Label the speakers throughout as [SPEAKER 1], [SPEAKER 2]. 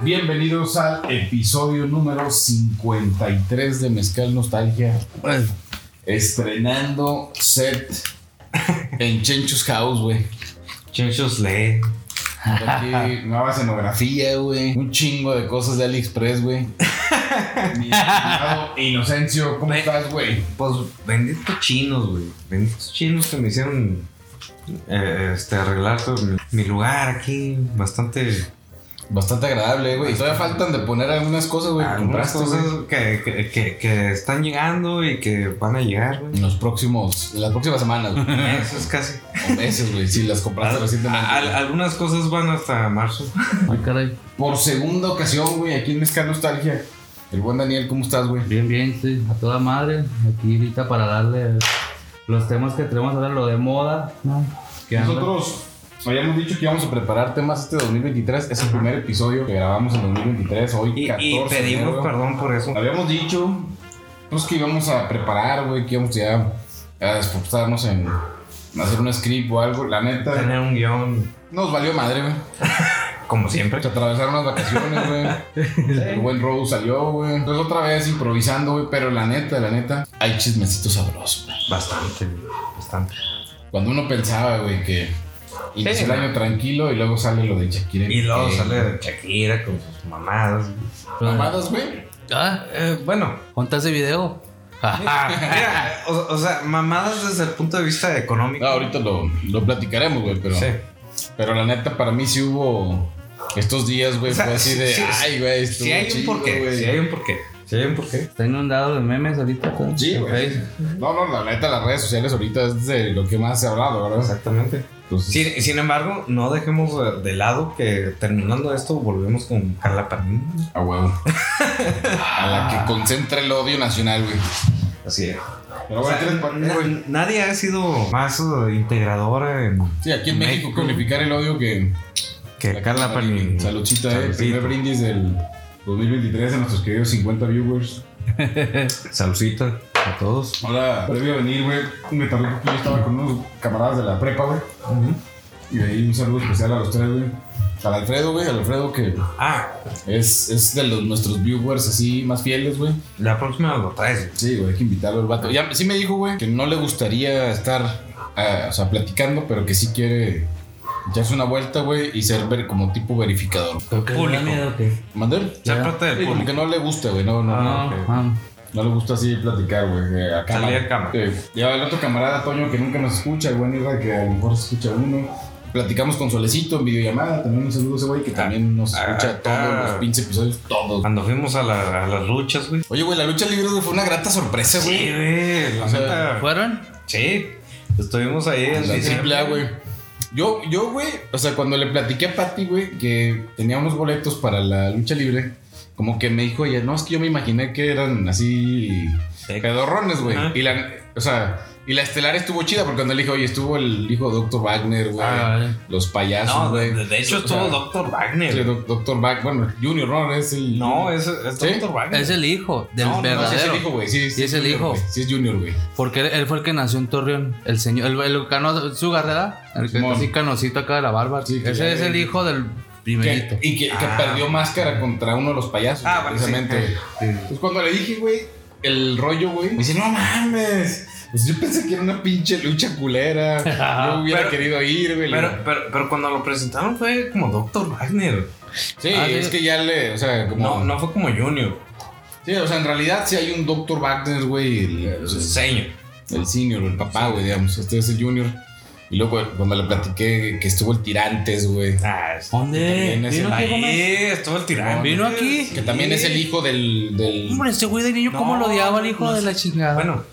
[SPEAKER 1] Bienvenidos al episodio número 53 de Mezcal Nostalgia. Estrenando set en Chenchos House, güey.
[SPEAKER 2] Chenchos lee.
[SPEAKER 1] Aquí nueva escenografía, güey. Un chingo de cosas de AliExpress, güey. Mi estimado Inocencio, ¿cómo
[SPEAKER 2] Güey.
[SPEAKER 1] estás, güey?
[SPEAKER 2] Pues benditos chinos, güey. Benditos chinos que me hicieron eh, este, arreglar todo mi, mi lugar aquí. Bastante.
[SPEAKER 1] Bastante agradable, güey. Y Todavía faltan de poner algunas cosas, güey. que
[SPEAKER 2] Algunas
[SPEAKER 1] Compraste,
[SPEAKER 2] cosas
[SPEAKER 1] güey.
[SPEAKER 2] que, que, que, que están llegando y que van a llegar, güey.
[SPEAKER 1] En los próximos, en las próximas semanas, güey.
[SPEAKER 2] Eso es casi.
[SPEAKER 1] O meses, güey. Si las compraste recientemente.
[SPEAKER 2] Al- algunas cosas van hasta marzo.
[SPEAKER 3] Ay, caray.
[SPEAKER 1] Por segunda ocasión, güey, aquí en Mezcal Nostalgia. El buen Daniel, ¿cómo estás, güey?
[SPEAKER 3] Bien, bien, sí. A toda madre. Aquí ahorita para darle los temas que tenemos ahora, lo de moda. ¿no? Que anda-
[SPEAKER 1] Nosotros habíamos dicho que íbamos a preparar temas este 2023. Es el primer episodio que grabamos en 2023, hoy
[SPEAKER 2] Y,
[SPEAKER 1] 14.
[SPEAKER 2] y
[SPEAKER 1] de
[SPEAKER 2] pedimos
[SPEAKER 1] enero.
[SPEAKER 2] perdón por eso.
[SPEAKER 1] Habíamos dicho, pues, que íbamos a preparar, güey, que íbamos ya a esforzarnos en hacer un script o algo. La neta,
[SPEAKER 2] Tener un guión,
[SPEAKER 1] nos valió madre, güey.
[SPEAKER 2] como siempre.
[SPEAKER 1] Se atravesaron las vacaciones, güey. El buen Road salió, güey. Entonces, otra vez improvisando, güey. Pero la neta, la neta, hay chismecitos sabrosos, güey.
[SPEAKER 2] Bastante, bastante.
[SPEAKER 1] Cuando uno pensaba, güey, que inició el
[SPEAKER 2] Sí.
[SPEAKER 1] año tranquilo y luego sale lo de Shakira.
[SPEAKER 2] Y luego
[SPEAKER 1] que-
[SPEAKER 2] sale Shakira con sus mamadas.
[SPEAKER 1] Mamadas, güey.
[SPEAKER 3] Ah,
[SPEAKER 2] Eh, bueno,
[SPEAKER 3] ¿Junta ese video?
[SPEAKER 2] Ah, mira, o, o sea, mamadas desde el punto de vista económico.
[SPEAKER 1] No, ahorita lo, lo platicaremos, güey, pero,
[SPEAKER 2] Sí.
[SPEAKER 1] pero la neta para mí sí hubo estos días, güey,
[SPEAKER 2] O sea,
[SPEAKER 1] fue así de,
[SPEAKER 2] sí, sí,
[SPEAKER 1] ay, güey, estuvo
[SPEAKER 2] Si hay un
[SPEAKER 1] chido,
[SPEAKER 2] porqué,
[SPEAKER 1] güey".
[SPEAKER 2] si hay un porqué, si hay un porqué.
[SPEAKER 3] Está inundado de memes ahorita. ¿no?
[SPEAKER 1] Sí,
[SPEAKER 3] En
[SPEAKER 1] güey.
[SPEAKER 3] Facebook.
[SPEAKER 1] No, no, la neta las redes sociales ahorita es de lo que más se ha hablado, ¿verdad? pues,
[SPEAKER 2] Exactamente.
[SPEAKER 1] Entonces,
[SPEAKER 2] Sin, sin embargo, no dejemos de- de lado que terminando esto volvemos con Carla Panini.
[SPEAKER 1] a huevo. a la que concentra el odio nacional, güey.
[SPEAKER 2] Así es.
[SPEAKER 1] Pero
[SPEAKER 2] O
[SPEAKER 1] bueno,
[SPEAKER 2] sea,
[SPEAKER 1] ¿qué les parece,
[SPEAKER 2] na-
[SPEAKER 1] güey?
[SPEAKER 2] nadie ha sido más eh, integradora en
[SPEAKER 1] Sí, aquí en México,
[SPEAKER 2] México.
[SPEAKER 1] unificar el odio que...
[SPEAKER 2] que Carla Panini.
[SPEAKER 1] Panini. Saludcita, eh.
[SPEAKER 2] Saludcita.
[SPEAKER 1] Primer brindis del 2023 a nuestros queridos 50 viewers.
[SPEAKER 2] Saludcita a todos.
[SPEAKER 1] Ahora, previo a venir, güey, me tardé un poquito. Yo estaba con unos camaradas de la prepa, güey. Y de ahí un saludo especial a los tres, güey. Al Alfredo, güey, al Alfredo que
[SPEAKER 2] Ah,
[SPEAKER 1] es, es de los, nuestros viewers así más fieles, güey.
[SPEAKER 2] la próxima lo traes.
[SPEAKER 1] Sí, güey, hay que invitarlo al vato. Ya, sí me dijo, güey, que no le gustaría estar, ah, o sea, platicando, pero que sí quiere echarse una vuelta, güey, y ser ver- como tipo verificador.
[SPEAKER 3] Creo que le da
[SPEAKER 2] Público.
[SPEAKER 3] miedo que...
[SPEAKER 1] ¿Mandel?
[SPEAKER 2] Ser
[SPEAKER 3] Ya.
[SPEAKER 2] parte
[SPEAKER 1] Sí,
[SPEAKER 2] del
[SPEAKER 1] como
[SPEAKER 2] público.
[SPEAKER 1] que no le gusta, güey, no, no, no.
[SPEAKER 3] No,
[SPEAKER 2] ok.
[SPEAKER 3] ah,
[SPEAKER 1] No le gusta así platicar, güey. eh, a cámara.
[SPEAKER 2] Salir a cámara.
[SPEAKER 1] Eh, ya el otro camarada, Toño, que nunca nos escucha, el buen Irra, que a lo mejor se escucha uno. Platicamos con Solecito en videollamada. También un saludo a ese güey que también nos
[SPEAKER 2] ah,
[SPEAKER 1] escucha
[SPEAKER 2] ah.
[SPEAKER 1] todos los pinches episodios, todos.
[SPEAKER 2] Cuando fuimos a, la- a las luchas, güey.
[SPEAKER 1] Oye, güey, la lucha libre güey, fue una grata sorpresa, güey.
[SPEAKER 2] Sí, güey. La
[SPEAKER 1] O sea,
[SPEAKER 2] neta,
[SPEAKER 3] ¿Fueron?
[SPEAKER 2] Sí. Estuvimos ahí ¿eh? en
[SPEAKER 1] la
[SPEAKER 2] diciembre.
[SPEAKER 1] triple A, güey. Yo, yo, güey, o sea, cuando le platiqué a Patty, güey, que tenía unos boletos para la lucha libre, como que me dijo ella, no, es que yo me imaginé que eran así
[SPEAKER 2] Sí.
[SPEAKER 1] pedorrones, güey.
[SPEAKER 2] Ajá.
[SPEAKER 1] Y la, o sea, y la estelar estuvo chida porque cuando le dije, oye, estuvo el hijo de Dr. Wagner, güey.
[SPEAKER 3] Ah, vale.
[SPEAKER 1] los payasos,
[SPEAKER 2] No,
[SPEAKER 1] güey.
[SPEAKER 2] de, de hecho
[SPEAKER 1] O sea,
[SPEAKER 2] estuvo Dr. Wagner.
[SPEAKER 1] sí, doc- Dr. Wagner, bueno, Junior, ¿no? Es el.
[SPEAKER 2] no, es, es
[SPEAKER 1] ¿Sí?
[SPEAKER 2] Dr. Wagner.
[SPEAKER 3] Ah, Es el hijo del
[SPEAKER 2] No, no,
[SPEAKER 1] No,
[SPEAKER 2] no, sí,
[SPEAKER 1] sí es
[SPEAKER 3] verdadero.
[SPEAKER 1] el hijo, güey. Sí,
[SPEAKER 3] Sí, es el
[SPEAKER 1] Junior,
[SPEAKER 3] hijo.
[SPEAKER 1] güey. Sí, es Junior, güey.
[SPEAKER 3] porque él, él fue el que nació en Torreón. El señor, el, el cano, su garrera. El que está
[SPEAKER 1] Simón.
[SPEAKER 3] así canosito acá de la barba.
[SPEAKER 1] Sí, que ya
[SPEAKER 3] Ese es el
[SPEAKER 1] vi.
[SPEAKER 3] hijo del primerito.
[SPEAKER 1] Que- y que, que
[SPEAKER 2] Ah.
[SPEAKER 1] perdió máscara contra uno de los payasos.
[SPEAKER 2] Ah,
[SPEAKER 1] güey,
[SPEAKER 2] vale,
[SPEAKER 1] precisamente.
[SPEAKER 2] sí.
[SPEAKER 1] Pues cuando le dije, güey, el rollo, güey, me dice, no mames. Pues yo pensé que era una pinche lucha culera. Yo hubiera
[SPEAKER 2] Pero-
[SPEAKER 1] querido ir, güey.
[SPEAKER 2] Pero, pero, pero cuando lo presentaron fue como Dr. Wagner.
[SPEAKER 1] sí,
[SPEAKER 3] Ah, sí.
[SPEAKER 1] es que ya le, o sea, como.
[SPEAKER 2] No, no fue como Junior.
[SPEAKER 1] Sí, o sea, en realidad sí hay un Dr. Wagner, güey. el- o sea,
[SPEAKER 2] Señor.
[SPEAKER 1] el senior, el papá, güey, digamos. Este es el junior. Y luego güey, cuando le platiqué que estuvo el Tirantes, güey.
[SPEAKER 2] Ah, es-
[SPEAKER 1] También
[SPEAKER 3] ¿Dónde?
[SPEAKER 1] es
[SPEAKER 3] ¿Vino
[SPEAKER 1] el
[SPEAKER 3] aquí,
[SPEAKER 2] ahí
[SPEAKER 3] Gómez?
[SPEAKER 2] estuvo el tirán.
[SPEAKER 3] ¿Vino aquí?
[SPEAKER 1] Que también es el hijo del... del-
[SPEAKER 3] Hombre, ese güey de niño, ¿cómo
[SPEAKER 2] No,
[SPEAKER 3] lo odiaba el hijo
[SPEAKER 2] no
[SPEAKER 3] de
[SPEAKER 2] sé.
[SPEAKER 3] la chingada?
[SPEAKER 2] Bueno,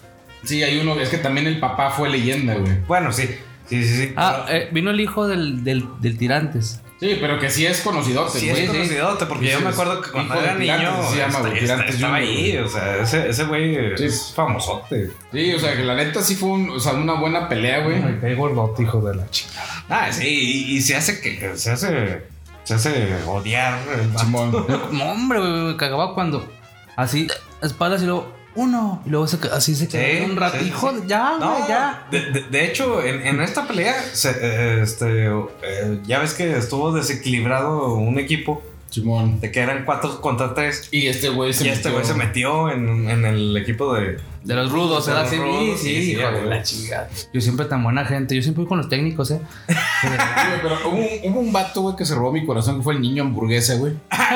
[SPEAKER 1] Sí, hay uno... Es que también el papá fue leyenda, güey.
[SPEAKER 2] bueno, sí. Sí, sí, sí.
[SPEAKER 3] ah,
[SPEAKER 2] Pero-
[SPEAKER 3] eh, vino el hijo del, del, del tirantes.
[SPEAKER 1] Sí, pero que sí es conocido,
[SPEAKER 2] Sí,
[SPEAKER 1] güey.
[SPEAKER 2] es conocidote, porque
[SPEAKER 1] Sí,
[SPEAKER 2] yo
[SPEAKER 1] sí,
[SPEAKER 2] me
[SPEAKER 1] es
[SPEAKER 2] acuerdo que cuando
[SPEAKER 1] hijo de
[SPEAKER 2] era
[SPEAKER 1] Tirantes,
[SPEAKER 2] niño
[SPEAKER 1] así se llama, güey,
[SPEAKER 2] est- est-
[SPEAKER 1] Tirantes
[SPEAKER 2] estaba
[SPEAKER 1] Junior,
[SPEAKER 2] ahí, o sea, ese, ese güey
[SPEAKER 1] Sí.
[SPEAKER 2] es famosote.
[SPEAKER 1] Sí, o sea, que la neta sí fue un- o sea, una buena pelea, güey.
[SPEAKER 3] qué gordote, hijo de la chingada.
[SPEAKER 2] Ah, sí, y, y se hace que que se hace se hace odiar. eh, el vato.
[SPEAKER 1] Simón.
[SPEAKER 3] No, hombre, güey, güey, cagaba cuando así, espaldas y luego uno, y luego se ca- así se
[SPEAKER 2] Sí,
[SPEAKER 3] quedó un rato.
[SPEAKER 2] sí, sí,
[SPEAKER 3] hijo,
[SPEAKER 2] sí.
[SPEAKER 3] de- ya, güey,
[SPEAKER 2] No,
[SPEAKER 3] ya.
[SPEAKER 2] ya. De, de- de hecho, en, en esta pelea, se- eh, este, eh, ya ves que estuvo desequilibrado un equipo
[SPEAKER 1] Simón.
[SPEAKER 2] De que eran cuatro contra tres.
[SPEAKER 1] Y este güey se
[SPEAKER 2] y este güey se
[SPEAKER 1] metió.
[SPEAKER 2] metió en, en el equipo de.
[SPEAKER 3] De los rudos,
[SPEAKER 2] De
[SPEAKER 3] ¿verdad?
[SPEAKER 2] los
[SPEAKER 3] Sí,
[SPEAKER 2] rudos,
[SPEAKER 3] sí,
[SPEAKER 2] sí, sí,
[SPEAKER 3] hijo
[SPEAKER 2] ya,
[SPEAKER 3] de
[SPEAKER 2] güey.
[SPEAKER 3] la chingada. Yo siempre tan buena gente. Yo siempre voy con los técnicos, ¿eh?
[SPEAKER 1] Güey, pero hubo un, hubo un vato, güey, que se robó mi corazón, que fue el niño hamburguesa, güey. Sí, güey,
[SPEAKER 2] No,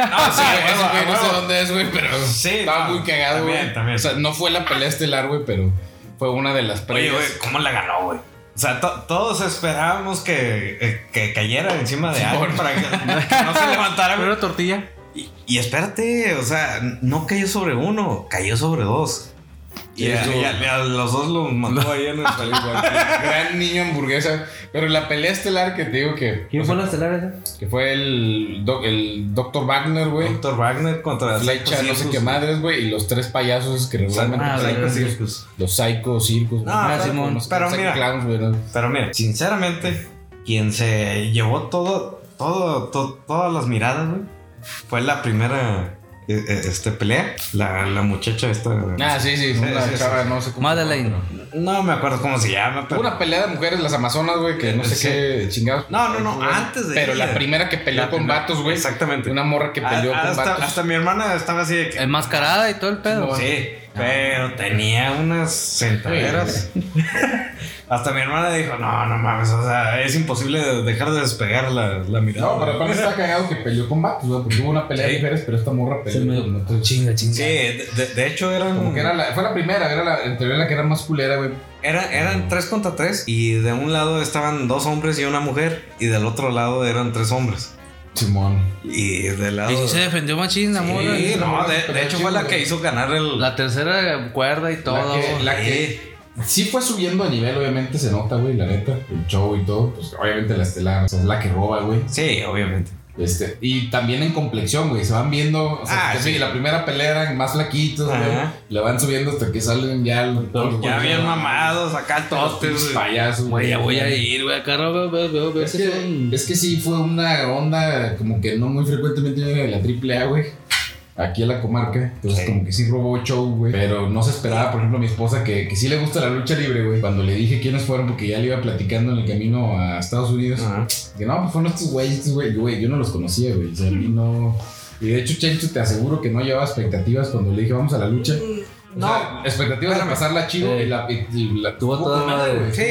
[SPEAKER 1] ese güey, no sé dónde es, güey, pero
[SPEAKER 2] Sí,
[SPEAKER 1] estaba
[SPEAKER 2] no,
[SPEAKER 1] muy cagado,
[SPEAKER 2] también,
[SPEAKER 1] güey.
[SPEAKER 2] también.
[SPEAKER 1] O sea, no fue la pelea estelar, güey, pero fue una de las
[SPEAKER 2] Oye,
[SPEAKER 1] previas.
[SPEAKER 2] güey, ¿cómo la ganó, güey? O sea, to- todos esperábamos que, eh, que cayera encima de alguien
[SPEAKER 1] Simón.
[SPEAKER 2] para que, que no se levantara, güey.
[SPEAKER 3] Pero tortilla.
[SPEAKER 2] Y, y espérate, o sea, no cayó sobre uno, cayó sobre dos. Y
[SPEAKER 1] Sí,
[SPEAKER 2] a,
[SPEAKER 1] estuvo-
[SPEAKER 2] y a- y a los dos los mató ahí en el
[SPEAKER 1] Gran niño hamburguesa. Pero la pelea estelar que te digo que.
[SPEAKER 3] ¿Quién
[SPEAKER 1] o
[SPEAKER 3] fue
[SPEAKER 1] sea,
[SPEAKER 3] los
[SPEAKER 2] eh?
[SPEAKER 3] estelares?
[SPEAKER 1] Que fue el, doc- el Dr. Wagner, güey.
[SPEAKER 2] Doctor Wagner contra
[SPEAKER 1] Flecha,
[SPEAKER 2] Psycho
[SPEAKER 1] no sé
[SPEAKER 2] Circus.
[SPEAKER 1] qué madres, güey. Y los tres payasos que
[SPEAKER 2] O sea,
[SPEAKER 1] regularmente.
[SPEAKER 3] Ah,
[SPEAKER 2] Psycho
[SPEAKER 3] güey.
[SPEAKER 2] Circus.
[SPEAKER 1] Los Psycho Circus.
[SPEAKER 2] Ah,
[SPEAKER 1] güey,
[SPEAKER 3] Simón,
[SPEAKER 1] como los
[SPEAKER 2] pero
[SPEAKER 1] Psycho
[SPEAKER 2] mira.
[SPEAKER 1] Clowns, güey, ¿no?
[SPEAKER 2] Pero mira, sinceramente, quien se llevó todo, todo, to- todas las miradas, güey, fue la primera eh, eh, este, pelea. La, la muchacha esta.
[SPEAKER 1] Ah, sí, sí. Una
[SPEAKER 2] sí, sí,
[SPEAKER 1] chava,
[SPEAKER 2] sí.
[SPEAKER 1] no sé cómo.
[SPEAKER 3] Madeleine.
[SPEAKER 2] No me acuerdo cómo se llama, pero.
[SPEAKER 1] Una pelea de mujeres, las Amazonas, güey, que no sé
[SPEAKER 2] Sí.
[SPEAKER 1] qué chingados.
[SPEAKER 2] No, no, no, antes de
[SPEAKER 1] Pero
[SPEAKER 2] ella.
[SPEAKER 1] la primera que peleó
[SPEAKER 2] La
[SPEAKER 1] con
[SPEAKER 2] primera-
[SPEAKER 1] vatos, güey.
[SPEAKER 2] Exactamente.
[SPEAKER 1] Una morra que
[SPEAKER 2] A-
[SPEAKER 1] peleó con
[SPEAKER 2] Ah, hasta,
[SPEAKER 1] vatos.
[SPEAKER 2] hasta mi hermana estaba así de que.
[SPEAKER 3] Enmascarada eh, y todo el pedo.
[SPEAKER 2] Sí, pero tenía unas sentaderas. Hasta mi hermana dijo, no, no mames, o sea, es imposible dejar de despegar la, la mirada.
[SPEAKER 1] No, pero aparte está cagado que peleó con vatos, güey. Porque hubo una pelea de
[SPEAKER 2] Sí.
[SPEAKER 1] mujeres, pero esta morra
[SPEAKER 3] Se
[SPEAKER 1] peleó
[SPEAKER 3] me
[SPEAKER 1] con otros
[SPEAKER 3] chinga, chinga.
[SPEAKER 2] Sí, de, de- de hecho eran,
[SPEAKER 1] Como que era la, fue la primera, era la anterior la que era más culera, güey.
[SPEAKER 2] era- eran tres contra tres y de un lado estaban dos hombres y una mujer y del otro lado eran tres hombres.
[SPEAKER 1] Simón.
[SPEAKER 2] Y del lado...
[SPEAKER 3] Y sí se defendió machín, la morra.
[SPEAKER 2] Sí, no, de,
[SPEAKER 1] Pero
[SPEAKER 2] de hecho fue la que hizo ganar el...
[SPEAKER 3] La tercera cuerda y todo.
[SPEAKER 1] La que- la-
[SPEAKER 2] Sí.
[SPEAKER 1] Sí fue subiendo a nivel, obviamente se nota, güey, la neta. El show y todo, pues obviamente la estelar, o sea, es la que roba, güey.
[SPEAKER 2] Sí, obviamente.
[SPEAKER 1] Este, y también en complexión, güey, se van viendo, o sea,
[SPEAKER 2] Ah,
[SPEAKER 1] te
[SPEAKER 2] sí.
[SPEAKER 1] fijas, la primera pelea eran más flaquitos, güey.
[SPEAKER 2] Ajá.
[SPEAKER 1] Le van subiendo hasta que salen ya los
[SPEAKER 2] Ya bien mamados, acá
[SPEAKER 1] Los pinches
[SPEAKER 2] totes.
[SPEAKER 1] payasos,
[SPEAKER 3] Güey, ya voy a ir, güey. Acá veo, veo, veo, veo.
[SPEAKER 1] Es que, es que sí fue una onda como que no muy frecuentemente llega de la AAA, güey. Aquí a la comarca. Entonces,
[SPEAKER 2] Sí.
[SPEAKER 1] como que sí robó show, güey. Pero no se esperaba, por ejemplo, a mi esposa, que, que sí le gusta la lucha libre, güey. Cuando le dije quiénes fueron, porque ya le iba platicando en el camino a Estados Unidos.
[SPEAKER 2] Ajá.
[SPEAKER 1] Que no, pues fueron estos güeyes, estos güey. Yo, güey, yo no los conocía, güey. O sea, a mí no. Y de hecho, Chencho, te aseguro que no llevaba expectativas cuando le dije vamos a la lucha. O
[SPEAKER 2] No.
[SPEAKER 1] sea, expectativas de
[SPEAKER 2] Espérame.
[SPEAKER 1] pasarla chido
[SPEAKER 3] Sí.
[SPEAKER 1] y la. y- y la-
[SPEAKER 3] Tuvo toda madre.
[SPEAKER 1] güey.
[SPEAKER 2] Sí.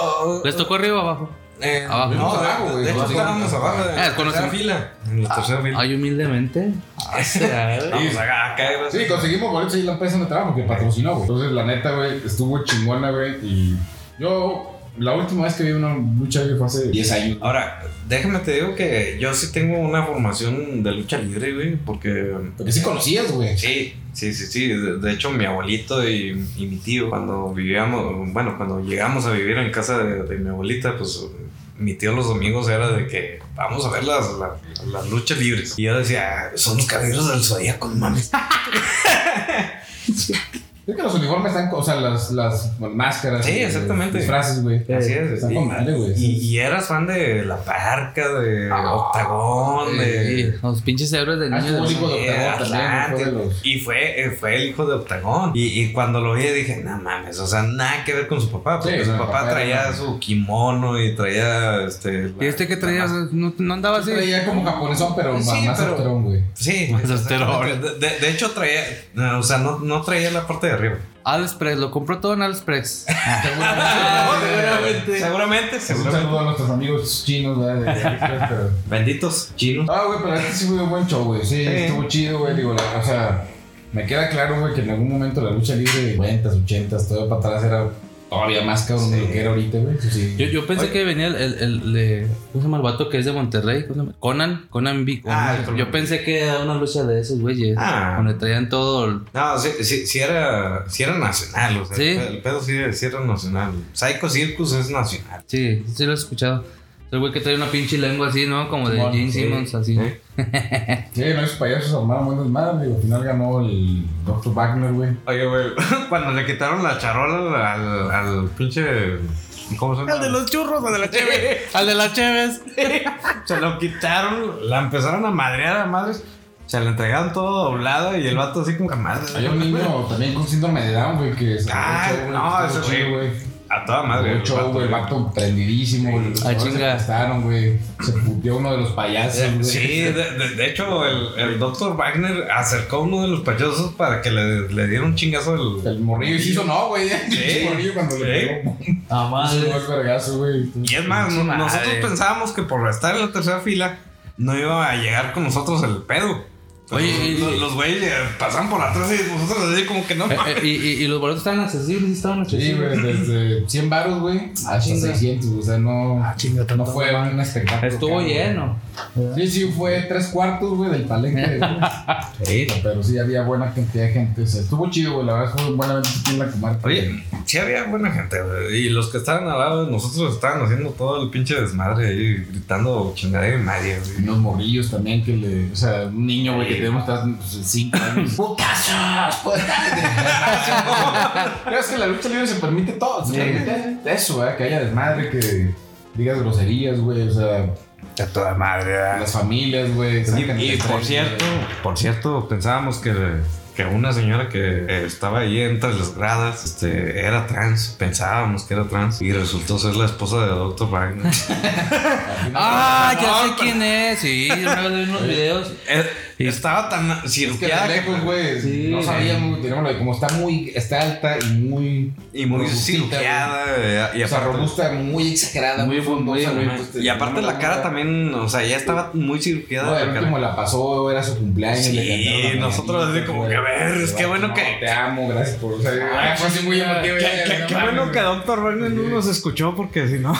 [SPEAKER 2] o-
[SPEAKER 3] ¿Les tocó arriba o abajo?
[SPEAKER 2] Oh, Eh,
[SPEAKER 3] Abajo.
[SPEAKER 2] No,
[SPEAKER 1] Vamos
[SPEAKER 2] de-
[SPEAKER 1] abajo, güey.
[SPEAKER 2] De hecho,
[SPEAKER 1] Vamos
[SPEAKER 2] estábamos
[SPEAKER 1] abajo.
[SPEAKER 2] abajo. En
[SPEAKER 3] Ah,
[SPEAKER 2] la
[SPEAKER 3] con los-
[SPEAKER 2] tercera fila. En la tercera fila.
[SPEAKER 3] Ay, humildemente.
[SPEAKER 2] Vamos pues, acá, acá. iba a
[SPEAKER 1] Sí,
[SPEAKER 2] ser-
[SPEAKER 1] conseguimos boletos y la empresa me trabajo que patrocinó, güey. Entonces, la neta, güey, estuvo chingona, güey. Y yo, la última vez que vi una lucha libre fue hace 10 años.
[SPEAKER 2] Ahora, déjame te digo que yo sí tengo una formación de lucha libre, güey, porque...
[SPEAKER 1] Porque sí conocías, güey.
[SPEAKER 2] Sí, sí, sí, sí. De, de hecho, mi abuelito y, y mi tío, cuando vivíamos, bueno, cuando llegamos a vivir en casa de, de mi abuelita, pues mi tío los domingos era de que vamos a ver las, las- las luchas libres. Y yo decía, "Ah, son los caballeros del zodíaco, no mames.
[SPEAKER 1] Es que los uniformes están, co- o sea, las, las máscaras.
[SPEAKER 2] Sí,
[SPEAKER 1] eh,
[SPEAKER 2] exactamente.
[SPEAKER 1] Disfraces, güey.
[SPEAKER 2] Así es.
[SPEAKER 1] Están
[SPEAKER 2] y,
[SPEAKER 1] con madre, güey.
[SPEAKER 2] y- y eras fan de La Parca, de
[SPEAKER 1] Ah,
[SPEAKER 2] Octagón,
[SPEAKER 3] Sí,
[SPEAKER 2] de...
[SPEAKER 3] los pinches héroes del
[SPEAKER 1] Hay
[SPEAKER 3] niño. del
[SPEAKER 1] público
[SPEAKER 3] mundo.
[SPEAKER 1] de Octagón también.
[SPEAKER 2] Atlante.
[SPEAKER 1] fue de los-
[SPEAKER 2] Eh, Y fue, eh, fue el hijo de Octagón. Y, y cuando lo vi dije, no mames, o sea, nada que ver con su papá. Porque
[SPEAKER 1] Sí,
[SPEAKER 2] su
[SPEAKER 1] no,
[SPEAKER 2] papá,
[SPEAKER 1] papá era-
[SPEAKER 2] traía su kimono y traía este. la-
[SPEAKER 3] ¿Y este que traía?
[SPEAKER 2] la mas-
[SPEAKER 3] ¿No, no andaba así?
[SPEAKER 1] Este Traía como japonesón, pero
[SPEAKER 2] Sí,
[SPEAKER 1] más
[SPEAKER 2] pero-
[SPEAKER 1] astrón, güey.
[SPEAKER 2] Sí,
[SPEAKER 3] Más
[SPEAKER 2] exactamente.
[SPEAKER 3] asterón.
[SPEAKER 2] de, de- de hecho traía, no, o sea, no, no traía la parte de arriba.
[SPEAKER 3] Aliexpress, lo compró todo en Aliexpress.
[SPEAKER 1] Ah, Seguramente.
[SPEAKER 2] Seguramente,
[SPEAKER 1] Un
[SPEAKER 2] seguramente.
[SPEAKER 1] saludo a nuestros amigos chinos, güey. de- de AliExpress, pero-
[SPEAKER 2] Benditos chinos.
[SPEAKER 1] Ah, güey, pero este sí fue un buen show, güey. Sí,
[SPEAKER 2] Sí.
[SPEAKER 1] estuvo chido, güey. Digo, la- o sea, me queda claro, güey, que en algún momento la lucha libre de 90s, 80s, todo para atrás era todavía más cabrón de
[SPEAKER 2] Sí.
[SPEAKER 1] lo que era ahorita, güey. Eso sí.
[SPEAKER 3] Yo, yo pensé
[SPEAKER 2] Oye.
[SPEAKER 3] que venía el, el, el de- ¿Cómo se llama el vato que es de Monterrey? ¿Cómo se llama? Conan, Conan Big.
[SPEAKER 2] Ah, el
[SPEAKER 3] yo
[SPEAKER 2] Conan.
[SPEAKER 3] pensé que era una lucha de esos güeyes.
[SPEAKER 2] Ah.
[SPEAKER 3] Donde traían todo. el-
[SPEAKER 2] No, sí, sí, sí era, sí era nacional, o sea,
[SPEAKER 3] Sí.
[SPEAKER 2] el pedo- el pedo sí, sí era nacional. Psycho Circus es nacional.
[SPEAKER 3] Sí, sí lo he escuchado. Es el güey que trae una pinche lengua así, ¿no? Como de
[SPEAKER 1] Simón,
[SPEAKER 3] Gene
[SPEAKER 1] sí.
[SPEAKER 3] Simmons, así.
[SPEAKER 2] Sí.
[SPEAKER 1] Sí, no, esos payasos armaron buenas madres. Digo, al final ganó el Dr. Wagner, güey.
[SPEAKER 2] Oye, güey, cuando le quitaron la charola al, al, al pinche. ¿Cómo se llama?
[SPEAKER 3] churros, al de la Cheves. al de la Cheves.
[SPEAKER 2] Se lo quitaron, la empezaron a madrear a madres. Se la entregaron todo doblado y el vato así como que madre.
[SPEAKER 1] Hay un niño también con síndrome de Down, güey, que se
[SPEAKER 2] Ah,
[SPEAKER 1] güey,
[SPEAKER 2] pues, no,
[SPEAKER 1] estuvo
[SPEAKER 2] ese
[SPEAKER 1] chido,
[SPEAKER 2] güey.
[SPEAKER 1] güey.
[SPEAKER 2] Ah, A toda madre.
[SPEAKER 1] Un
[SPEAKER 2] el
[SPEAKER 1] show,
[SPEAKER 2] vato,
[SPEAKER 1] güey, el
[SPEAKER 2] güey.
[SPEAKER 1] vato prendidísimo.
[SPEAKER 2] Sí.
[SPEAKER 1] los
[SPEAKER 3] Ah,
[SPEAKER 1] jugadores
[SPEAKER 3] chinga.
[SPEAKER 1] Se gastaron, güey. Se puteó uno de los payasos, güey.
[SPEAKER 2] Sí, de, de- de hecho, el, el doctor Wagner acercó a uno de los payasos para que le, le diera un chingazo el,
[SPEAKER 1] El morrillo y se hizo no, güey.
[SPEAKER 2] Sí.
[SPEAKER 1] El morrillo cuando
[SPEAKER 2] Sí.
[SPEAKER 1] le pegó.
[SPEAKER 3] A
[SPEAKER 1] Se
[SPEAKER 3] madre.
[SPEAKER 1] fue el vergazo, güey.
[SPEAKER 2] Y es más,
[SPEAKER 3] Pinche
[SPEAKER 2] no- nosotros
[SPEAKER 3] madre.
[SPEAKER 2] pensábamos que por estar en la tercera fila no iba a llegar con nosotros el pedo. Pero
[SPEAKER 3] Oye, y-
[SPEAKER 2] los, los- los güeyes eh, pasaban por atrás y nosotros así como que no.
[SPEAKER 3] Eh, eh, y, y- y los boletos estaban accesibles, sí estaban
[SPEAKER 1] Sí,
[SPEAKER 3] accesibles.
[SPEAKER 1] güey, desde 100 baros, güey, hasta
[SPEAKER 3] chinga.
[SPEAKER 1] 600, o sea, no,
[SPEAKER 4] Ah, chinga,
[SPEAKER 1] no
[SPEAKER 4] tanto.
[SPEAKER 1] fue un espectáculo.
[SPEAKER 3] Estuvo
[SPEAKER 1] cabrón.
[SPEAKER 3] lleno.
[SPEAKER 1] Sí, sí, fue tres cuartos, güey, del palenque. güey. Pero sí, había buena cantidad de gente. O sea, estuvo chido, güey, la verdad, fue un buen evento aquí en la comarca.
[SPEAKER 2] Oye, sí había buena gente, güey. Y los que estaban al lado de nosotros estaban haciendo todo el pinche desmadre ahí, gritando chingada de madre,
[SPEAKER 1] Y
[SPEAKER 2] güey.
[SPEAKER 1] unos morrillos también que le. O sea, un niño, güey, que
[SPEAKER 2] Sí.
[SPEAKER 1] tenemos hasta 5 años. ¡Putazos! ¡Putazos! Pero es que la lucha libre se permite todo. Se
[SPEAKER 2] Sí.
[SPEAKER 1] permite eso, ¿eh? Que haya desmadre, que digas groserías, güey. O sea,
[SPEAKER 2] A toda madre, ¿verdad?
[SPEAKER 1] las familias, güey.
[SPEAKER 2] Y,
[SPEAKER 1] sacan
[SPEAKER 2] y
[SPEAKER 1] el
[SPEAKER 2] por
[SPEAKER 1] tren,
[SPEAKER 2] cierto,
[SPEAKER 1] güey.
[SPEAKER 2] por cierto, pensábamos que, que una señora que eh, estaba ahí entre las gradas este, era trans. Pensábamos que era trans y resultó ser la esposa de Dr. Wagner.
[SPEAKER 1] Al final-
[SPEAKER 3] Ah, ya sé quién es. Sí, una vez vi unos videos.
[SPEAKER 2] Eh, estaba tan
[SPEAKER 1] Es que de
[SPEAKER 2] cirugía
[SPEAKER 1] lejos, güey.
[SPEAKER 3] Sí.
[SPEAKER 1] No sabíamos, güey, teníamos la- como está muy, está alta y muy,
[SPEAKER 2] y muy
[SPEAKER 1] robustita,
[SPEAKER 2] cirugiada. eh, Y
[SPEAKER 1] o sea,
[SPEAKER 2] aparte,
[SPEAKER 1] robusta, muy exagerada,
[SPEAKER 3] Muy,
[SPEAKER 1] muy fondosa,
[SPEAKER 3] muy,
[SPEAKER 1] güey,
[SPEAKER 3] muy.
[SPEAKER 1] pues,
[SPEAKER 2] y aparte la cara
[SPEAKER 1] no,
[SPEAKER 2] también, o sea, ya estaba muy cirugiada.
[SPEAKER 1] No,
[SPEAKER 2] la
[SPEAKER 1] el
[SPEAKER 2] cara.
[SPEAKER 1] último la pasó, era su cumpleaños.
[SPEAKER 2] Sí,
[SPEAKER 1] le cantaron la
[SPEAKER 2] nosotros así
[SPEAKER 1] mañanita,
[SPEAKER 2] como
[SPEAKER 1] güey.
[SPEAKER 2] que, a ver, es que bueno
[SPEAKER 1] No,
[SPEAKER 2] que-
[SPEAKER 1] Te amo, gracias por. O sea,
[SPEAKER 3] Ah,
[SPEAKER 1] ay, fue así muy emotivo.
[SPEAKER 2] Qué-
[SPEAKER 1] ya, ya,
[SPEAKER 2] qué-
[SPEAKER 1] no
[SPEAKER 2] qué
[SPEAKER 1] mames,
[SPEAKER 2] bueno que
[SPEAKER 1] güey.
[SPEAKER 2] Dr. Wagner no nos escuchó porque si no.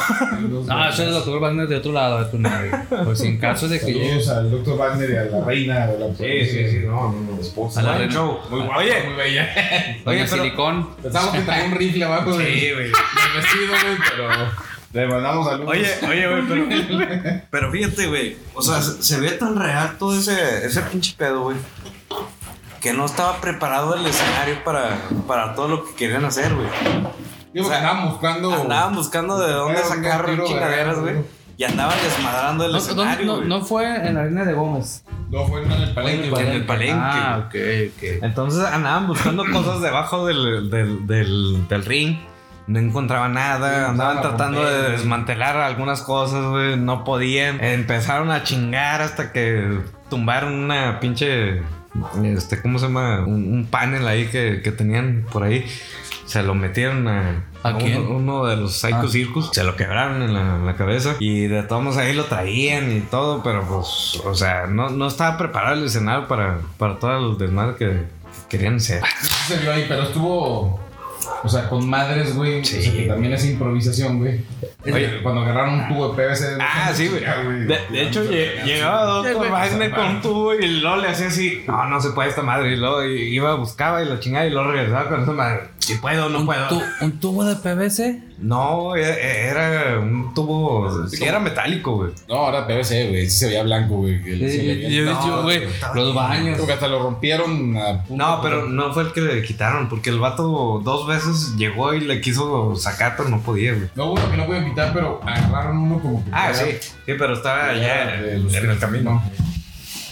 [SPEAKER 1] Los-
[SPEAKER 3] Ah, eso es el doctor Wagner de otro lado, de tu nave. Pues en caso de que yo.
[SPEAKER 1] Saludos al doctor Wagner y a la reina de la
[SPEAKER 2] no, no, esposa.
[SPEAKER 3] A la
[SPEAKER 2] Buen
[SPEAKER 3] reina.
[SPEAKER 2] show, muy guapo. Oye,
[SPEAKER 1] Muy bella.
[SPEAKER 3] Doña
[SPEAKER 2] Oye, pero-
[SPEAKER 3] Silicón.
[SPEAKER 1] Pensamos que traía un rifle abajo del
[SPEAKER 2] Sí, güey.
[SPEAKER 1] del vestido, güey, pero. Le mandamos saludos.
[SPEAKER 2] Oye, oye, güey, pero, pero fíjate, güey. O sea, se, se ve tan real todo ese, ese pinche pedo, güey. Que no estaba preparado el escenario para, para todo lo que querían hacer, güey.
[SPEAKER 1] Digo,
[SPEAKER 2] o sea,
[SPEAKER 1] que andaban buscando.
[SPEAKER 2] Andaban buscando de dónde
[SPEAKER 1] Era un
[SPEAKER 2] sacar
[SPEAKER 1] tiro,
[SPEAKER 2] chingaderas, güey.
[SPEAKER 1] güey.
[SPEAKER 2] Y andaban desmadrando el
[SPEAKER 3] No, no,
[SPEAKER 2] escenario,
[SPEAKER 3] no,
[SPEAKER 2] güey.
[SPEAKER 3] no fue en la arena de Gómez.
[SPEAKER 1] No, fue en el palenque,
[SPEAKER 2] En el palenque.
[SPEAKER 3] Ah, ok, ok.
[SPEAKER 2] Entonces andaban buscando cosas debajo del, del, del, del ring. No encontraban nada,
[SPEAKER 1] Sí,
[SPEAKER 2] andaban
[SPEAKER 1] la
[SPEAKER 2] tratando
[SPEAKER 1] romper,
[SPEAKER 2] de
[SPEAKER 1] güey.
[SPEAKER 2] desmantelar algunas cosas, güey, no podían. Empezaron a chingar hasta que tumbaron una pinche, este, ¿cómo se llama? Un, un panel ahí que, que tenían por ahí. Se lo metieron a,
[SPEAKER 3] ¿A
[SPEAKER 2] uno-
[SPEAKER 3] quién?
[SPEAKER 2] Uno, de los Psycho
[SPEAKER 3] Ah.
[SPEAKER 2] Circus. Se lo quebraron en la, en la cabeza y de todos modos ahí lo traían y todo, pero pues, o sea, no, no estaba preparado el escenario para, para todos los desmadres que querían ser.
[SPEAKER 1] se vio ahí, pero estuvo. O sea, con madres, güey. O sea, que también es improvisación, güey. Oye, cuando agarraron un tubo de PVC.
[SPEAKER 2] Ah, sí, güey. De, de hecho, lle- llegaba Doctor Wagner con un tubo y luego le hacía así, no, no se puede esta madre. Y luego iba, buscaba y lo chingaba y luego regresaba con esa madre. Si puedo, no
[SPEAKER 3] ¿Un,
[SPEAKER 2] puedo.
[SPEAKER 3] tu- un tubo de PVC?
[SPEAKER 2] No, e- era un tubo, sí, era metálico, güey.
[SPEAKER 1] No, ahora PVC, güey. Sí se veía blanco, güey. que
[SPEAKER 3] Sí,
[SPEAKER 1] se le veía-
[SPEAKER 3] yo he
[SPEAKER 1] No,
[SPEAKER 3] dicho, güey, los baños.
[SPEAKER 1] Creo que hasta lo rompieron a punta,
[SPEAKER 2] No, pero no fue el que le quitaron, porque el vato dos veces llegó y le quiso sacar, pero no podía, güey.
[SPEAKER 1] No, uno que no pueden quitar, pero agarraron uno como que.
[SPEAKER 2] Ah,
[SPEAKER 1] era-
[SPEAKER 2] sí, sí, pero estaba allá
[SPEAKER 1] de
[SPEAKER 2] Ah, en
[SPEAKER 1] los-
[SPEAKER 2] el camino.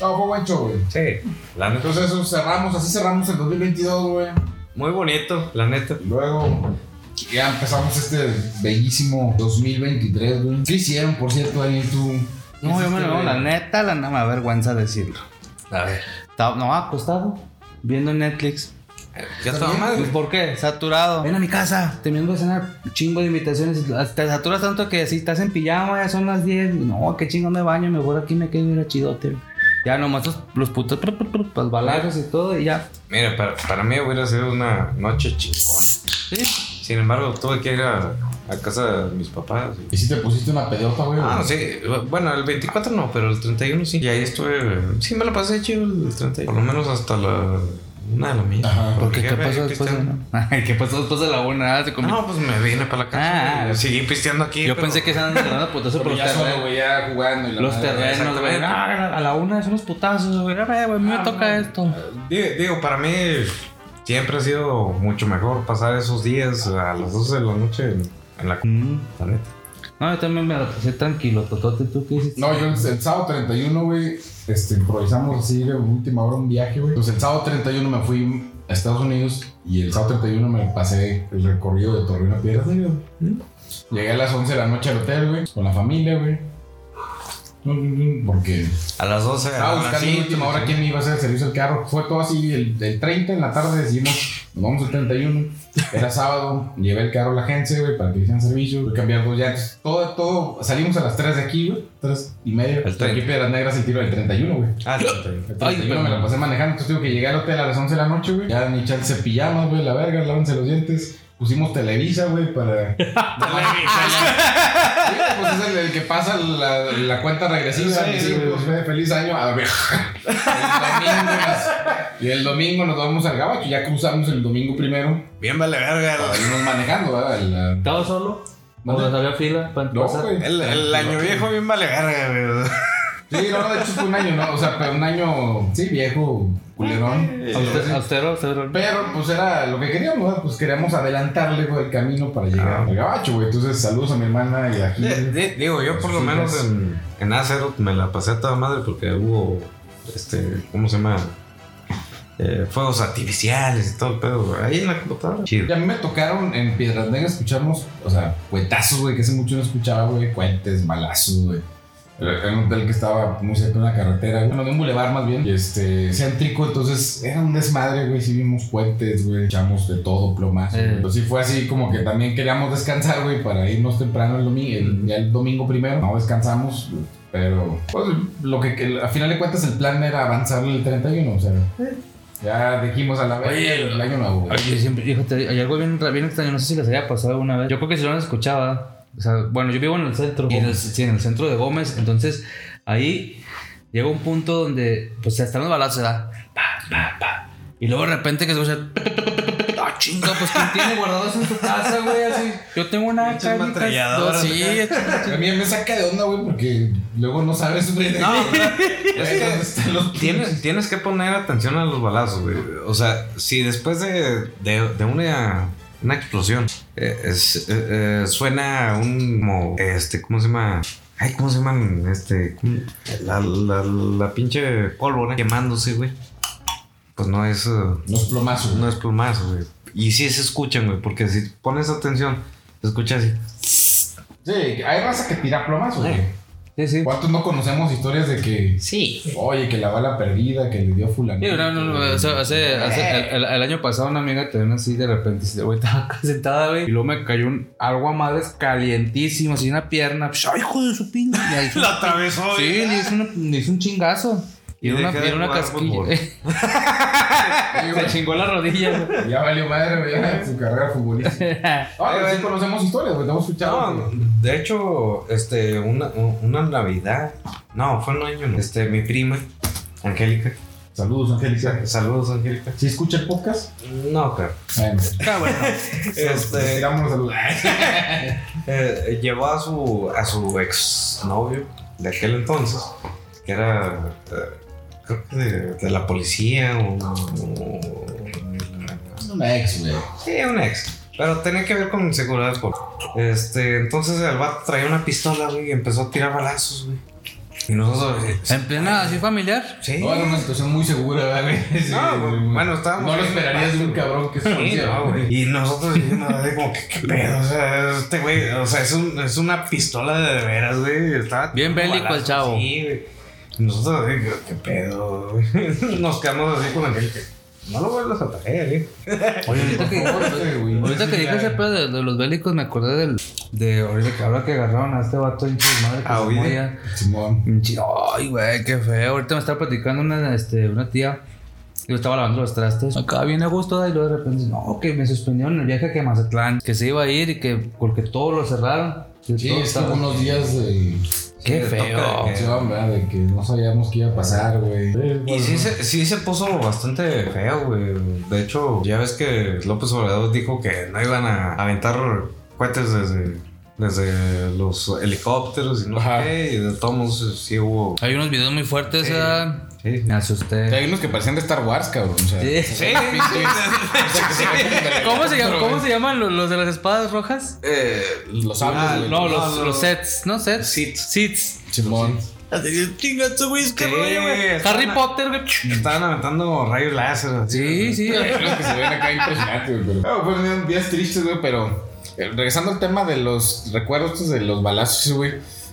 [SPEAKER 1] No, fue buen show, güey.
[SPEAKER 2] Sí, la neta.
[SPEAKER 1] Entonces, eso cerramos, así cerramos el 2022, güey.
[SPEAKER 2] Muy bonito, la neta.
[SPEAKER 1] Y Luego ya empezamos este bellísimo 2023, güey. ¿Qué hicieron, por cierto, ahí en tu...
[SPEAKER 3] No, yo me
[SPEAKER 1] hiciste,
[SPEAKER 3] lo
[SPEAKER 1] güey?
[SPEAKER 3] la neta, la nada me avergüenza decirlo.
[SPEAKER 2] A ver,
[SPEAKER 3] Estaba, no, acostado, viendo Netflix.
[SPEAKER 2] ya estaba
[SPEAKER 3] Pues,
[SPEAKER 2] madre.
[SPEAKER 3] ¿Por qué? Saturado. Ven a mi casa, terminando de cenar, chingo de invitaciones. Te saturas tanto que si estás en pijama, ya son las 10. No, qué chingo me baño, me voy aquí, me quedo y era chidote. Ya nomás los, los putos, pr, pr, pr, los balazos y todo, y ya.
[SPEAKER 2] Mira, para, para mí hubiera sido una noche chingona.
[SPEAKER 3] Sí.
[SPEAKER 2] Sin embargo, tuve que ir a, a casa de mis papás.
[SPEAKER 1] ¿Y si te pusiste una pedota, güey?
[SPEAKER 2] Ah, sí. Bueno, el 24 no, pero el 31 sí. Y ahí estuve. Sí, me la pasé chido el 31. Por lo menos hasta la una de la
[SPEAKER 1] Ajá.
[SPEAKER 2] mañana.
[SPEAKER 3] Porque qué
[SPEAKER 2] jefe,
[SPEAKER 3] pasó después de
[SPEAKER 2] pisteando.
[SPEAKER 3] la ¿Qué pasó después de la una? Ah, se convirtió-
[SPEAKER 2] No, pues me vine para la casa.
[SPEAKER 3] Ah.
[SPEAKER 2] y seguí pisteando aquí.
[SPEAKER 3] Yo
[SPEAKER 2] pero-
[SPEAKER 3] pensé que estaban dando putazos por
[SPEAKER 1] Pero
[SPEAKER 3] ¿eh? los
[SPEAKER 1] ya solo,
[SPEAKER 3] terrenos.
[SPEAKER 1] güey, ya jugando. Y la
[SPEAKER 3] Los
[SPEAKER 1] madre.
[SPEAKER 3] terrenos, güey.
[SPEAKER 2] exactamente.
[SPEAKER 3] Ah, A la una son los putazos, güey. A ver, güey, a mí me
[SPEAKER 1] Ah,
[SPEAKER 3] toca
[SPEAKER 1] no.
[SPEAKER 3] esto.
[SPEAKER 2] Digo, digo, para mí siempre ha sido mucho mejor pasar esos días a las 12 de la noche en, en la.
[SPEAKER 3] Mm.
[SPEAKER 2] La neta.
[SPEAKER 3] No, yo también me la pasé tranquilo, Totote. ¿Tú qué hiciste?
[SPEAKER 1] No, yo el, el sábado 31, güey, este, improvisamos así de última hora un viaje, güey. Pues el sábado 31 me fui a Estados Unidos y el sábado 31 me pasé el recorrido de Torreón a Piedras Negras. Llegué a las 11 de la noche al hotel, güey, con la familia, güey. Porque
[SPEAKER 2] A las 12 de
[SPEAKER 1] estaba
[SPEAKER 2] la
[SPEAKER 1] buscando en última hora quién me iba a hacer el servicio del carro. Fue todo así, el, el 30 en la tarde decidimos, nos vamos el 31. Era sábado, llevé el carro a la agencia, güey, para que hicieran servicio. Voy a cambiar dos llantas. Todo, todo, salimos a las 3 de aquí, güey, 3 y media.
[SPEAKER 2] El
[SPEAKER 1] El
[SPEAKER 2] 30.
[SPEAKER 1] aquí Piedras Negras el tiro del 31, güey.
[SPEAKER 2] Ah, sí,
[SPEAKER 1] El 31 me la pasé manejando, entonces tengo que llegar al hotel a las 11 de la noche, güey. Ya ni chance pijamas, güey, la verga, lávense los dientes. Pusimos Televisa, güey, para... Sí, pues es el, el que pasa la, la cuenta regresiva.
[SPEAKER 2] Sí,
[SPEAKER 1] y sí,
[SPEAKER 2] güey.
[SPEAKER 1] pues, fe- feliz año. A ver. El domingo nos- y el domingo nos vamos al gabacho. Ya cruzamos el domingo primero.
[SPEAKER 2] Bien vale verga.
[SPEAKER 1] Nos manejando, ¿verdad? El, la-
[SPEAKER 3] ¿Estaba solo? ¿O
[SPEAKER 1] ¿Dónde?
[SPEAKER 3] les había fila para
[SPEAKER 1] No,
[SPEAKER 3] pasar?
[SPEAKER 1] güey.
[SPEAKER 2] El, el año viejo bien vale verga,
[SPEAKER 1] Sí, no, de hecho fue un año, ¿no? O sea, pero un año, sí, viejo, culerón.
[SPEAKER 2] güey.
[SPEAKER 3] Auster- Austero, austero.
[SPEAKER 1] Pero pues era lo que queríamos, ¿verdad? Pues queríamos adelantarle, güey, el camino para llegar
[SPEAKER 2] Ah.
[SPEAKER 1] al gabacho, güey. Entonces, saludos a mi hermana y a
[SPEAKER 2] Di-
[SPEAKER 1] Gil.
[SPEAKER 2] Eh, di- Digo, yo por lo
[SPEAKER 1] Sí,
[SPEAKER 2] menos
[SPEAKER 1] es-
[SPEAKER 2] en, en Acero me la pasé a toda madre porque hubo, este, ¿cómo se llama? Eh, fuegos artificiales y todo el pedo. güey. Ahí en la computadora.
[SPEAKER 1] Y
[SPEAKER 2] Chido.
[SPEAKER 1] a mí me tocaron en Piedras Negras escucharnos, o sea, cuetazos, güey, que hace mucho no escuchaba, güey, cuentes, balazos, güey. Era era un hotel que estaba muy cerca de una carretera, güey, bueno, de un bulevar más bien, y este, céntrico, entonces era un desmadre, güey, sí vimos puentes, güey, echamos de todo, plomas.
[SPEAKER 3] Eh.
[SPEAKER 1] Pero sí fue así como que también queríamos descansar, güey, para irnos temprano el domingo, el, ya el domingo primero, no descansamos, pero, pues, lo que, que al final de cuentas el plan era avanzarle el 31, o sea, ya dijimos a la vez
[SPEAKER 3] Oye,
[SPEAKER 1] el año nuevo, güey.
[SPEAKER 3] Oye, yo siempre, fíjate, hay algo bien, bien extraño, no sé si les había pasado alguna vez. Yo creo que si lo han escuchado, o sea, bueno, yo vivo en el centro, y en el, sí, en el centro de Gómez, entonces ahí llega un punto donde, pues, están los balazos, ¿verdad? Pa, pa, pa. Y luego de repente que se escucha... ¡Ah, chinga! Pues, ¿quién tiene guardado eso en su casa, güey? Así, yo tengo una...
[SPEAKER 2] Pinches
[SPEAKER 3] canica,
[SPEAKER 2] ametralladoras
[SPEAKER 3] dos- Sí,
[SPEAKER 1] A mí me saca de onda, güey, porque luego no sabes, güey.
[SPEAKER 2] No, o sea,
[SPEAKER 1] es que dónde están los
[SPEAKER 2] Tienes, tienes que poner atención a los balazos, güey. O sea, si después de, de, de una, una explosión eh, es- eh, eh, suena un como, este, ¿cómo se llama? Ay, ¿cómo se llaman? Este, ¿cómo? la, la, la pinche pólvora quemándose, güey. Pues no es, eh,
[SPEAKER 1] Los plomazos.
[SPEAKER 2] no es plumazo, güey. Y sí se escuchan, güey, porque si pones atención, se escucha así.
[SPEAKER 1] Sí, hay raza que tira plomazos, güey.
[SPEAKER 3] sí, sí.
[SPEAKER 1] ¿Cuántos no conocemos historias de que,
[SPEAKER 3] Sí.
[SPEAKER 1] oye, que la bala perdida, que le dio a fulano?
[SPEAKER 3] no, no, no, o sea, hace, hace- el, el- el año pasado una amiga también así de repente, dice, güey, estaba acá sentada, güey, y luego me cayó un algo a madres calientísimo, así una pierna, psh, ¡ay, hijo de su pinche! Le hizo-
[SPEAKER 2] atravesó,
[SPEAKER 3] Sí, le hizo, una- le hizo un chingazo.
[SPEAKER 2] Y
[SPEAKER 3] Y, era una,
[SPEAKER 2] dejé de
[SPEAKER 3] era una
[SPEAKER 2] jugar
[SPEAKER 3] casquilla.
[SPEAKER 2] fútbol.
[SPEAKER 3] Se chingó la rodilla, güey.
[SPEAKER 1] Ya valió madre, güey, ya su carrera futbolística. No, pero sí conocemos historias, güey, hemos escuchado.
[SPEAKER 2] No,
[SPEAKER 1] güey.
[SPEAKER 2] de hecho, este, una, una Navidad. No, fue un año. Este, mi prima, Angélica.
[SPEAKER 1] Saludos, Angélica.
[SPEAKER 2] Saludos, Angélica.
[SPEAKER 1] ¿Sí escucha el podcast?
[SPEAKER 2] No, pero.
[SPEAKER 1] Bueno,
[SPEAKER 3] Ah, bueno.
[SPEAKER 1] les
[SPEAKER 2] Este,
[SPEAKER 1] tiramos los saludos.
[SPEAKER 2] eh, llevó a su, a su ex novio de aquel entonces, que era. eh, creo que de, de la policía o. o-
[SPEAKER 1] Una ex, güey.
[SPEAKER 2] Sí, un ex. Pero tenía que ver con seguridad pública. Este, entonces el vato traía una pistola, güey, y empezó a tirar balazos, güey. Y nosotros. eh,
[SPEAKER 3] En plena, así familiar.
[SPEAKER 2] Sí.
[SPEAKER 1] No, era una situación muy segura, güey. Sí,
[SPEAKER 2] No,
[SPEAKER 1] güey.
[SPEAKER 2] bueno, estábamos
[SPEAKER 1] No lo
[SPEAKER 2] ahí.
[SPEAKER 1] esperarías de un cabrón que es
[SPEAKER 2] Sí,
[SPEAKER 1] policía,
[SPEAKER 2] no, güey. y nosotros dijimos, así como, ¿qué, qué pedo? O sea, este güey, o sea, es, un- es una pistola de veras, güey. Estaba
[SPEAKER 3] Bien
[SPEAKER 2] tirando
[SPEAKER 3] bélico el
[SPEAKER 2] balazos,
[SPEAKER 3] chavo.
[SPEAKER 2] Sí, güey. Y Nosotros, así, ¿qué pedo? güey? Nos quedamos así con aquel que, no lo vuelvas a traer, güey.
[SPEAKER 3] Oye, ahorita
[SPEAKER 1] Por
[SPEAKER 3] que,
[SPEAKER 1] favor, güey.
[SPEAKER 3] ahorita que dije ese pedo de, de los bélicos, me acordé del. De ahorita que ahora que agarraron a este vato, pinche madre, que
[SPEAKER 2] Ah,
[SPEAKER 3] se
[SPEAKER 2] oye.
[SPEAKER 3] moría.
[SPEAKER 1] Simón.
[SPEAKER 3] Pinche- Ay, güey, qué feo. Ahorita me estaba platicando una, este, una tía. Yo estaba lavando los trastes. Acá bien a gusto, ¿verdad? y luego de repente, no, que me suspendieron el viaje que a Mazatlán, que se iba a ir y que porque todo lo cerraron. Que
[SPEAKER 1] Sí,
[SPEAKER 3] todo
[SPEAKER 1] estuvo
[SPEAKER 3] estaba-
[SPEAKER 1] unos días de
[SPEAKER 3] Qué
[SPEAKER 2] Sí,
[SPEAKER 3] feo.
[SPEAKER 2] toca de-
[SPEAKER 1] acción, ¿verdad? De que no sabíamos qué iba a pasar, güey.
[SPEAKER 2] Y sí se, sí se puso bastante feo, güey. De hecho, ya ves que López Obrador dijo que no iban a aventar cohetes desde, desde los helicópteros y no sé
[SPEAKER 1] Ajá.
[SPEAKER 2] qué. Y de todos modos sí hubo...
[SPEAKER 3] Hay unos videos muy fuertes,
[SPEAKER 2] Sí.
[SPEAKER 3] ¿verdad?
[SPEAKER 2] Sí, sí.
[SPEAKER 3] Me asusté.
[SPEAKER 1] Hay unos que parecían de Star Wars, cabrón. O sea,
[SPEAKER 3] Sí.
[SPEAKER 1] o sea, pinches- o sea, que se ven como de-
[SPEAKER 3] ¿Cómo se, llama- cómo se llaman los, los de las espadas rojas?
[SPEAKER 2] Eh,
[SPEAKER 1] Los sables,
[SPEAKER 2] Ah,
[SPEAKER 1] güey.
[SPEAKER 3] No, los,
[SPEAKER 2] no,
[SPEAKER 3] los sets, ¿no? Sets.
[SPEAKER 2] Sits.
[SPEAKER 3] Sits.
[SPEAKER 1] Simón.
[SPEAKER 2] Así, chinga, tú, güey, es que
[SPEAKER 3] Sí,
[SPEAKER 2] rollo, güey.
[SPEAKER 3] güey.
[SPEAKER 2] Estaban-
[SPEAKER 3] Harry Potter, güey.
[SPEAKER 2] Estaban aventando rayos láser. así.
[SPEAKER 3] Sí, sí.
[SPEAKER 1] Creo que se ven acá impresionante, güey, pero. Ah, fueron días tristes, güey, pero. eh, Regresando al tema de los recuerdos estos de los balazos, güey.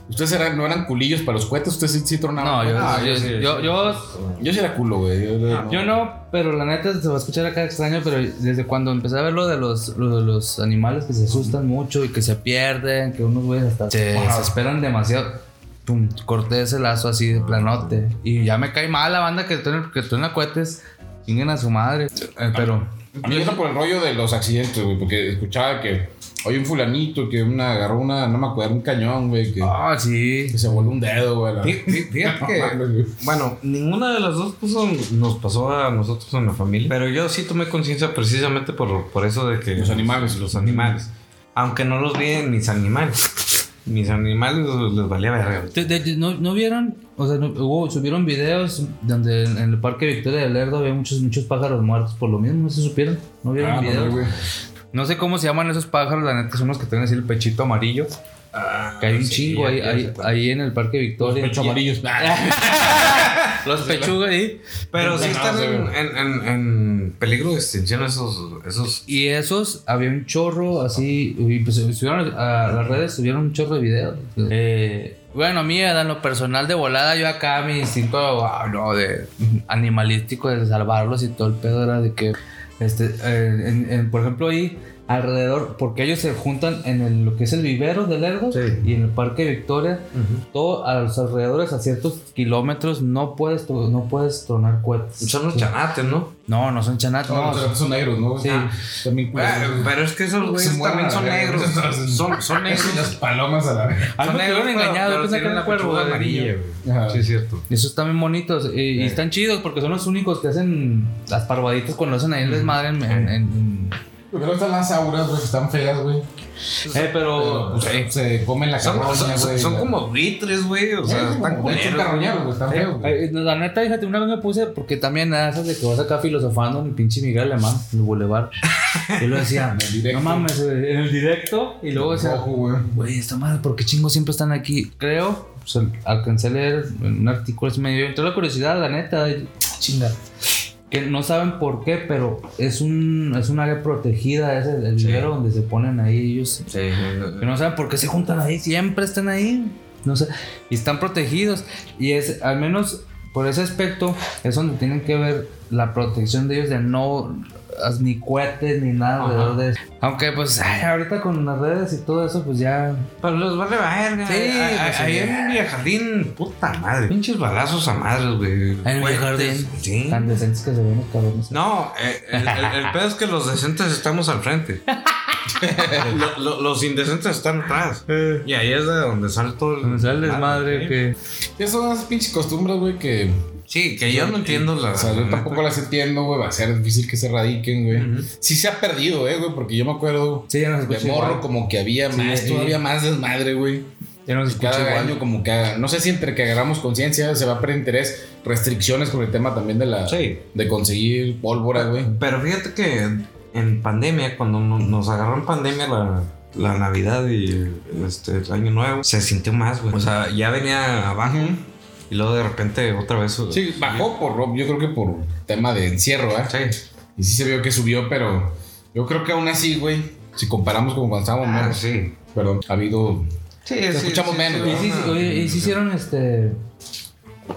[SPEAKER 1] Ustedes eran, no eran culillos para los cohetes, ustedes sí, sí
[SPEAKER 3] No,
[SPEAKER 1] tronaban.
[SPEAKER 3] yo,
[SPEAKER 2] Ah,
[SPEAKER 3] yo,
[SPEAKER 2] yo sí,
[SPEAKER 3] yo,
[SPEAKER 2] sí.
[SPEAKER 3] yo,
[SPEAKER 1] Yo sí era culo, güey. Yo, yo-
[SPEAKER 3] yo no, pero la neta se va a escuchar acá extraño, pero desde cuando empecé a ver lo de los, lo de los animales que se asustan mucho y que se pierden, que unos güeyes hasta se desesperan demasiado. Pum, corté ese lazo así de planote. Y ya me cae mal la banda que truena, que truena cohetes. Chinguen a su madre. Eh, pero.
[SPEAKER 1] A mí era por el rollo de los accidentes, güey, porque escuchaba que hay un fulanito que una agarró una, no me acuerdo, un cañón, güey, que,
[SPEAKER 3] Ah, sí.
[SPEAKER 1] que se voló un dedo, güey. a la-
[SPEAKER 2] Fí- fí- Fíjate
[SPEAKER 1] No
[SPEAKER 2] que.
[SPEAKER 1] mames, güey.
[SPEAKER 2] Bueno, ninguna de las dos cosas nos pasó a nosotros en la familia. Pero yo sí tomé conciencia precisamente por, por eso de que.
[SPEAKER 1] Los animales.
[SPEAKER 2] Los animales. Aunque no los vi en mis animales. Mis animales los- les valía verga.
[SPEAKER 3] De- de- ¿no, no vieron? O sea, no- hubo- subieron videos donde en, en el Parque Victoria del Lerdo había muchos, muchos pájaros muertos por lo mismo. ¿No se supieron? ¿No vieron
[SPEAKER 1] Ah, no,
[SPEAKER 3] videos?
[SPEAKER 1] güey.
[SPEAKER 3] No sé cómo se llaman esos pájaros, la neta, son los que tienen así el pechito amarillo. Que hay un chingo ahí, ahí, ahí en el Parque Victoria.
[SPEAKER 1] Pecho amarillos.
[SPEAKER 3] Los pechugas ahí.
[SPEAKER 2] Pero sí
[SPEAKER 1] No,
[SPEAKER 2] están
[SPEAKER 1] sí,
[SPEAKER 2] en,
[SPEAKER 1] güey.
[SPEAKER 2] en- en- en peligro de extinción esos. esos
[SPEAKER 3] Y esos, había un chorro así. Y pues subieron a las redes, subieron un chorro de videos. Eh, bueno, mira, en lo personal de volada, yo acá mi instinto ah, no, de animalístico de salvarlos y todo el pedo era de que, este, eh, en- en- por ejemplo, ahí alrededor, porque ellos se juntan en el- lo que es el vivero del Lerdo
[SPEAKER 2] Sí.
[SPEAKER 3] y en el Parque Victoria. todo a los alrededores, a ciertos kilómetros, no puedes, tro- no puedes tronar cohetes.
[SPEAKER 2] Son los chanates, ¿no?
[SPEAKER 3] No, no son chanatos.
[SPEAKER 1] No,
[SPEAKER 3] No,
[SPEAKER 1] los chanates son negros, ¿no?
[SPEAKER 3] Sí.
[SPEAKER 1] También culeros,
[SPEAKER 2] Ah,
[SPEAKER 1] güey.
[SPEAKER 2] Pero es que esos
[SPEAKER 1] Se
[SPEAKER 2] güeyes
[SPEAKER 1] mueven
[SPEAKER 2] también
[SPEAKER 1] a
[SPEAKER 2] son
[SPEAKER 1] la verga.
[SPEAKER 2] negros. Son, son negros.
[SPEAKER 1] Las palomas a la verga.
[SPEAKER 3] Algo me hubieran engañado, yo pensé que era cuervo, güey.
[SPEAKER 1] Ajá.
[SPEAKER 2] Sí, es cierto.
[SPEAKER 3] Esos están bien bonitos y,
[SPEAKER 1] Eh.
[SPEAKER 3] y están chidos porque son los únicos que hacen las parvaditas cuando hacen ahí el desmadre en... en- en-
[SPEAKER 1] Pero luego están las auras, güey, que están feas, güey.
[SPEAKER 3] Eh, pero...
[SPEAKER 1] Pero, pues, Se comen la
[SPEAKER 2] Son,
[SPEAKER 1] carroña,
[SPEAKER 2] son-
[SPEAKER 1] güey.
[SPEAKER 2] son
[SPEAKER 1] la-
[SPEAKER 2] como buitres, güey. O
[SPEAKER 1] Sí,
[SPEAKER 2] sea,
[SPEAKER 1] como- de
[SPEAKER 2] están
[SPEAKER 1] hecho,
[SPEAKER 2] culeros.
[SPEAKER 1] carroñeros, güey, están feos, güey.
[SPEAKER 3] eh, la neta, fíjate, una vez me puse porque también nada, esas de que vas acá filosofando en el pinche Miguel Alemán, en el Boulevard. Yo lo decía,
[SPEAKER 1] En el directo.
[SPEAKER 3] no mames, güey, en el directo. Y luego decía,
[SPEAKER 1] Ojo, güey.
[SPEAKER 3] Güey, esta madre, ¿por qué chingo siempre están aquí? Creo, pues, al- alcancé a leer un artículo, se me dio entró la curiosidad, la neta, y- chinga. Que no saben por qué, pero es un, es un área protegida, es el, el
[SPEAKER 2] Sí.
[SPEAKER 3] vivero donde se ponen ahí ellos.
[SPEAKER 2] Sí,
[SPEAKER 3] Que no saben por qué se juntan ahí, siempre están ahí. No sé, y están protegidos. Y es, al menos por ese aspecto, es donde tienen que ver la protección de ellos de no as- ni cohetes ni nada alrededor de eso. Aunque pues ay, ahorita con las redes y todo eso, pues ya
[SPEAKER 2] Pero los vale verga.
[SPEAKER 3] Sí,
[SPEAKER 2] A- a-
[SPEAKER 3] pues,
[SPEAKER 2] ahí
[SPEAKER 3] sí.
[SPEAKER 2] en Villajardín, puta madre. Pinches balazos a madres, güey.
[SPEAKER 3] En Villajardín.
[SPEAKER 2] Cohetes, Sí.
[SPEAKER 3] tan decentes que se ven los cabrones.
[SPEAKER 2] No, eh, el, el- el pedo es que los decentes estamos al frente. Lo- lo- los indecentes están atrás. Y ahí es de donde sale todo
[SPEAKER 3] pues,
[SPEAKER 2] el.
[SPEAKER 3] madre
[SPEAKER 2] sí.
[SPEAKER 3] que.
[SPEAKER 1] Esas son las pinches costumbres, güey, que.
[SPEAKER 2] Sí, que yo no entiendo la.
[SPEAKER 1] O sea, yo
[SPEAKER 2] la
[SPEAKER 1] tampoco las entiendo, güey. Va a ser difícil que se radiquen, güey. Sí se ha perdido, eh, güey, porque yo me acuerdo.
[SPEAKER 3] Sí, ya no se
[SPEAKER 1] De
[SPEAKER 3] escucha.
[SPEAKER 1] morro,
[SPEAKER 3] igual.
[SPEAKER 1] como que había
[SPEAKER 3] Sí,
[SPEAKER 1] más,
[SPEAKER 3] eh.
[SPEAKER 1] todavía más desmadre, güey.
[SPEAKER 3] Ya no se escucha
[SPEAKER 1] Cada
[SPEAKER 3] igual.
[SPEAKER 1] año, como que. No sé si entre que agarramos conciencia se va a perder interés. Restricciones con el tema también de la.
[SPEAKER 2] Sí.
[SPEAKER 1] De conseguir pólvora, güey.
[SPEAKER 2] Pero fíjate que en pandemia, cuando no- nos agarró en pandemia la, la Navidad y el- este, el Año Nuevo, se sintió más, güey. O sea, ya venía abajo y luego de repente otra vez.
[SPEAKER 1] Sí, bajó por. Yo creo que por tema de encierro, ¿eh?
[SPEAKER 2] Sí.
[SPEAKER 1] Y sí se vio que subió, pero yo creo que aún así, güey, si comparamos con cuando estábamos
[SPEAKER 2] Ah,
[SPEAKER 1] menos,
[SPEAKER 2] sí.
[SPEAKER 1] perdón, ha habido.
[SPEAKER 2] Sí,
[SPEAKER 1] Te escuchamos menos.
[SPEAKER 3] Y sí, sí, oye, y sí hicieron este.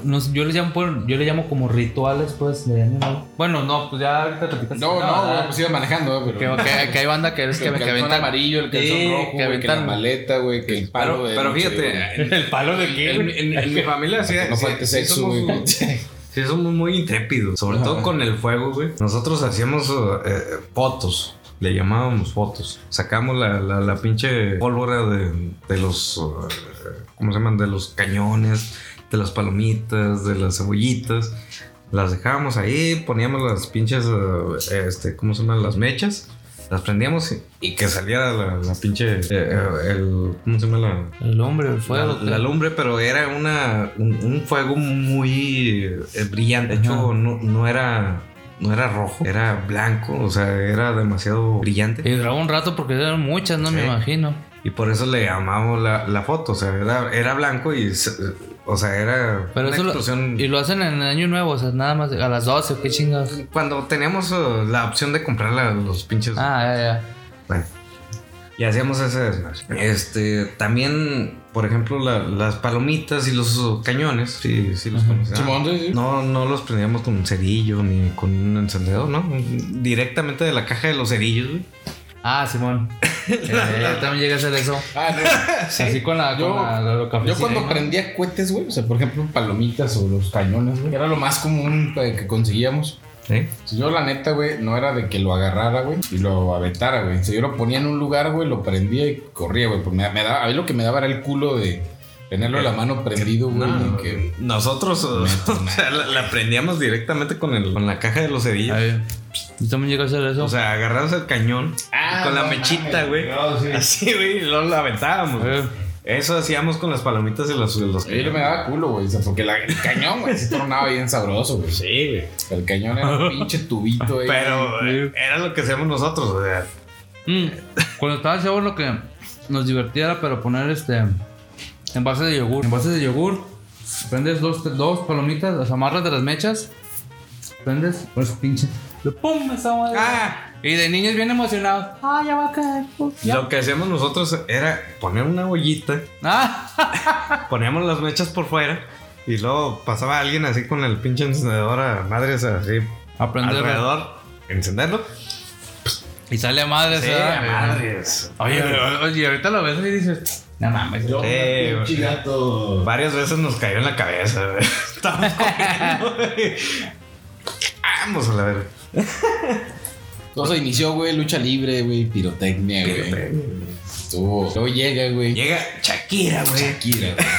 [SPEAKER 3] no sé, yo les llamo por- yo le llamo como rituales pues de año nuevo. Bueno, no, pues ya ahorita te picas.
[SPEAKER 1] No, no, güey,
[SPEAKER 3] ¿verdad?
[SPEAKER 1] pues iba manejando, eh,
[SPEAKER 3] que,
[SPEAKER 1] pero.
[SPEAKER 3] que- que hay banda que es que,
[SPEAKER 1] el
[SPEAKER 3] que
[SPEAKER 1] calzón
[SPEAKER 3] aventan
[SPEAKER 1] amarillo, el calzón
[SPEAKER 3] Sí,
[SPEAKER 1] rojo,
[SPEAKER 3] que
[SPEAKER 1] güey, que la
[SPEAKER 3] aventan-
[SPEAKER 1] maleta, güey, que el palo.
[SPEAKER 2] Pero,
[SPEAKER 1] de
[SPEAKER 2] pero
[SPEAKER 1] noche,
[SPEAKER 2] fíjate,
[SPEAKER 1] güey.
[SPEAKER 2] en,
[SPEAKER 3] el palo de
[SPEAKER 2] en- en- en mi familia sí,
[SPEAKER 1] Que no
[SPEAKER 2] sí-
[SPEAKER 1] falte
[SPEAKER 2] sí
[SPEAKER 1] sexo,
[SPEAKER 2] somos-
[SPEAKER 1] güey.
[SPEAKER 2] Sí, somos muy intrépidos, sobre
[SPEAKER 1] Ajá.
[SPEAKER 2] todo con el fuego, güey. Nosotros hacíamos eh, fotos, le llamábamos fotos. Sacamos la, la, la pinche pólvora de, de los, eh, ¿cómo se llaman? De los cañones, de las palomitas, de las cebollitas. Las dejábamos ahí, poníamos las pinches, eh, este, ¿cómo se llaman? Las mechas. Las prendíamos y, y que saliera la, la pinche, eh, eh, el, ¿cómo se llama? La,
[SPEAKER 3] El hombre, el fuego.
[SPEAKER 2] la, la lumbre, pero era una, un, un fuego muy eh, brillante. De hecho,
[SPEAKER 3] Ajá.
[SPEAKER 2] no, no era. No era rojo, era blanco, o sea, era demasiado brillante.
[SPEAKER 3] Y duraba un rato porque eran muchas, ¿no? Me
[SPEAKER 2] Sí.
[SPEAKER 3] imagino.
[SPEAKER 2] Y por eso le llamamos la, la foto. O sea, era, era blanco y. se- O sea, era
[SPEAKER 3] Pero
[SPEAKER 2] una
[SPEAKER 3] eso lo-
[SPEAKER 2] explosión.
[SPEAKER 3] Y lo hacen en el año nuevo, o sea, nada más a las 12, qué chingados.
[SPEAKER 2] Cuando teníamos eh, la opción de comprar la- los pinches.
[SPEAKER 3] Ah, ya, ya.
[SPEAKER 2] Bueno. Y hacíamos ese desmadre. Este, también, por ejemplo, la- las palomitas y los cañones. Sí, sí los conocíamos.
[SPEAKER 1] Simón, sí, sí.
[SPEAKER 2] No, no los prendíamos con un cerillo ni con un encendedor, ¿no? Directamente de la caja de los cerillos, güey.
[SPEAKER 3] Ah, Simón. Eh, yo también llegué a hacer eso.
[SPEAKER 1] Ah, no.
[SPEAKER 3] Así con la. Con
[SPEAKER 1] Yo-
[SPEAKER 3] la, la- la
[SPEAKER 1] Yo
[SPEAKER 3] cafecina,
[SPEAKER 1] cuando
[SPEAKER 3] Pues ¿no?
[SPEAKER 1] prendía cohetes, güey, o sea, por ejemplo, palomitas o los cañones, güey, era lo más común eh, que conseguíamos.
[SPEAKER 2] ¿Sí?
[SPEAKER 1] Si Pues yo, la neta, güey, no era de que lo agarrara, güey, y lo aventara, güey. Si yo lo ponía en un lugar, güey, lo prendía y corría, güey. Porque me, me daba, a mí lo que me daba era el culo de tenerlo en la mano prendido, güey.
[SPEAKER 2] No,
[SPEAKER 1] y que-
[SPEAKER 2] nosotros o sea, la, la prendíamos directamente con, el, con la caja de los cerillos.
[SPEAKER 3] Ay, Yo también llegué a hacer eso.
[SPEAKER 2] O sea, agarramos el cañón
[SPEAKER 1] Ah,
[SPEAKER 2] con la
[SPEAKER 1] no
[SPEAKER 2] mechita,
[SPEAKER 1] mames,
[SPEAKER 2] güey.
[SPEAKER 1] no, sí.
[SPEAKER 2] Así, güey, y luego la aventábamos. güey.
[SPEAKER 3] Eh.
[SPEAKER 2] Eso hacíamos con las palomitas y los, los
[SPEAKER 1] A mí
[SPEAKER 2] cañones.
[SPEAKER 1] me daba culo, güey. o sea, porque la- el cañón, güey, se tronaba bien sabroso, güey.
[SPEAKER 2] Sí, güey.
[SPEAKER 1] El cañón era un pinche tubito, güey.
[SPEAKER 2] Pero eh, era lo que hacíamos nosotros, o sea,
[SPEAKER 3] Mm, Cuando estaba chavo lo que nos divertía era pero poner este envases de yogur. Envases de yogur, prendes dos, dos palomitas, las amarras de las mechas, prendes, pues pinche. le ¡Pum! Esa madre.
[SPEAKER 2] Ah.
[SPEAKER 3] Y de niños bien emocionados. ¡Ah, ya va a caer! ¡pum! Ya.
[SPEAKER 2] Lo que hacíamos nosotros era poner una ollita,
[SPEAKER 3] ¡Ah!
[SPEAKER 2] poníamos las mechas por fuera y luego pasaba alguien así con el pinche encendedor a madres así
[SPEAKER 3] Aprender.
[SPEAKER 2] alrededor, encenderlo.
[SPEAKER 3] Y sale madre,
[SPEAKER 2] Sí,
[SPEAKER 3] ¿verdad?
[SPEAKER 2] madres.
[SPEAKER 3] Oye, oye, ahorita lo ves y dices, no mames.
[SPEAKER 1] Yo,
[SPEAKER 2] Eh,
[SPEAKER 1] pinche
[SPEAKER 2] güey.
[SPEAKER 1] gato.
[SPEAKER 2] Varias veces nos cayó en la cabeza. güey. Estábamos comiendo. güey. Vamos a la verga.
[SPEAKER 1] Todo se inició, güey, lucha libre, güey, pirotecnia, güey. Estuvo. Luego llega, güey.
[SPEAKER 2] Llega Shakira, güey.
[SPEAKER 1] Shakira, güey.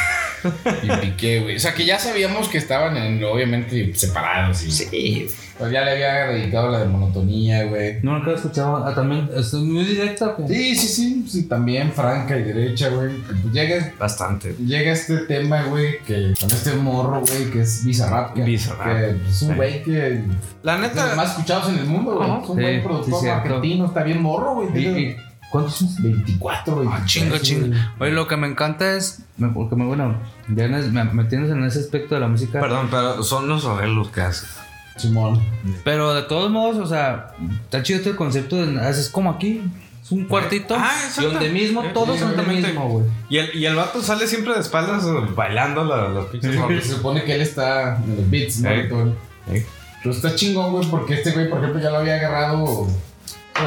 [SPEAKER 1] Y Piqué, güey. O sea, que ya sabíamos que estaban, en- obviamente, separados. Y,
[SPEAKER 2] Sí.
[SPEAKER 1] Pues ya le había dedicado la de monotonía, güey.
[SPEAKER 3] No, nunca he escuchado. Ah, también, es muy directa. pues.
[SPEAKER 1] Sí, sí, sí, sí, también franca y derecha, güey. Pues Llega,
[SPEAKER 2] Bastante.
[SPEAKER 1] llega este tema, güey, que con este morro, güey, que es Bizarrap. Que,
[SPEAKER 2] Bizarrap.
[SPEAKER 1] que es un
[SPEAKER 2] Sí.
[SPEAKER 1] güey que es
[SPEAKER 2] La
[SPEAKER 1] de los
[SPEAKER 2] neta.
[SPEAKER 1] más escuchados en el mundo, güey.
[SPEAKER 2] Ajá.
[SPEAKER 1] Es un
[SPEAKER 3] Sí,
[SPEAKER 1] buen
[SPEAKER 3] sí,
[SPEAKER 1] productor
[SPEAKER 3] cierto.
[SPEAKER 1] argentino, está bien morro, güey.
[SPEAKER 3] Y-
[SPEAKER 1] tiene
[SPEAKER 3] y- ¿Cuántos son?
[SPEAKER 1] 24, güey.
[SPEAKER 3] Ah, chingo, chingo. Oye, lo que me encanta es. me- Porque me, bueno, ya me, me- me tienes en ese aspecto de la música.
[SPEAKER 2] Perdón, pero son los arreglos que hacen.
[SPEAKER 1] Simón.
[SPEAKER 3] Pero de todos modos, o sea, está chido este concepto. De, es como aquí. Es un cuartito.
[SPEAKER 2] Ah,
[SPEAKER 3] y
[SPEAKER 2] exacto.
[SPEAKER 3] donde mismo,
[SPEAKER 2] Eh,
[SPEAKER 3] todos son lo
[SPEAKER 2] exactamente.
[SPEAKER 3] mismo, güey.
[SPEAKER 2] Y el, y el vato sale siempre de espaldas eh, bailando la- las pinches
[SPEAKER 1] Porque
[SPEAKER 2] rolas.
[SPEAKER 1] se supone que él está en los beats, ¿no?
[SPEAKER 2] Ey.
[SPEAKER 1] Y todo.
[SPEAKER 2] Ey.
[SPEAKER 1] Pero está chingón, güey, porque este güey, por ejemplo, ya lo había agarrado. o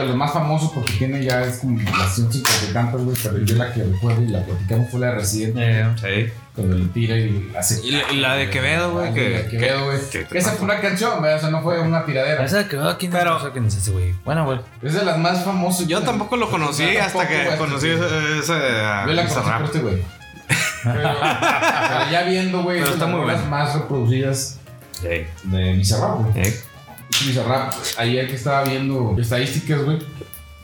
[SPEAKER 1] de los más famosos porque tiene ya es como las 150 y tantas, güey. Pero yo la que recuerdo y la platicamos fue la de Residente.
[SPEAKER 3] Eh,
[SPEAKER 2] Sí.
[SPEAKER 1] Cuando le tira y la hace.
[SPEAKER 2] Y la- y la de Quevedo, güey,
[SPEAKER 1] Ah,
[SPEAKER 2] que-
[SPEAKER 1] la de Quevedo, güey.
[SPEAKER 2] que- que-
[SPEAKER 1] Esa fue una canción, güey. O sea, no fue una tiradera. Es
[SPEAKER 3] Esa de que veo aquí
[SPEAKER 2] Pero-
[SPEAKER 3] no sé quién es ese, güey. Bueno, güey.
[SPEAKER 1] de las más famosas.
[SPEAKER 2] Yo
[SPEAKER 1] güey.
[SPEAKER 2] tampoco lo conocí
[SPEAKER 1] Yo
[SPEAKER 2] hasta que
[SPEAKER 1] tampoco, güey,
[SPEAKER 2] conocí
[SPEAKER 1] este, güey.
[SPEAKER 2] ese, ese a
[SPEAKER 1] Yo la conocí
[SPEAKER 2] Bizarrap.
[SPEAKER 1] por este güey. Pero, pero ya viendo, güey, es
[SPEAKER 2] Pero
[SPEAKER 1] de
[SPEAKER 2] está
[SPEAKER 1] las
[SPEAKER 2] muy
[SPEAKER 1] rolas
[SPEAKER 2] bueno.
[SPEAKER 1] más reproducidas
[SPEAKER 2] Sí.
[SPEAKER 1] de Bizarrap, güey.
[SPEAKER 2] Sí.
[SPEAKER 1] Bizarrap, ayer que estaba viendo estadísticas, güey.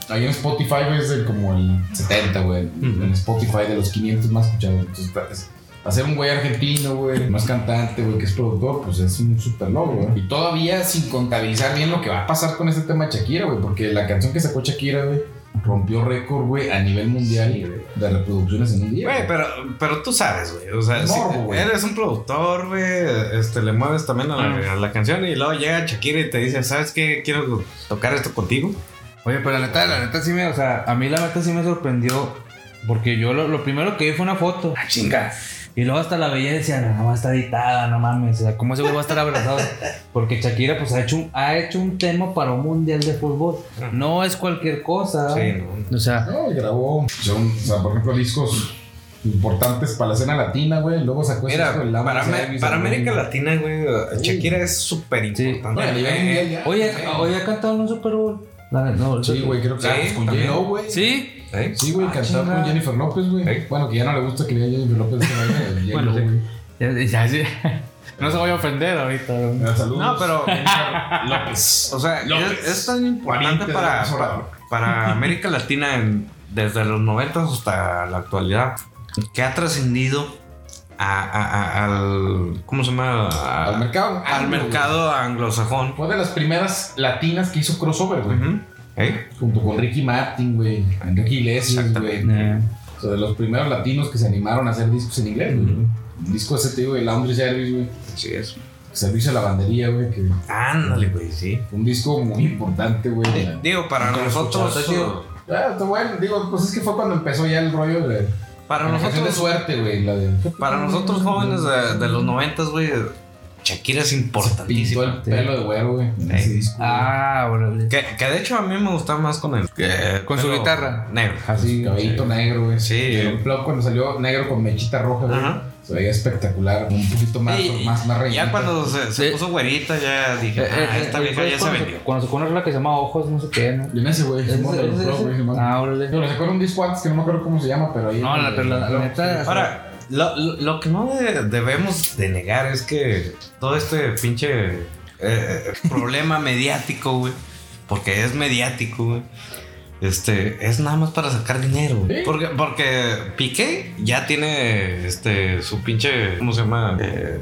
[SPEAKER 1] Ahí en Spotify, güey, es el- como el 70, güey.
[SPEAKER 2] Ujú.
[SPEAKER 1] En Spotify de los 500 más escuchados. Entonces, ta- es- hacer un güey argentino, güey, más cantante, güey, que es productor, pues es un super logro, güey. Y todavía sin contabilizar bien lo que va a pasar con este tema de Shakira, güey, porque la canción que sacó Shakira, güey, rompió récord, güey, a nivel mundial de reproducciones en un día.
[SPEAKER 2] Güey,
[SPEAKER 1] güey.
[SPEAKER 2] pero, pero tú sabes, güey. O sea,
[SPEAKER 1] Es
[SPEAKER 2] si
[SPEAKER 1] morbo, güey.
[SPEAKER 2] eres un productor, güey. Este, le mueves también a
[SPEAKER 1] Ah.
[SPEAKER 2] la, a la canción y luego llega Shakira y te dice, ¿sabes qué? Quiero tocar esto contigo.
[SPEAKER 3] Oye, pero la neta, la neta sí me. O sea, a mí la neta sí me sorprendió. Porque yo lo, lo primero que vi fue una foto. ¡Ah, chinga! Y luego hasta la veía y decía, no, más está editada, no mames. O sea, ¿cómo ese güey va a estar abrazado? Porque Shakira, pues, ha hecho, un, ha hecho un tema para un mundial de fútbol. No es cualquier
[SPEAKER 1] Ah.
[SPEAKER 3] cosa.
[SPEAKER 2] Sí, no.
[SPEAKER 3] O sea,
[SPEAKER 1] No, y grabó. Son, o sea, por ejemplo, discos importantes para la escena latina, güey. Luego sacó ese
[SPEAKER 2] Mira,
[SPEAKER 1] disco del Lama
[SPEAKER 2] para,
[SPEAKER 1] Serbis,
[SPEAKER 2] Amé- para
[SPEAKER 1] güey.
[SPEAKER 2] América Latina, güey, Shakira es Eh, súper
[SPEAKER 1] No,
[SPEAKER 2] importante.
[SPEAKER 1] a nivel mundial ya.
[SPEAKER 3] oye, oye, ha cantado en un Super Bowl. La- no,
[SPEAKER 1] Sí, güey, creo que
[SPEAKER 2] Sí,
[SPEAKER 1] ah, pues, con
[SPEAKER 2] también.
[SPEAKER 1] J-Lo, güey.
[SPEAKER 3] Sí.
[SPEAKER 2] ¿Eh?
[SPEAKER 1] Sí, güey,
[SPEAKER 3] Ah,
[SPEAKER 1] cantaba
[SPEAKER 3] chinga.
[SPEAKER 1] con Jennifer López, güey.
[SPEAKER 2] ¿Eh?
[SPEAKER 1] Bueno, que ya no le gusta que le diga Jennifer López. que le diga J-Lo,
[SPEAKER 3] Bueno, sí.
[SPEAKER 1] güey.
[SPEAKER 3] Ya- ya- sí. No se voy a ofender ahorita. güey.
[SPEAKER 1] Mira, Saludos.
[SPEAKER 2] No, pero, Ah,
[SPEAKER 1] Jennifer López.
[SPEAKER 2] o sea,
[SPEAKER 1] López.
[SPEAKER 2] es, es tan importante
[SPEAKER 1] Juanita
[SPEAKER 2] para,
[SPEAKER 1] López Obrador.
[SPEAKER 2] para, para América Latina en- desde los 90 hasta la actualidad que ha trascendido a, a- a- al. ¿Cómo se llama? A-
[SPEAKER 1] Al mercado.
[SPEAKER 2] al mercado anglosajón.
[SPEAKER 1] Fue de las primeras latinas que hizo crossover, güey.
[SPEAKER 2] Ujú. ¿Eh?
[SPEAKER 1] Junto con Ricky Martin, güey. Enrique Iglesias, güey.
[SPEAKER 2] Exactamente.
[SPEAKER 3] Eh,
[SPEAKER 1] O sea, de los primeros latinos que se animaron a hacer discos en inglés, güey. El disco ese, te digo, el Laundry Service, güey.
[SPEAKER 2] Así es.
[SPEAKER 1] Servicio a la bandería, güey, que
[SPEAKER 2] Ándale, güey, sí.
[SPEAKER 1] fue un disco muy importante, güey.
[SPEAKER 2] Di- Digo, para
[SPEAKER 3] Nunca lo he
[SPEAKER 2] nosotros.
[SPEAKER 3] escuchado, está chido.
[SPEAKER 1] Ah, está bueno, digo, pues es que fue cuando empezó ya el rollo de.
[SPEAKER 2] Para
[SPEAKER 1] la canción de
[SPEAKER 2] nosotros,
[SPEAKER 1] suerte, güey. La de.
[SPEAKER 2] para nosotros jóvenes de, de los noventas, güey, Shakira es
[SPEAKER 1] Pintó
[SPEAKER 2] importantísima.
[SPEAKER 1] el pelo de güero, güey. en
[SPEAKER 2] Sí.
[SPEAKER 1] ese disco, güey.
[SPEAKER 3] Ah, bro.
[SPEAKER 2] Que, que de hecho a mí me gusta más con el. eh,
[SPEAKER 3] Con su
[SPEAKER 2] pelo
[SPEAKER 3] guitarra.
[SPEAKER 2] Negro.
[SPEAKER 1] Así, cabellito negro, güey.
[SPEAKER 2] Sí.
[SPEAKER 1] Pero el plug cuando salió negro con mechita roja, güey.
[SPEAKER 2] Ajá.
[SPEAKER 1] Se veía espectacular, un poquito más,
[SPEAKER 2] Y-
[SPEAKER 1] más, más rellenita.
[SPEAKER 2] Ya cuando se, se
[SPEAKER 3] Sí. Eh,
[SPEAKER 2] puso güerita, ya dije, ah, esta vieja ya se vendió.
[SPEAKER 3] Cuando sacó una rola que se llama Ojos, no sé qué, ¿no?
[SPEAKER 1] Yo me sé, güey.
[SPEAKER 3] Ese-
[SPEAKER 1] Simón, pero el
[SPEAKER 3] ese-
[SPEAKER 1] plug,
[SPEAKER 3] ese-
[SPEAKER 1] güey, Simón.
[SPEAKER 3] Ah,
[SPEAKER 1] Yo
[SPEAKER 3] órale.
[SPEAKER 1] le sacaron un disco antes que no me acuerdo cómo se llama, pero ahí.
[SPEAKER 3] No, la- pero la- la
[SPEAKER 1] Plug,
[SPEAKER 3] neta-
[SPEAKER 1] sí.
[SPEAKER 2] Ahora,
[SPEAKER 3] eh,
[SPEAKER 2] lo, lo- lo que no de- debemos de negar es que todo este pinche eh, eh, problema mediático, güey, porque es mediático, güey, este, es nada más para sacar dinero, güey.
[SPEAKER 1] Sí.
[SPEAKER 2] Porque, porque Piqué ya tiene este, su pinche, ¿cómo se llama? Eh,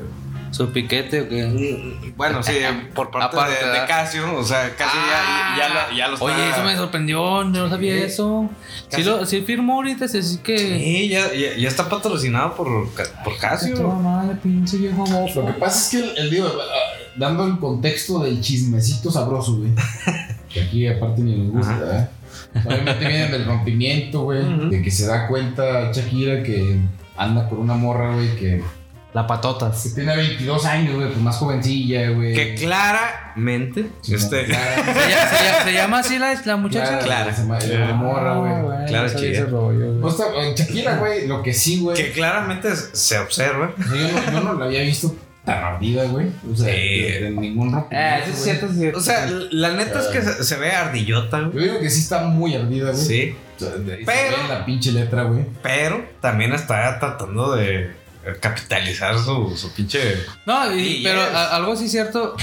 [SPEAKER 3] Su piquete, o qué?
[SPEAKER 2] bueno, sí, por parte
[SPEAKER 3] Aparte,
[SPEAKER 2] de, de
[SPEAKER 3] ¿verdad?
[SPEAKER 2] Casio, o sea, casi
[SPEAKER 3] Ah.
[SPEAKER 2] ya, ya, lo, ya lo está-
[SPEAKER 3] Oye, eso me sorprendió, no sabía
[SPEAKER 1] Sí.
[SPEAKER 3] eso. Sí,
[SPEAKER 2] Casi-
[SPEAKER 3] lo, sí firmó ahorita, sí, así que.
[SPEAKER 2] Sí, ya, ya, ya está patrocinado por, Ca- por
[SPEAKER 3] Casi,
[SPEAKER 2] Casio.
[SPEAKER 3] madre, pinche viejo
[SPEAKER 1] Lo que
[SPEAKER 3] bobo.
[SPEAKER 1] pasa es que el, el digo, ah, dando el contexto del chismecito sabroso, güey. que aquí aparte ni nos gusta, ¿eh? Obviamente viene del rompimiento, güey.
[SPEAKER 2] Ujú.
[SPEAKER 1] De que se da cuenta Shakira que anda con una morra, güey, que,
[SPEAKER 3] La patotas.
[SPEAKER 1] que tiene 22 años, güey, pues más jovencilla, güey.
[SPEAKER 2] Que claramente,
[SPEAKER 1] Sí,
[SPEAKER 2] este,
[SPEAKER 1] Clara,
[SPEAKER 3] Se, llama- se llama- se llama así la, la muchacha.
[SPEAKER 1] Clara,
[SPEAKER 2] Clara.
[SPEAKER 1] se llama-
[SPEAKER 2] Clara.
[SPEAKER 1] La morra,
[SPEAKER 3] Ah,
[SPEAKER 1] güey.
[SPEAKER 2] Clara
[SPEAKER 3] no sabía
[SPEAKER 2] Chía.
[SPEAKER 3] ese rollo,
[SPEAKER 1] O
[SPEAKER 3] güey.
[SPEAKER 1] sea, en Shakira, güey, lo que sí, güey.
[SPEAKER 2] que claramente se observa.
[SPEAKER 1] o sea, Yo, no- yo no la había visto tan ardida, güey. O sea,
[SPEAKER 2] Sí.
[SPEAKER 1] de- de ningún rompimiento.
[SPEAKER 3] Ah, eso es
[SPEAKER 1] güey.
[SPEAKER 3] cierto, es cierto.
[SPEAKER 2] O sea, la neta es que se, se ve ardillota, güey.
[SPEAKER 1] Yo digo que sí está muy ardida, güey.
[SPEAKER 2] Sí, Pero-
[SPEAKER 1] Pero. La pinche letra, güey.
[SPEAKER 2] pero también está tratando de capitalizar su, su pinche.
[SPEAKER 3] No, y-
[SPEAKER 2] Sí,
[SPEAKER 3] pero
[SPEAKER 2] yes.
[SPEAKER 3] a- algo sí cierto.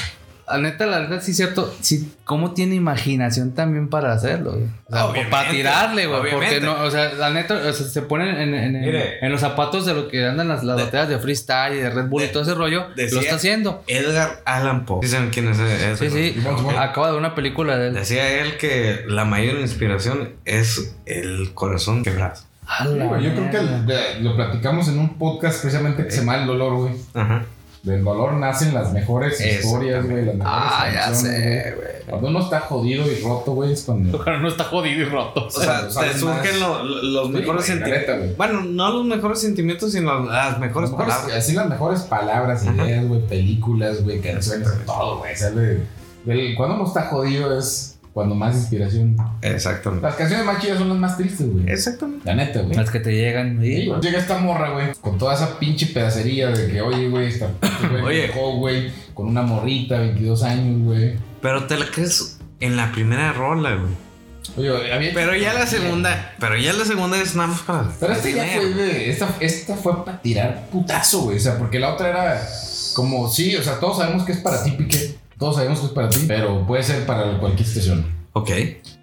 [SPEAKER 3] La neta, la neta sí cierto. Sí, ¿Cómo tiene imaginación también para hacerlo? güey? O sea,
[SPEAKER 2] Obviamente,
[SPEAKER 3] para tirarle, güey. Porque
[SPEAKER 2] obviamente.
[SPEAKER 3] no, o sea, la neta, o sea, se ponen en, en- en-
[SPEAKER 2] Mire.
[SPEAKER 3] en los zapatos de lo que andan las, las
[SPEAKER 2] De-
[SPEAKER 3] baterías de freestyle y de Red Bull y
[SPEAKER 2] de-
[SPEAKER 3] todo ese rollo.
[SPEAKER 2] decía-
[SPEAKER 3] lo está haciendo.
[SPEAKER 2] Edgar Allan Poe. ¿Dicen quién es ese?
[SPEAKER 3] Sí, sí.
[SPEAKER 1] Ok.
[SPEAKER 3] Acaba de una película de él.
[SPEAKER 2] Decía él que la mayor inspiración es el corazón quebrado.
[SPEAKER 3] A
[SPEAKER 1] Sí,
[SPEAKER 3] la
[SPEAKER 1] güey, Yo creo que
[SPEAKER 3] mierda.
[SPEAKER 1] el- de- lo platicamos en un podcast precisamente que se llama El Dolor, güey.
[SPEAKER 2] Ajá.
[SPEAKER 1] Del dolor nacen las mejores historias, güey. Las mejores
[SPEAKER 3] Ah, ya
[SPEAKER 1] canciones,
[SPEAKER 3] sé,
[SPEAKER 1] güey. Cuando uno está jodido y roto, güey, es cuando.
[SPEAKER 3] Ojalá no está jodido y roto.
[SPEAKER 2] O sea,
[SPEAKER 1] Salen
[SPEAKER 2] te
[SPEAKER 1] más-
[SPEAKER 2] surgen lo- lo- los
[SPEAKER 1] Sí,
[SPEAKER 2] mejores
[SPEAKER 1] güey, la
[SPEAKER 2] sentimientos.
[SPEAKER 1] neta, güey.
[SPEAKER 2] Bueno, no los mejores sentimientos, sino las mejores
[SPEAKER 1] Las mejores-
[SPEAKER 2] palabras.
[SPEAKER 1] así las mejores palabras,
[SPEAKER 2] Ajá.
[SPEAKER 1] ideas, güey, películas, güey, canciones,
[SPEAKER 2] Exactamente.
[SPEAKER 1] todo, güey. Sale. del- cuando uno está jodido es cuando más inspiración.
[SPEAKER 2] Exactamente.
[SPEAKER 1] Las canciones más chidas son las más tristes, güey.
[SPEAKER 2] Exactamente.
[SPEAKER 1] La neta, güey.
[SPEAKER 3] Las que te llegan.
[SPEAKER 1] Sí,
[SPEAKER 3] sí,
[SPEAKER 1] güey. Llega esta morra, güey, con toda esa pinche pedacería de que, oye, güey, esta pinche güey me
[SPEAKER 2] Oye.
[SPEAKER 1] dejó, güey, con una morrita, 22 años, güey.
[SPEAKER 2] Pero te la crees en la primera rola, güey.
[SPEAKER 1] Oye, había...
[SPEAKER 2] Pero ya la segunda, pero ya la segunda es nada más para.
[SPEAKER 1] Pero esta ya fue, de- esta, esta fue para tirar putazo, güey. O sea, porque la otra era como, sí, o sea, todos sabemos que es para ti, Piqué. Todos sabemos que es para ti, pero puede ser para cualquier estación.
[SPEAKER 2] Ok.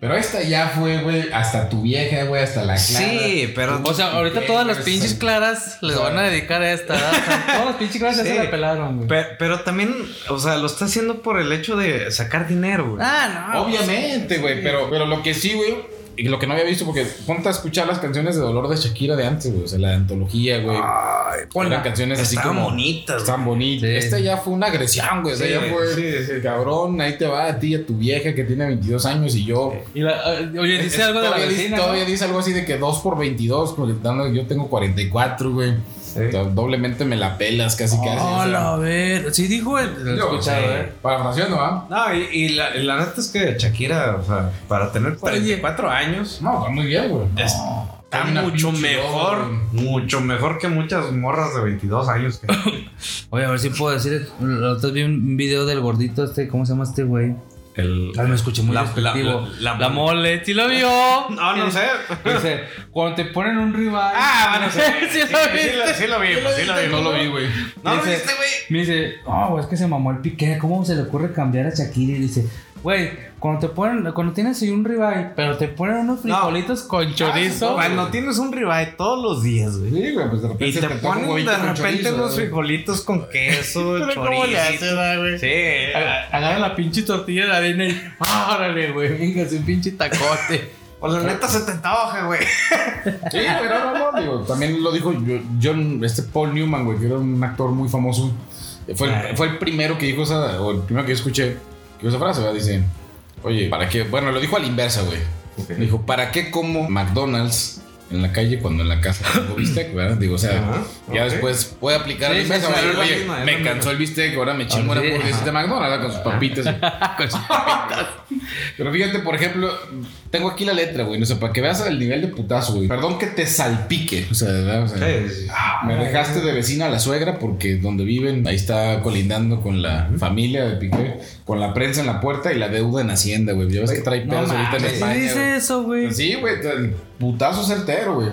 [SPEAKER 1] Pero esta ya fue, güey, hasta tu vieja, güey, hasta la clara.
[SPEAKER 2] Sí, pero.
[SPEAKER 3] O sea, ahorita todas las pinches claras les van a dedicar a esta. ¿verdad? O sea, Todas las pinches claras ya
[SPEAKER 2] Sí.
[SPEAKER 3] se la pelaron, güey.
[SPEAKER 2] pe- Pero también, o sea, lo está haciendo por el hecho de sacar dinero, güey.
[SPEAKER 3] Ah, no.
[SPEAKER 1] Obviamente, güey, pero, pero lo que pues sí, güey, y lo que no había visto, porque ponte a escuchar las canciones de dolor de Shakira de antes, güey, o sea, la antología, güey.
[SPEAKER 3] Ah,
[SPEAKER 2] Ay,
[SPEAKER 1] Eran canciones así
[SPEAKER 2] estaban
[SPEAKER 1] como.
[SPEAKER 2] bonitas. güey.
[SPEAKER 1] Están bonitas.
[SPEAKER 3] Sí.
[SPEAKER 1] Esta ya fue una agresión, güey. O sea,
[SPEAKER 2] Sí,
[SPEAKER 1] ya fue.
[SPEAKER 2] sí, sí.
[SPEAKER 1] Cabrón, ahí te va a ti, y a tu vieja que tiene 22 años y yo.
[SPEAKER 3] Y la- ah, oye, dice
[SPEAKER 1] Es-
[SPEAKER 3] algo de la
[SPEAKER 1] todavía
[SPEAKER 3] vecina.
[SPEAKER 1] Dice,
[SPEAKER 3] ¿no?
[SPEAKER 1] Todavía dice algo así de que 2 por 22, porque dando- yo tengo 44, güey. O sea, Doblemente me la pelas, casi casi. o sea.
[SPEAKER 3] Hola, a Oh, ver. Sí, dijo el.
[SPEAKER 1] Yo,
[SPEAKER 3] Lo he escuchado,
[SPEAKER 2] sí.
[SPEAKER 3] ¿eh?
[SPEAKER 1] Parafraseando, ¿ah?
[SPEAKER 2] No, y, y la, y la neta es que Shakira, o sea, para tener 44 años,
[SPEAKER 1] No, está muy bien, güey.
[SPEAKER 2] Es- está
[SPEAKER 1] Hay una
[SPEAKER 2] mucho
[SPEAKER 1] pinche
[SPEAKER 2] mejor,
[SPEAKER 1] obra,
[SPEAKER 2] mucho mejor que muchas morras de 22 años. Que...
[SPEAKER 3] Oye, a ver si puedo decir. La otra vez vi un video del gordito este. ¿Cómo se llama este güey?
[SPEAKER 2] El,
[SPEAKER 3] Ah, me escuché muy
[SPEAKER 2] La- la-
[SPEAKER 3] despectivo.
[SPEAKER 2] la- la-
[SPEAKER 3] La mole. Sí lo vio.
[SPEAKER 2] no, no sé.
[SPEAKER 3] Dice, cuando te ponen un rival.
[SPEAKER 2] Ah, bueno, sí,
[SPEAKER 3] sí,
[SPEAKER 2] sí,
[SPEAKER 3] lo vi.
[SPEAKER 2] sí, lo- sí lo vimos, sí lo
[SPEAKER 1] No
[SPEAKER 2] vimos.
[SPEAKER 1] lo vi, güey.
[SPEAKER 2] No lo
[SPEAKER 3] Dice-
[SPEAKER 2] viste, güey.
[SPEAKER 3] Me dice, oh, güey, es que se mamó el piqué. ¿Cómo se le ocurre cambiar a Shakira? Y dice, güey, cuando te ponen, cuando tienes ahí un ribeye, pero te ponen unos frijolitos con chorizo.
[SPEAKER 2] Cuando Ah, tienes un ribeye todos los días, güey.
[SPEAKER 1] Sí, güey, pues de repente
[SPEAKER 2] Y te
[SPEAKER 1] antoja un
[SPEAKER 2] ponen
[SPEAKER 1] huevito
[SPEAKER 2] de
[SPEAKER 1] con
[SPEAKER 2] repente
[SPEAKER 1] chorizo,
[SPEAKER 2] unos
[SPEAKER 1] güey.
[SPEAKER 2] frijolitos con queso,
[SPEAKER 3] Pero
[SPEAKER 2] chorizo.
[SPEAKER 3] ¿cómo le Ah. hace, va, güey?
[SPEAKER 2] Sí.
[SPEAKER 3] Aga- Agarra la pinche tortilla de la arena y órale, güey, venga, es un pinche tacote.
[SPEAKER 2] Pues la neta se te antoja, güey.
[SPEAKER 1] Sí, güey, no, no, no, digo, también lo dijo yo- John, este Paul Newman, güey, que era un actor muy famoso. Fue el, fue el primero que dijo esa, o el primero que yo escuché, que dijo esa frase, ¿verdad? Dice, oye, ¿para qué? Bueno, lo dijo a la inversa, güey. Dijo, ¿para qué como McDonald's en la calle cuando en la casa tengo bistec, verdad? Digo, o sea,
[SPEAKER 2] Ajá,
[SPEAKER 1] ya
[SPEAKER 2] ok.
[SPEAKER 1] después puede aplicar a la
[SPEAKER 2] Sí,
[SPEAKER 1] inversa,
[SPEAKER 2] sí, sí,
[SPEAKER 1] güey,
[SPEAKER 2] es la
[SPEAKER 1] oye,
[SPEAKER 2] misma, es la
[SPEAKER 1] me
[SPEAKER 2] misma.
[SPEAKER 1] cansó el bistec, ahora me chingo
[SPEAKER 3] Ah,
[SPEAKER 1] una
[SPEAKER 3] sí,
[SPEAKER 1] hamburguesa
[SPEAKER 3] ajá.
[SPEAKER 1] de McDonald's ¿verdad? con sus papitas. Pero fíjate, por ejemplo, tengo aquí la letra, güey. No sé, para que veas el nivel de putazo, güey. Perdón que te salpique. O sea, de ¿verdad? O sea,
[SPEAKER 2] Sí, sí.
[SPEAKER 1] me dejaste de vecina a la suegra porque donde viven, ahí está colindando con la familia de Piqué, con la prensa en la puerta y la deuda en Hacienda, güey. Ya ves que trae pedos ahorita en
[SPEAKER 3] mames,
[SPEAKER 1] España.
[SPEAKER 3] ¿quién dice
[SPEAKER 1] güey.
[SPEAKER 3] eso, güey?
[SPEAKER 1] Sí, güey, el putazo certero, güey.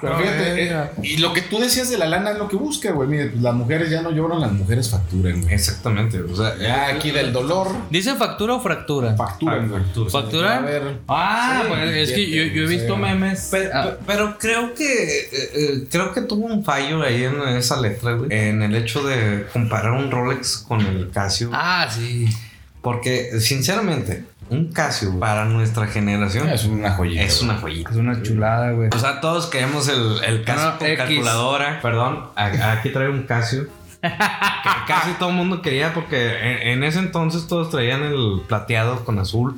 [SPEAKER 1] Pero
[SPEAKER 2] no,
[SPEAKER 1] fíjate,
[SPEAKER 2] verga.
[SPEAKER 1] eh, y lo que tú decías de la lana es lo que busca, güey. Mire, pues, las mujeres ya no lloran, las mujeres facturan, güey.
[SPEAKER 2] Exactamente. O sea,
[SPEAKER 1] Ya aquí del dolor,
[SPEAKER 3] ¿Dice factura o fractura?
[SPEAKER 2] ah,
[SPEAKER 1] facturan, güey.
[SPEAKER 2] Factura.
[SPEAKER 1] A ver.
[SPEAKER 3] ¿Factura? Ah,
[SPEAKER 1] Sí,
[SPEAKER 3] pues es que yo, yo he
[SPEAKER 1] sí.
[SPEAKER 3] visto memes.
[SPEAKER 2] Pe- pe- Pero,
[SPEAKER 3] Ah,
[SPEAKER 2] creo que eh, eh, creo que tuvo un fallo ahí en esa letra, güey. En el hecho de comparar un Rolex con el Casio.
[SPEAKER 3] ah, sí.
[SPEAKER 2] Porque, sinceramente, un Casio güey, para nuestra generación
[SPEAKER 1] Ah, Es una joyita.
[SPEAKER 2] es
[SPEAKER 1] güey.
[SPEAKER 2] una joyita.
[SPEAKER 3] Es una chulada, güey.
[SPEAKER 2] O sea, todos queremos el, el Casio
[SPEAKER 3] No,
[SPEAKER 2] con
[SPEAKER 3] X.
[SPEAKER 2] calculadora. Perdón, a- aquí trae un Casio. Que casi todo el mundo quería porque en, en ese entonces todos traían el plateado con azul.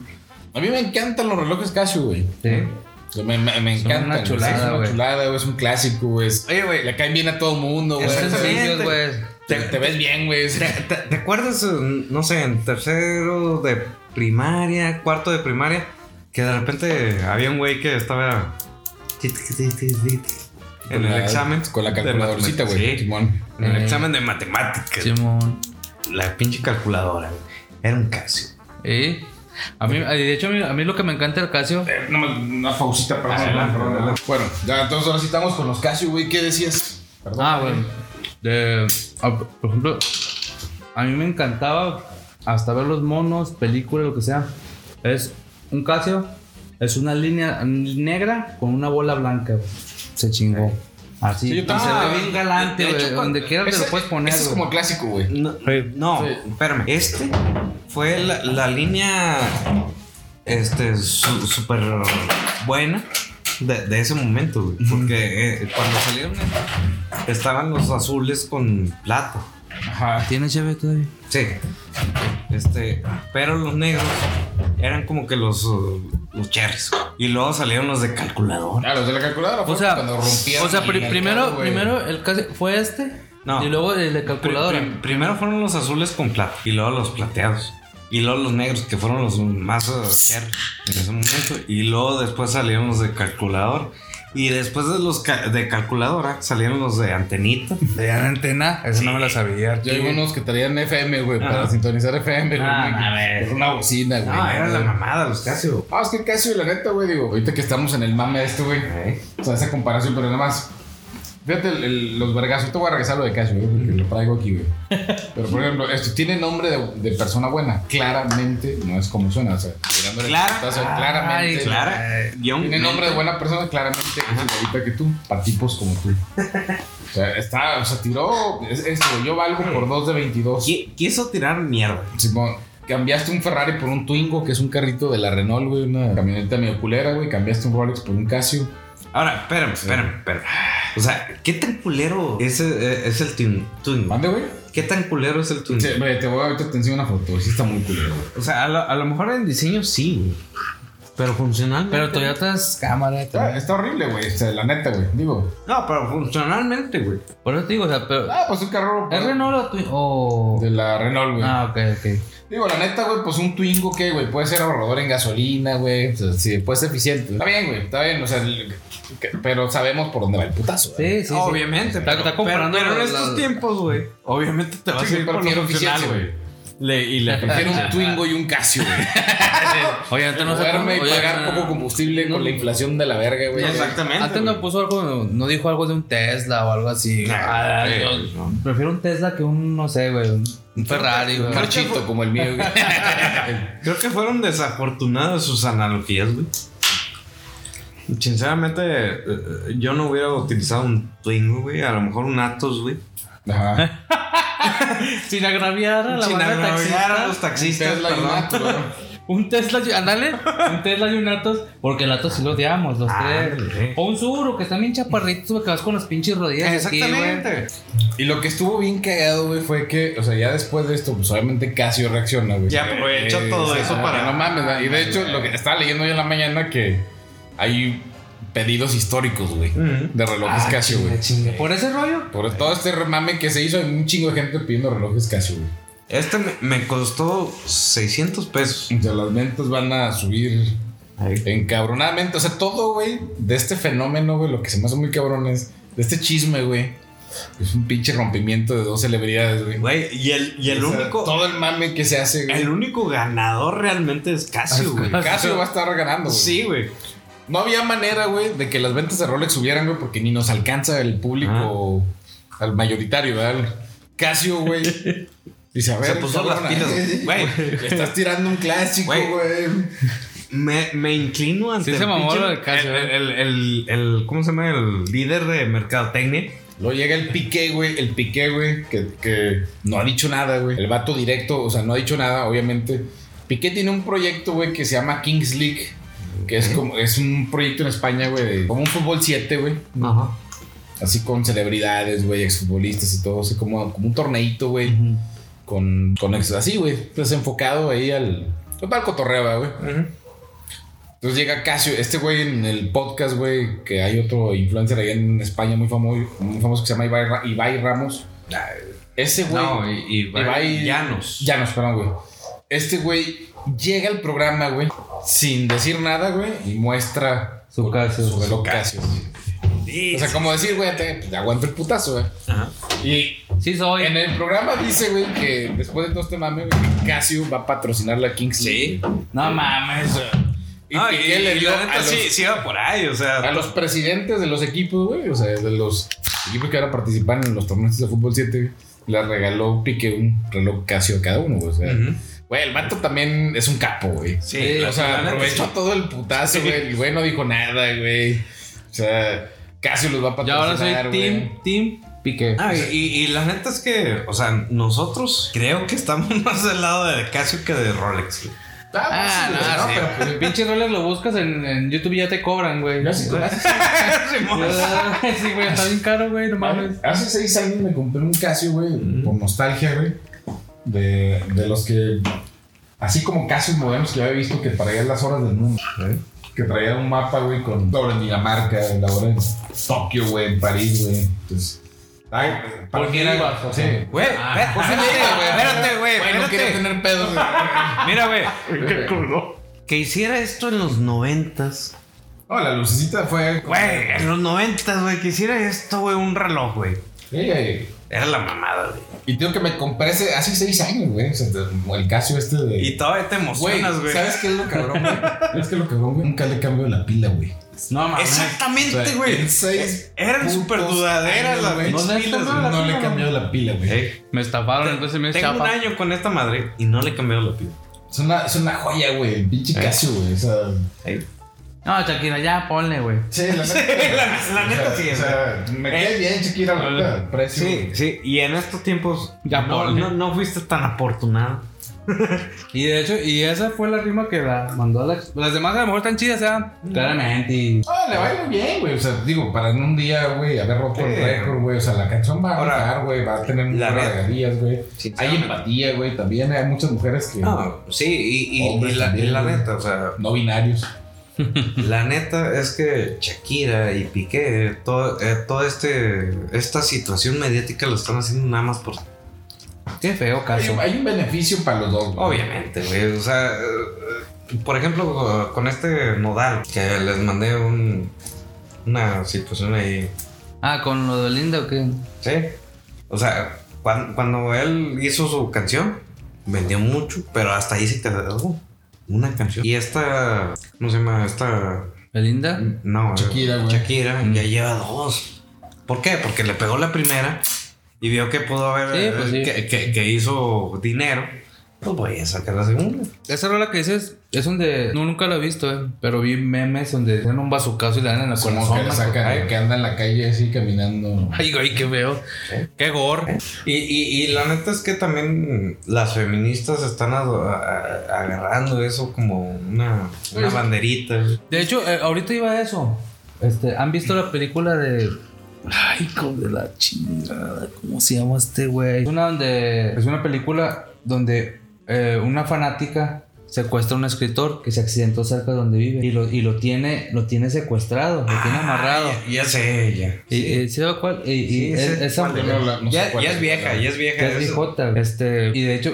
[SPEAKER 1] A mí me encantan los relojes Casio, güey.
[SPEAKER 3] Sí. Pues,
[SPEAKER 1] O sea, Me, me, me
[SPEAKER 3] Son
[SPEAKER 1] encantan.
[SPEAKER 3] una
[SPEAKER 1] güey.
[SPEAKER 3] chulada,
[SPEAKER 1] es una
[SPEAKER 3] güey.
[SPEAKER 1] chulada, güey. Es un clásico, güey. Es- Oye, güey, le caen bien a todo mundo,
[SPEAKER 3] Pues,
[SPEAKER 1] güey.
[SPEAKER 2] Exactamente.
[SPEAKER 3] Servicios, güey.
[SPEAKER 1] Te, te ves bien, güey.
[SPEAKER 2] ¿Te, te, te acuerdas, eh, no sé, en tercero de primaria, cuarto de primaria, que de repente había un güey que estaba en
[SPEAKER 1] Con
[SPEAKER 2] el
[SPEAKER 1] la-
[SPEAKER 2] examen?
[SPEAKER 1] Con la
[SPEAKER 2] de
[SPEAKER 1] calculadorcita, güey.
[SPEAKER 2] matemáticas. Sí,
[SPEAKER 1] Simón.
[SPEAKER 2] en el
[SPEAKER 3] Eh.
[SPEAKER 2] examen de matemáticas.
[SPEAKER 3] Simón.
[SPEAKER 2] La pinche calculadora, güey. Era un Casio.
[SPEAKER 3] Sí. ¿Eh? A mí, de hecho, a mí, a mí lo que me encanta del Casio.
[SPEAKER 1] una pausita,
[SPEAKER 2] perdón, perdón, perdón.
[SPEAKER 1] Bueno, ya, entonces ahora sí estamos con los Casio, güey. ¿Qué decías? Perdón.
[SPEAKER 3] Ah, güey. De- ah, por ejemplo, a mí me encantaba hasta ver los monos, películas, lo que sea. Es un Casio, es una línea negra con una bola blanca. güey. Se chingó. Así.
[SPEAKER 1] Sí, yo
[SPEAKER 3] y se
[SPEAKER 1] también-
[SPEAKER 3] ve bien galante,
[SPEAKER 1] De hecho,
[SPEAKER 3] güey.
[SPEAKER 1] cuando-
[SPEAKER 3] Donde quieras te
[SPEAKER 1] ese-
[SPEAKER 3] lo puedes poner.
[SPEAKER 1] Ese es
[SPEAKER 3] güey.
[SPEAKER 1] como el clásico, güey.
[SPEAKER 2] No, no, espérame. Este fue la, la línea este, su- súper buena de, de ese momento, güey. Porque eh, cuando salieron estos, estaban los azules con plata.
[SPEAKER 1] Ajá.
[SPEAKER 3] ¿Tiene cheve todavía?
[SPEAKER 2] Sí. Este, pero los negros eran como que los, uh, los cherries. güey. Y luego salieron los de calculador.
[SPEAKER 1] Ah, los de la calculadora.
[SPEAKER 3] O
[SPEAKER 1] fueron
[SPEAKER 3] sea,
[SPEAKER 1] cuando rompían
[SPEAKER 3] o sea
[SPEAKER 1] el
[SPEAKER 3] pri-
[SPEAKER 1] mercado,
[SPEAKER 3] primero,
[SPEAKER 1] güey.
[SPEAKER 3] primero el Casio fue este.
[SPEAKER 2] No.
[SPEAKER 3] Y luego el de calculadora.
[SPEAKER 2] Pri- pri- primero fueron los azules con plata y luego los plateados. Y luego los negros, que fueron los más uh, cherry en ese momento. Y luego después salieron los de calculador. Y después de los ca- de calculadora salieron los de antenita.
[SPEAKER 3] de antena. Eso no me lo sabía.
[SPEAKER 1] Yo vi unos que traían FM, güey, para
[SPEAKER 3] Ah.
[SPEAKER 2] Ajá.
[SPEAKER 1] sintonizar FM, güey.
[SPEAKER 2] Ah, a ver.
[SPEAKER 1] Con una bocina, güey.
[SPEAKER 2] No, era la mamada, los Casio.
[SPEAKER 1] Ah, es que Casio, la neta, güey, digo, ahorita que estamos en el mame de esto, güey. O sea, esa comparación, pero nada más. Fíjate el- el- los vergazos. Yo Te voy a regresar lo de Casio, güey, porque lo traigo aquí, güey. Pero, por ejemplo, esto tiene nombre de, de persona buena. Claramente no es como suena. O sea, mirándole el
[SPEAKER 2] Clara-
[SPEAKER 1] putazo, claramente.
[SPEAKER 3] Ay,
[SPEAKER 2] Clara, guión.
[SPEAKER 1] Tiene nombre de buena persona, claramente es igualita que tú, para tipos como tú. O sea, está, o sea, tiró. Es, esto, güey, yo valgo por 2 de 22.
[SPEAKER 2] Qui- Quiso tirar mierda.
[SPEAKER 1] Simón, cambiaste un Ferrari por un Twingo, que es un carrito de la Renault, güey, una camioneta medio culera, güey. Cambiaste un Rolex por un Casio.
[SPEAKER 2] Ahora, espérame, espérame, espérame. O sea, ¿qué tan culero es, eh, es el Twin? twin?
[SPEAKER 1] Mande, güey.
[SPEAKER 2] ¿Qué tan culero es el Twin?
[SPEAKER 1] Sí, güey, te voy a ahorita te enseño una foto, sí está muy culero, güey.
[SPEAKER 2] O sea, a lo, a lo mejor en diseño sí, güey. Pero funcionalmente.
[SPEAKER 3] Pero Toyota es cámara.
[SPEAKER 1] Está, está horrible, güey. o sea, la neta, güey. Digo,
[SPEAKER 2] No, pero funcionalmente, güey.
[SPEAKER 3] Por eso te digo, o sea, pero.
[SPEAKER 1] ah, pues un carro
[SPEAKER 3] ¿Es Renault o Twin? O.
[SPEAKER 1] de la Renault, güey.
[SPEAKER 3] Ah, ok, ok.
[SPEAKER 1] Digo, la neta, güey, pues un Twingo, ¿qué, güey? Puede ser ahorrador en gasolina, güey. O sea, sí, puede ser eficiente. Está bien, güey, está bien. O sea, el- que- pero sabemos por dónde va el putazo. güey.
[SPEAKER 3] Sí, sí.
[SPEAKER 2] obviamente.
[SPEAKER 3] Está- está comparando
[SPEAKER 2] pero, pero en
[SPEAKER 3] la-
[SPEAKER 2] estos
[SPEAKER 3] la-
[SPEAKER 2] tiempos, güey. Obviamente te vas
[SPEAKER 1] Sí,
[SPEAKER 2] a ir
[SPEAKER 1] pero
[SPEAKER 2] por
[SPEAKER 1] quiero
[SPEAKER 2] lo funcional,
[SPEAKER 1] eficiencia,
[SPEAKER 2] güey. Le- Y la
[SPEAKER 1] Prefiero un Twingo y un Casio, güey.
[SPEAKER 3] sí. Oye, antes no se
[SPEAKER 1] Moverme y
[SPEAKER 3] oye,
[SPEAKER 1] pagar
[SPEAKER 3] no-
[SPEAKER 1] poco combustible con la inflación de la verga, güey.
[SPEAKER 2] Exactamente.
[SPEAKER 3] Antes no puso algo, no- no dijo algo de un Tesla o algo así. Ah, yo Prefiero un Tesla que un, no sé, güey. Un un Ferrari, güey.
[SPEAKER 1] Un marchito como el mío, güey.
[SPEAKER 2] Creo que fueron desafortunadas sus analogías, güey. Sinceramente, eh, eh, yo no hubiera utilizado un Twingo, güey. A lo mejor un Atos, güey.
[SPEAKER 1] Ajá.
[SPEAKER 3] Sin agraviar a la
[SPEAKER 2] Sin
[SPEAKER 3] banda
[SPEAKER 2] agraviar
[SPEAKER 3] taxista.
[SPEAKER 2] a los taxistas,
[SPEAKER 1] Tesla y
[SPEAKER 2] perdón.
[SPEAKER 1] Mac, güey.
[SPEAKER 3] un Tesla, y- ándale, un Tesla y un Atos, porque el Atos sí lo odiamos, los
[SPEAKER 2] Ah,
[SPEAKER 3] tres.
[SPEAKER 2] Ándale.
[SPEAKER 3] O un Zuru, que están bien chaparritos, güey, que vas con las pinches rodillas. aquí, güey.
[SPEAKER 2] Exactamente.
[SPEAKER 1] Y lo que estuvo bien cagado, güey, fue que, o sea, ya después de esto, pues obviamente Casio reacciona, güey.
[SPEAKER 2] Ya aprovecha todo eso
[SPEAKER 1] ah,
[SPEAKER 2] para-
[SPEAKER 1] No mames, ¿verdad? y de hecho, lo que estaba leyendo hoy en la mañana que hay pedidos históricos, güey,
[SPEAKER 2] Ujú.
[SPEAKER 1] de relojes
[SPEAKER 3] Ah,
[SPEAKER 1] Casio,
[SPEAKER 3] chinga,
[SPEAKER 1] güey.
[SPEAKER 3] chinga. Por ese rollo,
[SPEAKER 1] Por todo este remame que se hizo, hay un chingo de gente pidiendo relojes Casio, güey.
[SPEAKER 2] Este me- me costó 600 pesos.
[SPEAKER 1] O sea, las ventas van a subir
[SPEAKER 2] Ahí.
[SPEAKER 1] encabronadamente. O sea, todo, güey, de este fenómeno, güey, lo que se me hace muy cabrón es de este chisme, güey. Es un pinche rompimiento de dos celebridades, güey.
[SPEAKER 2] Güey, y el, y el
[SPEAKER 1] O sea,
[SPEAKER 2] único.
[SPEAKER 1] Todo el mame que se hace, güey.
[SPEAKER 2] El único ganador realmente es Casio,
[SPEAKER 3] Ah,
[SPEAKER 2] güey.
[SPEAKER 1] Casio va a estar ganando, güey.
[SPEAKER 2] Sí, güey.
[SPEAKER 1] No había manera, güey, de que las ventas de Rolex subieran, güey, porque ni nos alcanza el público al mayoritario, ¿verdad? Casio, güey. Dice, a ver,
[SPEAKER 2] Se puso pues las
[SPEAKER 1] cabrona,
[SPEAKER 2] pilas. Güey,
[SPEAKER 1] Le estás tirando un clásico,
[SPEAKER 2] Güey.
[SPEAKER 1] güey.
[SPEAKER 2] me, me inclino ante
[SPEAKER 3] Sí se
[SPEAKER 2] el
[SPEAKER 3] mamó
[SPEAKER 2] pinche-
[SPEAKER 3] lo de Casio, ¿eh?
[SPEAKER 2] El, el, el- el- ¿Cómo se llama? El líder de mercadotecnia.
[SPEAKER 1] Luego llega el piqué, güey. El piqué, güey, que, que no ha dicho nada, güey. El vato directo, o sea, no ha dicho nada, obviamente. Piqué tiene un proyecto, güey, que se llama Kings League. Que es como, es un proyecto en España, güey, de- como un fútbol 7, güey.
[SPEAKER 2] Ajá.
[SPEAKER 1] Así con celebridades, güey, exfutbolistas y todo. Así como, como un torneito, güey. Con, con ex- así, güey. Pues enfocado ahí al. Total cotorreo, ¿verdad, güey. Entonces llega Casio, este güey en el podcast, güey, que hay otro influencer allá en España muy famoso, muy famoso que se llama Ibai, Ra- Ibai Ramos. Ese güey.
[SPEAKER 2] No, y, y va-
[SPEAKER 1] Ibai-
[SPEAKER 2] Llanos.
[SPEAKER 1] Ya nos perdón, güey. Este güey llega al programa, güey, sin decir nada, güey, y muestra
[SPEAKER 3] Su Casio.
[SPEAKER 1] su reloj Casio. güey.
[SPEAKER 2] Sí,
[SPEAKER 1] O sea,
[SPEAKER 2] sí.
[SPEAKER 1] como decir, güey, te, te aguanto el putazo, güey.
[SPEAKER 2] Ajá.
[SPEAKER 1] Y
[SPEAKER 3] sí soy.
[SPEAKER 1] en el programa dice, güey, que después de todo este mame, güey, que Casio va a patrocinar la Kings.
[SPEAKER 2] Sí.
[SPEAKER 1] League, güey.
[SPEAKER 3] No mames.
[SPEAKER 1] Y,
[SPEAKER 2] Ah,
[SPEAKER 1] Piqué le dio
[SPEAKER 2] la
[SPEAKER 1] a
[SPEAKER 2] neta
[SPEAKER 1] los-
[SPEAKER 2] sí, sí va por ahí, o sea.
[SPEAKER 1] a los presidentes de los equipos, güey, o sea, de los equipos que ahora participan en los torneos de fútbol 7, güey, les regaló Pique un reloj Casio a cada uno, güey. O sea,
[SPEAKER 2] Ujú.
[SPEAKER 1] güey, el vato también es un capo, güey.
[SPEAKER 2] Sí,
[SPEAKER 3] Sí,
[SPEAKER 1] O sea,
[SPEAKER 2] la neta
[SPEAKER 1] aprovechó
[SPEAKER 2] sí.
[SPEAKER 1] todo el putazo,
[SPEAKER 2] Sí.
[SPEAKER 1] güey. El güey no dijo nada, güey. O sea, Casio los va a
[SPEAKER 3] Yo ahora soy
[SPEAKER 1] patrocinar, güey.
[SPEAKER 3] Team, Team Piqué.
[SPEAKER 2] Ah, y, y la neta es que, o sea, nosotros creo que estamos más del lado de Casio que de Rolex. güey.
[SPEAKER 3] Ah,
[SPEAKER 1] pues sí,
[SPEAKER 3] no,
[SPEAKER 1] o sea,
[SPEAKER 3] sí.
[SPEAKER 1] pero- pues,
[SPEAKER 3] El pinche Rolex lo buscas en, en YouTube y ya te cobran, güey.
[SPEAKER 1] Yo sí, hace-
[SPEAKER 3] sí, güey, está bien caro, güey, no mames.
[SPEAKER 1] Hace seis años me compré un Casio, güey, por nostalgia, güey. De, de los que. Así como Casios modernos que yo había visto que traían las horas del mundo. Que traían un mapa, güey, con la hora en Dinamarca, la hora en Tokio, güey, en París, güey. Entonces. ay, para
[SPEAKER 3] ¿Por
[SPEAKER 1] mí
[SPEAKER 3] qué
[SPEAKER 1] era-
[SPEAKER 3] ibas? O
[SPEAKER 1] Sí.
[SPEAKER 2] Ah,
[SPEAKER 3] sea,
[SPEAKER 2] Güey, espérate, espérate, güey,
[SPEAKER 1] Güey, no quiero
[SPEAKER 2] espérate.
[SPEAKER 1] tener pedos, güey.
[SPEAKER 2] Mira, güey. Que hiciera esto en los noventas.
[SPEAKER 1] No, la lucecita fue.
[SPEAKER 2] Güey, en los noventas, güey, que hiciera esto, güey, un reloj, güey.
[SPEAKER 1] Ey, ey.
[SPEAKER 2] Era la mamada, güey.
[SPEAKER 1] Y tengo que me compré ese- hace seis años, güey. O sea, el Casio este de.
[SPEAKER 2] Y todavía te
[SPEAKER 1] Güey,
[SPEAKER 2] emocionas, güey.
[SPEAKER 1] ¿sabes qué es lo cabrón, güey? ¿Sabes qué es lo cabrón, güey? Nunca le cambio la pila, güey.
[SPEAKER 3] No mames.
[SPEAKER 1] O
[SPEAKER 2] Exactamente,
[SPEAKER 1] sea,
[SPEAKER 2] Este güey. Eh,
[SPEAKER 1] en seis
[SPEAKER 2] Eran
[SPEAKER 1] putos
[SPEAKER 2] súper dudaderas
[SPEAKER 1] años,
[SPEAKER 2] las
[SPEAKER 1] güey.
[SPEAKER 2] pinches
[SPEAKER 3] No le
[SPEAKER 2] pilas,
[SPEAKER 3] cambiaron
[SPEAKER 2] güey. Eh.
[SPEAKER 1] No le he cambiado la pila, güey.
[SPEAKER 2] Ey,
[SPEAKER 3] Me estafaron, entonces me
[SPEAKER 2] Tengo un
[SPEAKER 3] chapa.
[SPEAKER 2] año con esta madre y no le he cambiado la pila.
[SPEAKER 1] Es una, es una joya, güey. El pinche Casio, güey. O sea.
[SPEAKER 2] Ey.
[SPEAKER 3] No, Shakira, ya ponle, güey.
[SPEAKER 1] Sí, la
[SPEAKER 2] la- la neta sí, Eh.
[SPEAKER 1] O sea, me cae bien, chiquita, la neta, el precio.
[SPEAKER 2] Sí,
[SPEAKER 1] güey.
[SPEAKER 2] sí, y en estos tiempos
[SPEAKER 3] Ya
[SPEAKER 2] no,
[SPEAKER 3] ponle.
[SPEAKER 2] no- no fuiste tan afortunado.
[SPEAKER 3] Y de hecho, y esa fue la rima que la mandó Alex. Las demás a lo mejor están chidas, ¿ya? Mm. Claramente. y-
[SPEAKER 1] Ah, le va a ir muy bien, güey. O sea, digo, para en un día, güey, haber roto el
[SPEAKER 2] Sí.
[SPEAKER 1] récord, güey. O sea, la canción va a
[SPEAKER 2] Ahora,
[SPEAKER 1] bajar, güey. Va a tener
[SPEAKER 2] la
[SPEAKER 1] muchas
[SPEAKER 2] neta.
[SPEAKER 1] regalías, güey. Hay
[SPEAKER 2] Sinceramente.
[SPEAKER 1] empatía, güey. También hay muchas mujeres que.
[SPEAKER 2] No, sí, y, y-
[SPEAKER 1] Hombres
[SPEAKER 2] y la, y
[SPEAKER 1] también,
[SPEAKER 2] la
[SPEAKER 1] güey.
[SPEAKER 2] neta, o sea,
[SPEAKER 1] No binarios.
[SPEAKER 2] la neta es que Shakira y Piqué, todo, eh, toda este, esta situación mediática lo están haciendo nada más por...
[SPEAKER 3] Qué feo
[SPEAKER 1] Hay,
[SPEAKER 3] caso.
[SPEAKER 1] hay un beneficio para los dos, güey.
[SPEAKER 2] Obviamente, güey, o sea, eh, por ejemplo, con este Nodal, que les mandé un, una situación ahí
[SPEAKER 3] Ah, con lo de Linda o qué.
[SPEAKER 2] Sí. O sea, cuan- cuando, él hizo su canción, vendió mucho, pero hasta ahí se quedó una canción. Y esta, ¿cómo se llama? Esta,
[SPEAKER 3] ¿Belinda?
[SPEAKER 2] no,
[SPEAKER 1] Shakira, güey.
[SPEAKER 2] Shakira,
[SPEAKER 3] mm.
[SPEAKER 2] ya lleva dos. ¿Por qué? Porque le pegó la primera y vio que pudo haber,
[SPEAKER 3] Sí, pues sí.
[SPEAKER 2] que, que- que hizo dinero. Pues voy a sacar la segunda.
[SPEAKER 3] Esa rola que dices es donde. No, nunca la he visto, eh, pero vi memes donde tienen un bazucazo y le dan en la
[SPEAKER 1] Como
[SPEAKER 3] corazón.
[SPEAKER 1] que le
[SPEAKER 3] la
[SPEAKER 1] sacan,
[SPEAKER 3] cocaína.
[SPEAKER 1] que anda en la calle así caminando.
[SPEAKER 3] Ay, güey, qué feo. Qué gore.
[SPEAKER 2] Y, y, y la neta es que también las feministas están a- a- agarrando eso como una, una banderita.
[SPEAKER 3] De hecho, eh, ahorita iba a eso. Este, ¿Han visto la película de. Ay, hijo de la chingada. ¿Cómo se llama este güey? Es una donde. Es una película donde eh, una fanática secuestra a un escritor que se accidentó cerca de donde vive. Y lo, y lo tiene, lo tiene secuestrado, lo tiene amarrado.
[SPEAKER 2] Ah, ya, ya sé, ya.
[SPEAKER 3] Y, y- ¿sí sabe cuál? Y, y
[SPEAKER 2] Sí,
[SPEAKER 3] es-
[SPEAKER 2] sí,
[SPEAKER 3] esa-
[SPEAKER 2] cuál,
[SPEAKER 1] no la- no sé
[SPEAKER 3] ya-
[SPEAKER 1] cuál.
[SPEAKER 2] Ya es vieja, ya es vieja.
[SPEAKER 3] ya es
[SPEAKER 2] eso.
[SPEAKER 3] viejota, güey. Este, y de hecho,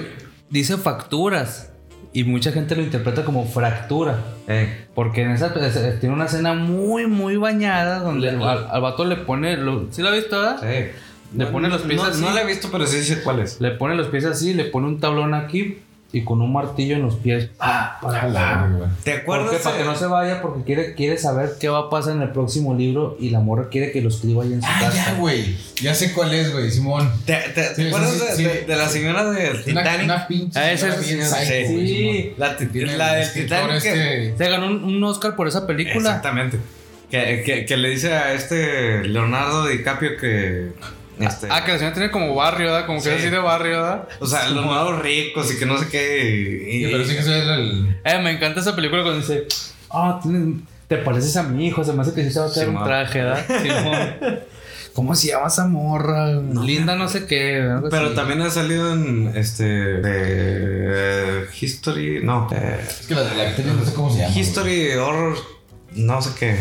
[SPEAKER 3] dice facturas. Y mucha gente lo interpreta como fractura.
[SPEAKER 2] Eh,
[SPEAKER 3] Porque en esa es- es- tiene una escena muy, muy bañada donde al, al- al vato le pone. Lo, ¿Sí la has visto, verdad?
[SPEAKER 2] sí.
[SPEAKER 3] Le pone los pies
[SPEAKER 2] no,
[SPEAKER 3] así.
[SPEAKER 2] No la he visto, pero sí sé cuál es.
[SPEAKER 3] Le pone los pies así, le pone un tablón aquí y con un martillo en los pies. Ah,
[SPEAKER 1] A la verga.
[SPEAKER 2] ¿Te
[SPEAKER 3] ¿Por
[SPEAKER 2] acuerdas?
[SPEAKER 3] qué? Para que
[SPEAKER 2] de-
[SPEAKER 3] no se vaya porque quiere, quiere saber qué va a pasar en el próximo libro y la morra quiere que lo escriba ahí en su
[SPEAKER 1] Ah, ya,
[SPEAKER 3] casa.
[SPEAKER 1] güey. Ya sé cuál es, güey, Simón.
[SPEAKER 2] ¿Te, te- te
[SPEAKER 1] Sí,
[SPEAKER 2] acuerdas
[SPEAKER 1] sí,
[SPEAKER 2] de,
[SPEAKER 1] sí.
[SPEAKER 2] de- de la señora del
[SPEAKER 1] Una,
[SPEAKER 2] Titanic?
[SPEAKER 1] una pinche.
[SPEAKER 3] Ah, esa es
[SPEAKER 1] señora bien
[SPEAKER 3] la señora.
[SPEAKER 1] psycho, güey,
[SPEAKER 3] Sí.
[SPEAKER 1] Simón.
[SPEAKER 2] La, ti-
[SPEAKER 1] Tiene
[SPEAKER 2] la
[SPEAKER 1] el
[SPEAKER 2] del
[SPEAKER 1] escritor
[SPEAKER 2] Titanic. que-
[SPEAKER 1] este-
[SPEAKER 3] Se ganó un, un Oscar por esa película.
[SPEAKER 2] Exactamente. Que, que- que le dice a este Leonardo DiCaprio que. Este,
[SPEAKER 3] Ah, que la señora tiene como barrio, ¿verdad? Como
[SPEAKER 2] Sí.
[SPEAKER 3] que es así de barrio, ¿verdad?
[SPEAKER 2] o sea, los nuevos ricos y que no sé qué. y-
[SPEAKER 1] Sí, pero sí que soy el.
[SPEAKER 3] Eh, me encanta esa película cuando dice, ah, tienes- te pareces a mi hijo, se me hace que sí se va a caer un
[SPEAKER 2] Simón.
[SPEAKER 3] traje, ¿verdad? Simón. ¿Cómo se llama esa morra? Linda no sé qué. algo
[SPEAKER 2] Pero
[SPEAKER 3] así.
[SPEAKER 2] también ha salido en este. de, eh, History. No. eh,
[SPEAKER 1] Es que la, la actriz no sé cómo se llama. güey.
[SPEAKER 2] History Horror. No sé qué.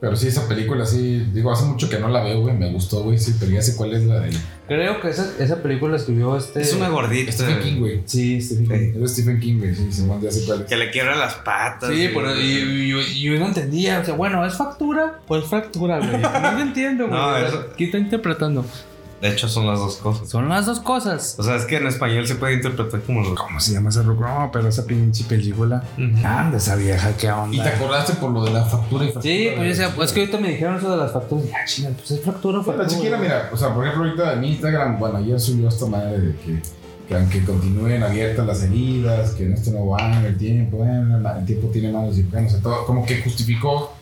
[SPEAKER 1] Pero sí, esa película, sí. Digo, hace mucho que no la veo, güey. Me gustó, güey. Sí, pero ya sé cuál es la de.
[SPEAKER 3] Creo que esa, esa película la escribió este...
[SPEAKER 2] Es una gordita.
[SPEAKER 1] Stephen King, güey.
[SPEAKER 3] Sí, Stephen King.
[SPEAKER 2] Sí.
[SPEAKER 1] Es de Stephen King, güey. Sí, Simón, ya sé cuál es.
[SPEAKER 2] Que le quiebra las patas.
[SPEAKER 3] Sí, pero y- y- yo, yo no entendía. O sea, bueno, ¿es factura? Pues factura, güey. No lo entiendo, güey.
[SPEAKER 2] No,
[SPEAKER 3] O sea,
[SPEAKER 2] eso-
[SPEAKER 3] ¿Qué está interpretando?
[SPEAKER 2] De hecho, son las dos cosas.
[SPEAKER 3] Son las dos cosas.
[SPEAKER 2] O sea, es que en español se puede interpretar como los.
[SPEAKER 4] ¿Cómo se llama esa roca? No, pero esa pinche película.
[SPEAKER 3] Ah,
[SPEAKER 4] Anda, esa vieja, qué
[SPEAKER 1] ¿Y te
[SPEAKER 4] onda.
[SPEAKER 1] acordaste por lo de la factura y factura?
[SPEAKER 3] Sí, pues yo
[SPEAKER 1] güey?
[SPEAKER 3] decía, pues es que ahorita me dijeron eso de las facturas. Ya, chinga, pues es factura o
[SPEAKER 1] Bueno,
[SPEAKER 3] factura.
[SPEAKER 1] ni siquiera, mira, o sea, por ejemplo, ahorita en Instagram, bueno, ayer subió esta madre de que, que aunque continúen abiertas las heridas, que en esto no van, el tiempo, eh, el tiempo tiene manos y bueno, o sea, todo, como que justificó,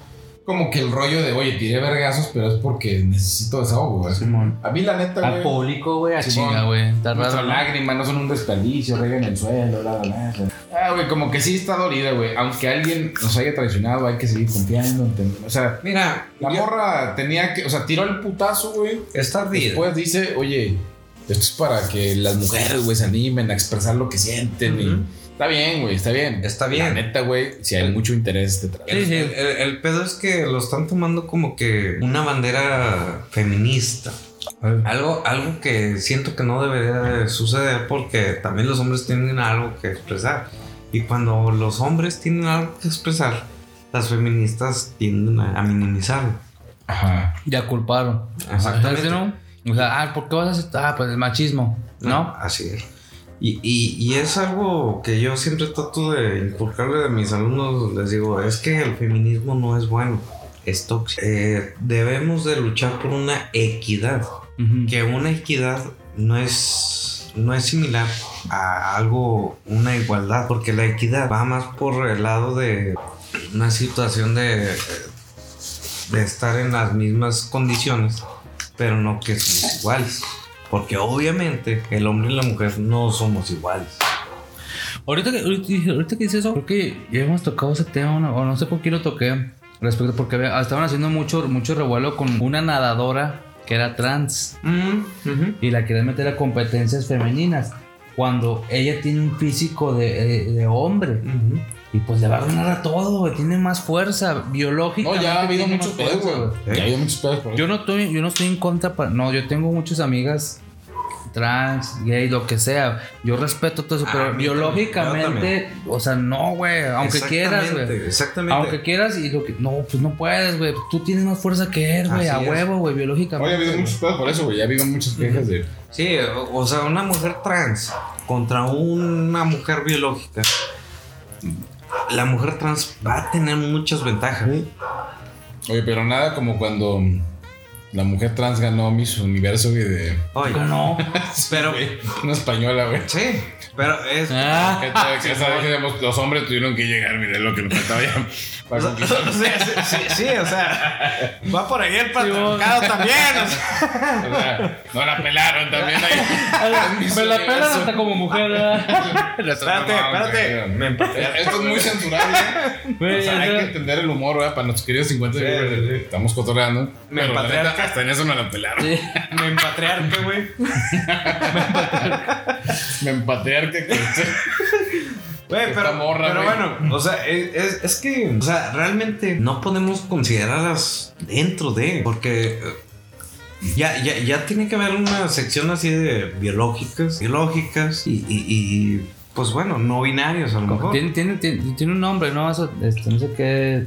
[SPEAKER 1] como que el rollo de, oye, tiré vergazos, pero es porque necesito desahogo, güey.
[SPEAKER 3] Simón.
[SPEAKER 1] A mí, la neta,
[SPEAKER 3] Al
[SPEAKER 1] güey,
[SPEAKER 3] público, güey, a
[SPEAKER 1] Simón.
[SPEAKER 3] chinga, güey. Está
[SPEAKER 1] nuestra
[SPEAKER 3] raro. ¿no?
[SPEAKER 1] lágrima no son un desperdicio, reguen el suelo, bla, bla, bla. Ah, güey, como que sí está dolida, güey. Aunque alguien nos haya traicionado, hay que seguir confiando, enten- o sea...
[SPEAKER 2] Mira,
[SPEAKER 1] La morra tenía que, o sea, tiró el putazo, güey.
[SPEAKER 2] está ardida.
[SPEAKER 1] Después dice, oye, esto es para que las mujeres, güey, se animen a expresar lo que sienten. y-
[SPEAKER 2] Ujú.
[SPEAKER 1] Está bien, güey, está bien.
[SPEAKER 2] Está
[SPEAKER 1] La
[SPEAKER 2] bien.
[SPEAKER 1] neta, güey, si hay mucho interés este trabajo.
[SPEAKER 2] El, el- el pedo es que lo están tomando como que una bandera feminista. Algo, algo que siento que no debería de suceder porque también los hombres tienen algo que expresar. Y cuando los hombres tienen algo que expresar, las feministas tienden a, a minimizarlo.
[SPEAKER 1] Ajá.
[SPEAKER 3] Ya culparon.
[SPEAKER 2] Exactamente.
[SPEAKER 3] ¿no? O sea, ah, ¿por qué vas a aceptar? Ah, pues el machismo,
[SPEAKER 1] Ah.
[SPEAKER 3] ¿no?
[SPEAKER 2] Ah, Así es. Y, y- y es algo que yo siempre trato de inculcarle a mis alumnos, les digo, es que el feminismo no es bueno, es tóxico. Eh, debemos de luchar por una equidad,
[SPEAKER 3] Ujú.
[SPEAKER 2] que una equidad no es, no es similar a algo, una igualdad, porque la equidad va más por el lado de una situación de, de estar en las mismas condiciones, pero no que somos iguales. Porque obviamente el hombre y la mujer no somos iguales.
[SPEAKER 3] Ahorita, que, ahorita, ahorita que dices eso, creo que ya hemos tocado ese tema, ¿no? o no sé por qué lo toqué. Respecto, porque había- ah, estaban haciendo mucho, mucho revuelo con una nadadora que era trans y la querían meter a competencias femeninas. Cuando ella tiene un físico de, de- eh, de hombre
[SPEAKER 2] Ujú.
[SPEAKER 3] y pues le va a ganar a todo, güey. Tiene más fuerza biológica.
[SPEAKER 1] No, ya ha habido muchos pedos, güey.
[SPEAKER 2] ¿Eh?
[SPEAKER 1] Ya ha habido muchos pedos por
[SPEAKER 3] Yo no estoy, yo no estoy en contra pa- no, yo tengo muchas amigas trans, gay, lo que sea. Yo respeto todo eso,
[SPEAKER 2] Ah, a
[SPEAKER 3] pero
[SPEAKER 2] mí también,
[SPEAKER 3] biológicamente, o sea, no, güey, aunque quieras, güey.
[SPEAKER 2] Exactamente, Exactamente.
[SPEAKER 3] Aunque quieras y lo que no, pues no puedes, güey. Tú tienes más fuerza que él,
[SPEAKER 2] Así
[SPEAKER 3] güey, a
[SPEAKER 2] es.
[SPEAKER 3] huevo, güey,
[SPEAKER 1] Oye, ha
[SPEAKER 3] biológicamente.
[SPEAKER 1] habido muchos pedos por eso, güey. Ya ha habido muchas quejas de.
[SPEAKER 2] Sí, o, o sea, una mujer trans contra una mujer biológica. La mujer trans va a tener muchas ventajas.
[SPEAKER 1] Oye, pero nada como cuando la mujer trans ganó Miss Universo, güey, de.
[SPEAKER 2] Oye,
[SPEAKER 3] No.
[SPEAKER 2] pero.
[SPEAKER 1] güey, Una española, güey.
[SPEAKER 2] Sí, pero es.
[SPEAKER 3] Ah,
[SPEAKER 1] Que- que esa vez, digamos, los hombres tuvieron que llegar, mire lo que nos faltaba ya.
[SPEAKER 2] o
[SPEAKER 1] Para
[SPEAKER 2] sea,
[SPEAKER 1] conquistar.
[SPEAKER 2] sí, sí, sí, sí, o sea, va por ahí el patriarcado también. o sea.
[SPEAKER 1] O sea, no la pelaron también ahí. Miss
[SPEAKER 3] Me la pelan
[SPEAKER 1] Universo.
[SPEAKER 3] hasta como mujer, ¿verdad?
[SPEAKER 2] Espérate, espérate. Me empaté.
[SPEAKER 1] Esto es muy censurable. ¿eh?
[SPEAKER 3] Güey,
[SPEAKER 1] o sea, hay
[SPEAKER 3] ya.
[SPEAKER 1] que entender el humor, ¿verdad? Para nuestros queridos 50
[SPEAKER 2] Sí,
[SPEAKER 1] viewers,
[SPEAKER 2] sí, sí.
[SPEAKER 1] Estamos cotorreando.
[SPEAKER 2] Me
[SPEAKER 1] pero la
[SPEAKER 2] empaté
[SPEAKER 1] neta,
[SPEAKER 2] acá.
[SPEAKER 1] hasta en eso me la pelaron.
[SPEAKER 3] Sí.
[SPEAKER 2] Me empatriarqué, güey.
[SPEAKER 1] Me empaté al que
[SPEAKER 2] Güey,
[SPEAKER 1] Esta
[SPEAKER 2] pero,
[SPEAKER 1] morra,
[SPEAKER 2] pero
[SPEAKER 1] güey.
[SPEAKER 2] bueno, o sea, es, es- es que, o sea, realmente no podemos considerarlas dentro de, porque eh, ya, ya, ya tiene que haber una sección así de biológicas, biológicas y, y- y, pues bueno, no binarios a lo mejor.
[SPEAKER 3] Tiene, tiene, tiene, tiene un nombre, ¿no? Eso, este, no sé qué.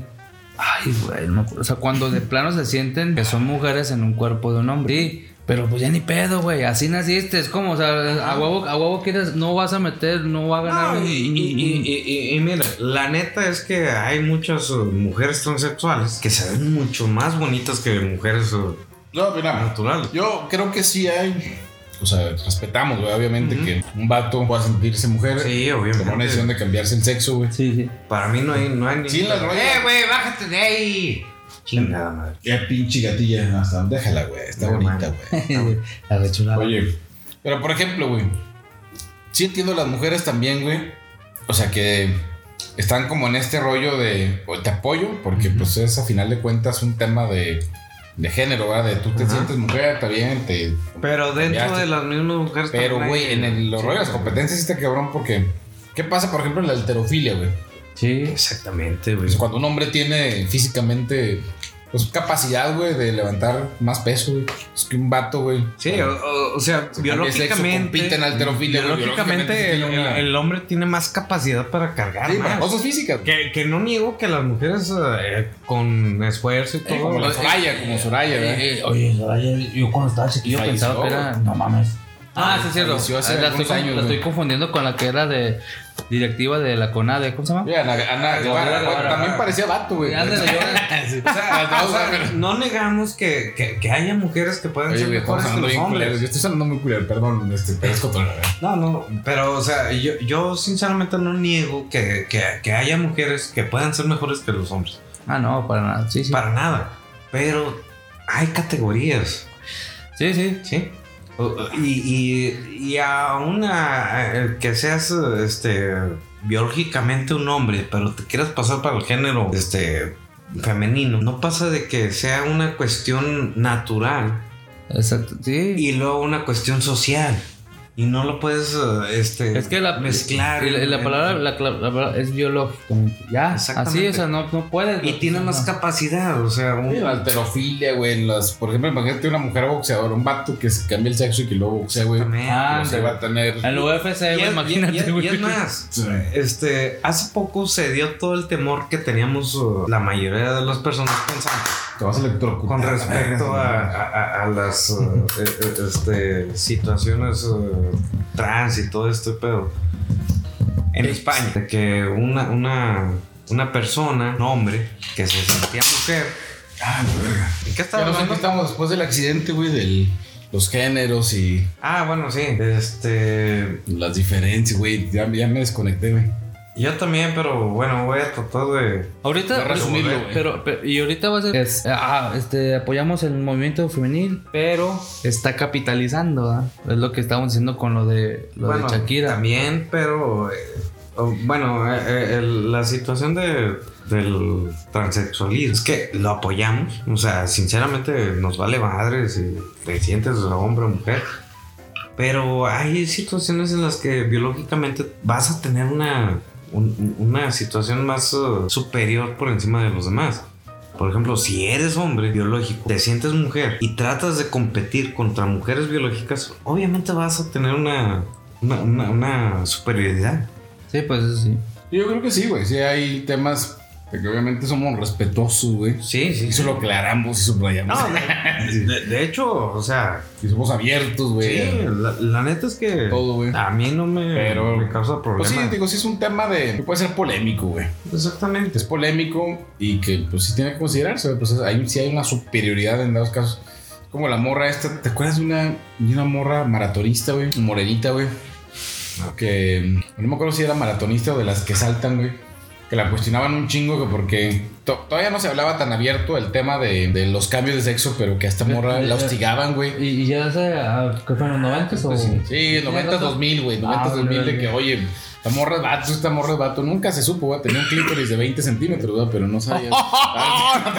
[SPEAKER 3] Ay, güey, no me acuerdo. O sea, cuando de plano se sienten que son mujeres en un cuerpo de un hombre. Sí, pero pues ya ni pedo, güey. Así naciste. Es como, o sea, a huevo, a huevo quieres, no vas a meter, no va a ganar.
[SPEAKER 2] No, y,
[SPEAKER 3] un-
[SPEAKER 2] y- y- y- y- y mira, la neta es que hay muchas eh, mujeres transexuales que se ven mucho más bonitas que mujeres eh,
[SPEAKER 1] No, mira,
[SPEAKER 2] naturales.
[SPEAKER 1] yo creo que sí hay. O sea, respetamos, güey, obviamente,
[SPEAKER 2] Ujú.
[SPEAKER 1] que un vato pueda sentirse mujer.
[SPEAKER 2] Sí,
[SPEAKER 1] Tomar una decisión
[SPEAKER 2] obviamente.
[SPEAKER 1] de cambiarse el sexo, güey.
[SPEAKER 3] Sí, sí.
[SPEAKER 2] Para mí no hay, no hay ni-
[SPEAKER 1] Sí, las rollas.
[SPEAKER 2] ¡Eh, güey, bájate de ahí! Chingada madre.
[SPEAKER 1] Qué pinche gatilla. Hasta, déjala, güey. Está
[SPEAKER 2] No,
[SPEAKER 1] bonita,
[SPEAKER 2] man.
[SPEAKER 1] güey.
[SPEAKER 3] La rechulada.
[SPEAKER 1] Oye, pero por ejemplo, güey. Sí entiendo a las mujeres también, güey. O sea, que están como en este rollo de o te apoyo, porque
[SPEAKER 3] Ujú.
[SPEAKER 1] pues es a final de cuentas un tema de, de género, ¿verdad? De tú te
[SPEAKER 2] Ajá.
[SPEAKER 1] sientes mujer, está bien, te,
[SPEAKER 2] Pero dentro
[SPEAKER 1] Cambiaste.
[SPEAKER 2] de las mismas mujeres
[SPEAKER 1] Pero,
[SPEAKER 2] también hay-
[SPEAKER 1] güey, en el, los
[SPEAKER 2] Sí.
[SPEAKER 1] rollos de las competencias está cabrón porque... ¿Qué pasa, por ejemplo, en la alterofilia, güey?
[SPEAKER 3] Sí.
[SPEAKER 2] Exactamente, güey.
[SPEAKER 1] Pues cuando un hombre tiene físicamente... Pues capacidad, güey, de levantar más peso, güey. Es que un vato, güey.
[SPEAKER 2] Sí, o, o- o sea,
[SPEAKER 1] Se cambia el sexo,
[SPEAKER 2] biológicamente.
[SPEAKER 1] compite en alterofilia, güey,
[SPEAKER 2] biológicamente, el,
[SPEAKER 1] biológicamente tiene
[SPEAKER 2] el hombre tiene más capacidad para cargar.
[SPEAKER 1] Sí,
[SPEAKER 2] más.
[SPEAKER 1] para cosas físicas. güey.
[SPEAKER 2] Que, que no niego que las mujeres eh, con esfuerzo y
[SPEAKER 1] Eh, como
[SPEAKER 2] todo.
[SPEAKER 1] la Soraya, como Soraya, ¿verdad?
[SPEAKER 3] Eh, eh, oye, Soraya, yo cuando estaba chiquillo
[SPEAKER 1] Falleció,
[SPEAKER 3] pensaba que era.
[SPEAKER 1] güey.
[SPEAKER 3] No mames. Ah, sí, es
[SPEAKER 1] Falleció
[SPEAKER 3] cierto.
[SPEAKER 1] hace
[SPEAKER 3] la, estoy,
[SPEAKER 1] algunos
[SPEAKER 3] con-
[SPEAKER 1] años,
[SPEAKER 3] la
[SPEAKER 1] güey.
[SPEAKER 3] estoy confundiendo con la que era de directiva de la CONADE. ¿Cómo se llama?
[SPEAKER 1] Sí, Ana, Ana Guevara,
[SPEAKER 3] Guevara,
[SPEAKER 1] güey,
[SPEAKER 3] Guevara.
[SPEAKER 1] también parecía vato, güey.
[SPEAKER 3] Ándale, yo-
[SPEAKER 1] O sea, las dos,
[SPEAKER 2] O sea,
[SPEAKER 1] güey.
[SPEAKER 2] no negamos que, que- que haya mujeres que puedan
[SPEAKER 1] Oye,
[SPEAKER 2] ser
[SPEAKER 1] güey, estamos
[SPEAKER 2] mejores que
[SPEAKER 1] hablando
[SPEAKER 2] los
[SPEAKER 1] bien culeros.
[SPEAKER 2] hombres.
[SPEAKER 1] Yo estoy hablando muy culero, perdón, este, pero es cotorreo, güey.
[SPEAKER 2] No, no, pero o sea, yo, yo sinceramente no niego que, que- que haya mujeres que puedan ser mejores que los hombres.
[SPEAKER 3] Ah, no, para nada. Sí, sí.
[SPEAKER 2] Para nada. Pero hay categorías.
[SPEAKER 3] Sí, sí.
[SPEAKER 2] Sí. Y, y, y a una eh, que seas eh, este biológicamente un hombre, pero te quieras pasar para el género este femenino, no pasa de que sea una cuestión natural
[SPEAKER 3] Exacto. Sí.
[SPEAKER 2] y luego una cuestión social. Y no lo puedes eh, este
[SPEAKER 3] Es que la
[SPEAKER 2] mezclar.
[SPEAKER 3] y la, la palabra la, la- la palabra es biológico. Ya,
[SPEAKER 2] Exactamente.
[SPEAKER 3] así, o sea, no, no puedes.
[SPEAKER 2] y tiene más
[SPEAKER 3] No.
[SPEAKER 2] capacidad, o sea, un-
[SPEAKER 1] Sí, la alterofilia, güey. en Las, por ejemplo, imagínate una mujer boxeadora, un vato que se cambia el sexo y que luego boxea, güey.
[SPEAKER 2] Exactamente.
[SPEAKER 3] Ah,
[SPEAKER 1] O sea, va a tener.
[SPEAKER 3] En la UFC,
[SPEAKER 2] Y
[SPEAKER 3] güey,
[SPEAKER 2] es- y es-
[SPEAKER 3] imagínate,
[SPEAKER 2] y
[SPEAKER 3] güey.
[SPEAKER 2] es más,
[SPEAKER 1] Sí.
[SPEAKER 2] Este, hace poco se dio todo el temor que teníamos uh, la mayoría de las personas pensantes
[SPEAKER 1] Te vas a electrocutar.
[SPEAKER 2] con respecto a, a- a- a las uh, eh, eh, este, situaciones uh, trans y todo este pedo. En España, de que una, una, una persona, un hombre, que se sentía mujer.
[SPEAKER 1] Ah, la verga.
[SPEAKER 2] ¿Y qué
[SPEAKER 1] Ya
[SPEAKER 2] estaba
[SPEAKER 1] nos
[SPEAKER 2] hablando?
[SPEAKER 1] estamos después del accidente, güey, de los géneros y
[SPEAKER 2] Ah, bueno, sí. Este.
[SPEAKER 1] las diferencias, güey. Ya, ya me desconecté, güey.
[SPEAKER 2] Yo también, pero bueno, voy a tratar de.
[SPEAKER 3] Ahorita,
[SPEAKER 1] Voy a resumirlo, güey.
[SPEAKER 3] pero, pero- y ahorita va a ser, es, ah, este, apoyamos el movimiento femenil, pero está capitalizando, ¿verdad? es lo que estábamos diciendo con lo de, lo
[SPEAKER 2] bueno,
[SPEAKER 3] de Shakira.
[SPEAKER 2] También, pero eh, oh, bueno, eh, eh, el- la situación de, del transexualismo es que lo apoyamos. O sea, sinceramente nos vale madre si te sientes hombre o mujer. Pero hay situaciones en las que biológicamente vas a tener una, un- una situación más eh, superior por encima de los demás. Por ejemplo, si eres hombre biológico, te sientes mujer y tratas de competir contra mujeres biológicas, obviamente vas a tener una, una, una- una superioridad.
[SPEAKER 3] Sí, pues eso sí.
[SPEAKER 1] Yo creo que sí, güey. Sí hay temas de que obviamente somos respetuosos, güey.
[SPEAKER 2] Sí, sí.
[SPEAKER 1] Eso lo aclaramos y subrayamos.
[SPEAKER 2] No, de, de- de hecho, o sea,
[SPEAKER 1] Y somos abiertos, güey.
[SPEAKER 2] sí,
[SPEAKER 1] a
[SPEAKER 2] la, la neta es que
[SPEAKER 1] Todo, güey.
[SPEAKER 2] a mí no me,
[SPEAKER 1] Pero-
[SPEAKER 2] me causa
[SPEAKER 1] Pues
[SPEAKER 2] problema.
[SPEAKER 1] sí, digo, sí es un tema de... que puede ser polémico, güey.
[SPEAKER 2] Exactamente.
[SPEAKER 1] Es polémico y que pues sí tiene que considerarse, güey. Pues es- ahí sí hay una superioridad en dados casos. Como la morra esta, ¿te acuerdas de una, de una morra maratonista, güey? Morenita, güey. Que no me acuerdo si era maratonista o de las que saltan, güey. Que la cuestionaban un chingo que porque to- todavía no se hablaba tan abierto el tema de, de los cambios de sexo, pero que a esta morra la hostigaban, güey.
[SPEAKER 5] ¿Y, y ya hace, ah, qué fueron, 90 o...?
[SPEAKER 2] Pues
[SPEAKER 1] Sí, 90 2000, güey, 90 2000 de que, oye, esta morra es vato, esta morra es vato, nunca se supo, güey, tenía un clítoris de 20 centímetros, güey, pero no sabía.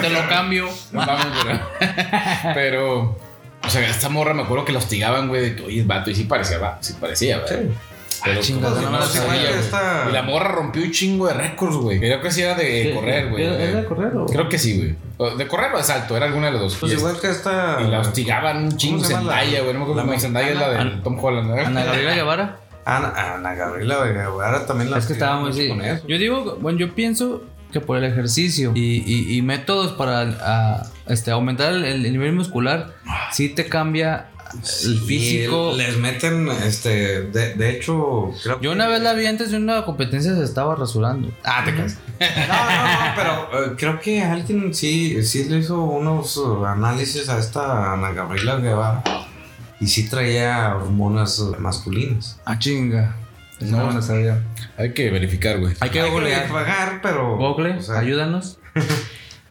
[SPEAKER 3] Te lo cambio.
[SPEAKER 1] No mames, pero. pero, O sea, esta morra me acuerdo que la hostigaban, güey, de que, oye, es vato, y sí parecía, vato, sí parecía, güey. Ah, Pero
[SPEAKER 5] chingada,
[SPEAKER 1] como
[SPEAKER 5] no
[SPEAKER 1] que no
[SPEAKER 5] me
[SPEAKER 1] lo
[SPEAKER 5] la
[SPEAKER 1] sabía,
[SPEAKER 2] sabía
[SPEAKER 1] güey.
[SPEAKER 2] pues, esta-
[SPEAKER 1] Y la morra rompió un chingo de récords, güey. Creo que sí era de correr, güey.
[SPEAKER 5] ¿Era de correr o...?
[SPEAKER 1] Creo que sí, güey. O De correr o de salto, era alguna de las dos.
[SPEAKER 2] Pues
[SPEAKER 1] y, este,
[SPEAKER 2] igual que esta.
[SPEAKER 1] y la hostigaban un chingo
[SPEAKER 2] se llama la-
[SPEAKER 1] Zendaya, güey. No me acuerdo
[SPEAKER 2] la
[SPEAKER 1] cómo
[SPEAKER 2] mexicana?
[SPEAKER 1] Zendaya es la de
[SPEAKER 3] Ana-
[SPEAKER 1] Tom Holland, ¿verdad?
[SPEAKER 3] Ana Gabriela Guevara.
[SPEAKER 2] Ana, Ana Gabriela Guevara también la
[SPEAKER 3] Es que
[SPEAKER 2] hostigaban
[SPEAKER 3] estábamos
[SPEAKER 2] mucho
[SPEAKER 3] sí.
[SPEAKER 2] con eso.
[SPEAKER 3] Yo digo, bueno, yo pienso que por el ejercicio y, y- y métodos para ah, este, aumentar el, el nivel muscular, sí te cambia el
[SPEAKER 2] Sí,
[SPEAKER 3] físico.
[SPEAKER 2] Les meten, este, de, de hecho, creo
[SPEAKER 3] Yo
[SPEAKER 2] que-
[SPEAKER 3] una vez la vi antes de una competencia se estaba rasurando.
[SPEAKER 2] Ah, te creas. No, no, no, pero eh, creo que alguien sí, sí le hizo unos eh, análisis a esta Ana Gabriela Guevara y sí traía hormonas eh, masculinas.
[SPEAKER 3] Ah, chinga.
[SPEAKER 1] No,
[SPEAKER 3] No, no sabía.
[SPEAKER 1] Hay que verificar, güey.
[SPEAKER 3] Hay que
[SPEAKER 2] Hay
[SPEAKER 3] googlear.
[SPEAKER 2] pagar, pero.
[SPEAKER 3] Google,
[SPEAKER 2] o sea,
[SPEAKER 3] ayúdanos.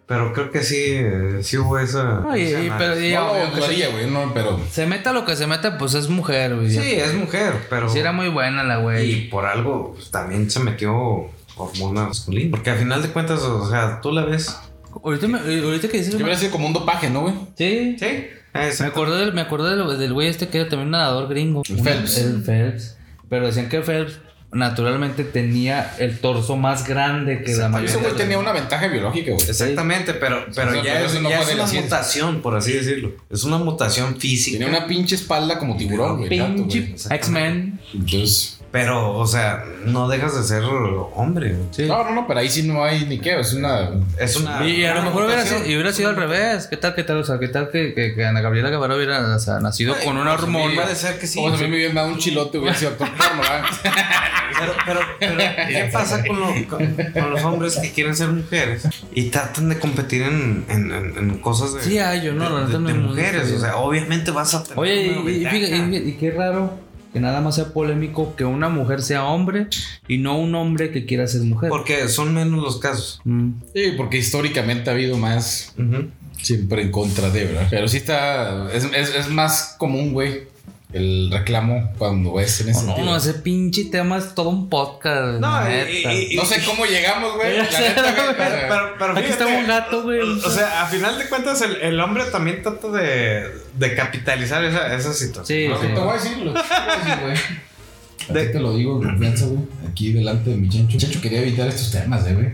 [SPEAKER 2] Pero creo que sí, eh, sí hubo esa.
[SPEAKER 3] No, y-
[SPEAKER 2] ese
[SPEAKER 3] y- pero-
[SPEAKER 2] análisis.
[SPEAKER 3] y-
[SPEAKER 1] No,
[SPEAKER 3] obvio
[SPEAKER 1] no
[SPEAKER 3] que
[SPEAKER 1] sabía, güey, no, pero.
[SPEAKER 3] Se meta lo que se meta, pues es mujer, güey.
[SPEAKER 2] sí, es mujer, pero.
[SPEAKER 3] Sí, era muy buena la
[SPEAKER 2] Y
[SPEAKER 3] güey.
[SPEAKER 2] por algo pues, también se metió hormona masculina. Porque al final de cuentas, o sea, tú la ves.
[SPEAKER 3] Ahorita, me- ahorita que dices.
[SPEAKER 1] Yo hubiera sido como un dopaje, ¿no, güey?
[SPEAKER 3] Sí.
[SPEAKER 2] Sí.
[SPEAKER 3] Me acordé, del, me acordé del, del güey este que era también un nadador gringo.
[SPEAKER 1] El
[SPEAKER 3] Un-
[SPEAKER 1] Phelps.
[SPEAKER 3] el Phelps. Pero decían que Phelps naturalmente tenía el torso más grande que la mayoría.
[SPEAKER 1] Ese güey
[SPEAKER 3] de-
[SPEAKER 1] tenía una ventaja biológica, güey.
[SPEAKER 2] Exactamente, pero, pero
[SPEAKER 1] O sea,
[SPEAKER 2] ya,
[SPEAKER 1] pero
[SPEAKER 2] es,
[SPEAKER 1] eso no
[SPEAKER 2] ya
[SPEAKER 1] fue
[SPEAKER 2] es
[SPEAKER 1] de la
[SPEAKER 2] una
[SPEAKER 1] ciencia.
[SPEAKER 2] mutación, por así decirlo. Es una mutación física.
[SPEAKER 1] Tenía una pinche espalda como tiburón, güey. chato,
[SPEAKER 3] Pinche
[SPEAKER 1] güey.
[SPEAKER 3] X-Men.
[SPEAKER 1] Entonces.
[SPEAKER 2] Pero, o sea, no dejas de ser hombre.
[SPEAKER 3] Sí.
[SPEAKER 1] No, no, no, pero ahí sí no hay ni qué, es una.
[SPEAKER 2] Es una.
[SPEAKER 3] Y a lo
[SPEAKER 2] una
[SPEAKER 3] mejor hubiera
[SPEAKER 2] mutación.
[SPEAKER 3] sido, y hubiera sido al revés. ¿Qué tal, qué tal? O sea, ¿qué tal que, que- que Ana Gabriela Guevara hubiera o sea, nacido con una hormona?
[SPEAKER 2] pues, Puede ser que sí.
[SPEAKER 1] Como si a mí me hubieran dado un chilote, hubiera sido actor porno, ¿verdad?
[SPEAKER 2] Pero, pero, pero, ¿qué pasa con, lo- con- con los hombres que quieren ser mujeres y tratan de competir en, en- en- en cosas de,
[SPEAKER 3] Sí, ay, yo no,
[SPEAKER 2] de-
[SPEAKER 3] la
[SPEAKER 2] de-
[SPEAKER 3] neta no-
[SPEAKER 2] de
[SPEAKER 3] no
[SPEAKER 2] mujeres?
[SPEAKER 3] sabía.
[SPEAKER 2] O sea, obviamente vas a tener.
[SPEAKER 3] Oye,
[SPEAKER 2] una
[SPEAKER 3] y, y
[SPEAKER 2] ventaja.
[SPEAKER 3] fíjate, y fíjate, y qué raro que nada más sea polémico que una mujer sea hombre y no un hombre que quiera ser mujer.
[SPEAKER 2] Porque son menos los casos.
[SPEAKER 3] Mm.
[SPEAKER 1] Sí, porque históricamente ha habido más
[SPEAKER 2] Ujú.
[SPEAKER 1] siempre en contra de, ¿verdad? Pero sí está. Es, es- es más común, güey, el reclamo cuando es en ese
[SPEAKER 3] No,
[SPEAKER 1] sentido.
[SPEAKER 3] no, ese pinche tema es todo un podcast.
[SPEAKER 2] No,
[SPEAKER 3] No,
[SPEAKER 2] y-
[SPEAKER 3] neta.
[SPEAKER 2] y- y-
[SPEAKER 1] No sé cómo llegamos, güey.
[SPEAKER 3] Ya
[SPEAKER 1] la
[SPEAKER 3] sé,
[SPEAKER 1] neta, güey,
[SPEAKER 3] güey.
[SPEAKER 1] o sea,
[SPEAKER 2] Pero, pero
[SPEAKER 3] Aquí está
[SPEAKER 2] fíjate,
[SPEAKER 3] un gato, güey.
[SPEAKER 2] O sea, a final de cuentas, el, el hombre también trata de, de capitalizar esa, esa situación.
[SPEAKER 3] Sí,
[SPEAKER 2] ¿no?
[SPEAKER 3] sí.
[SPEAKER 1] Te voy a decir, lo- te voy a decir, güey. A
[SPEAKER 2] De-
[SPEAKER 1] ti te lo digo en confianza, güey. Aquí delante de mi chancho. Chancho quería evitar estos temas, eh, güey.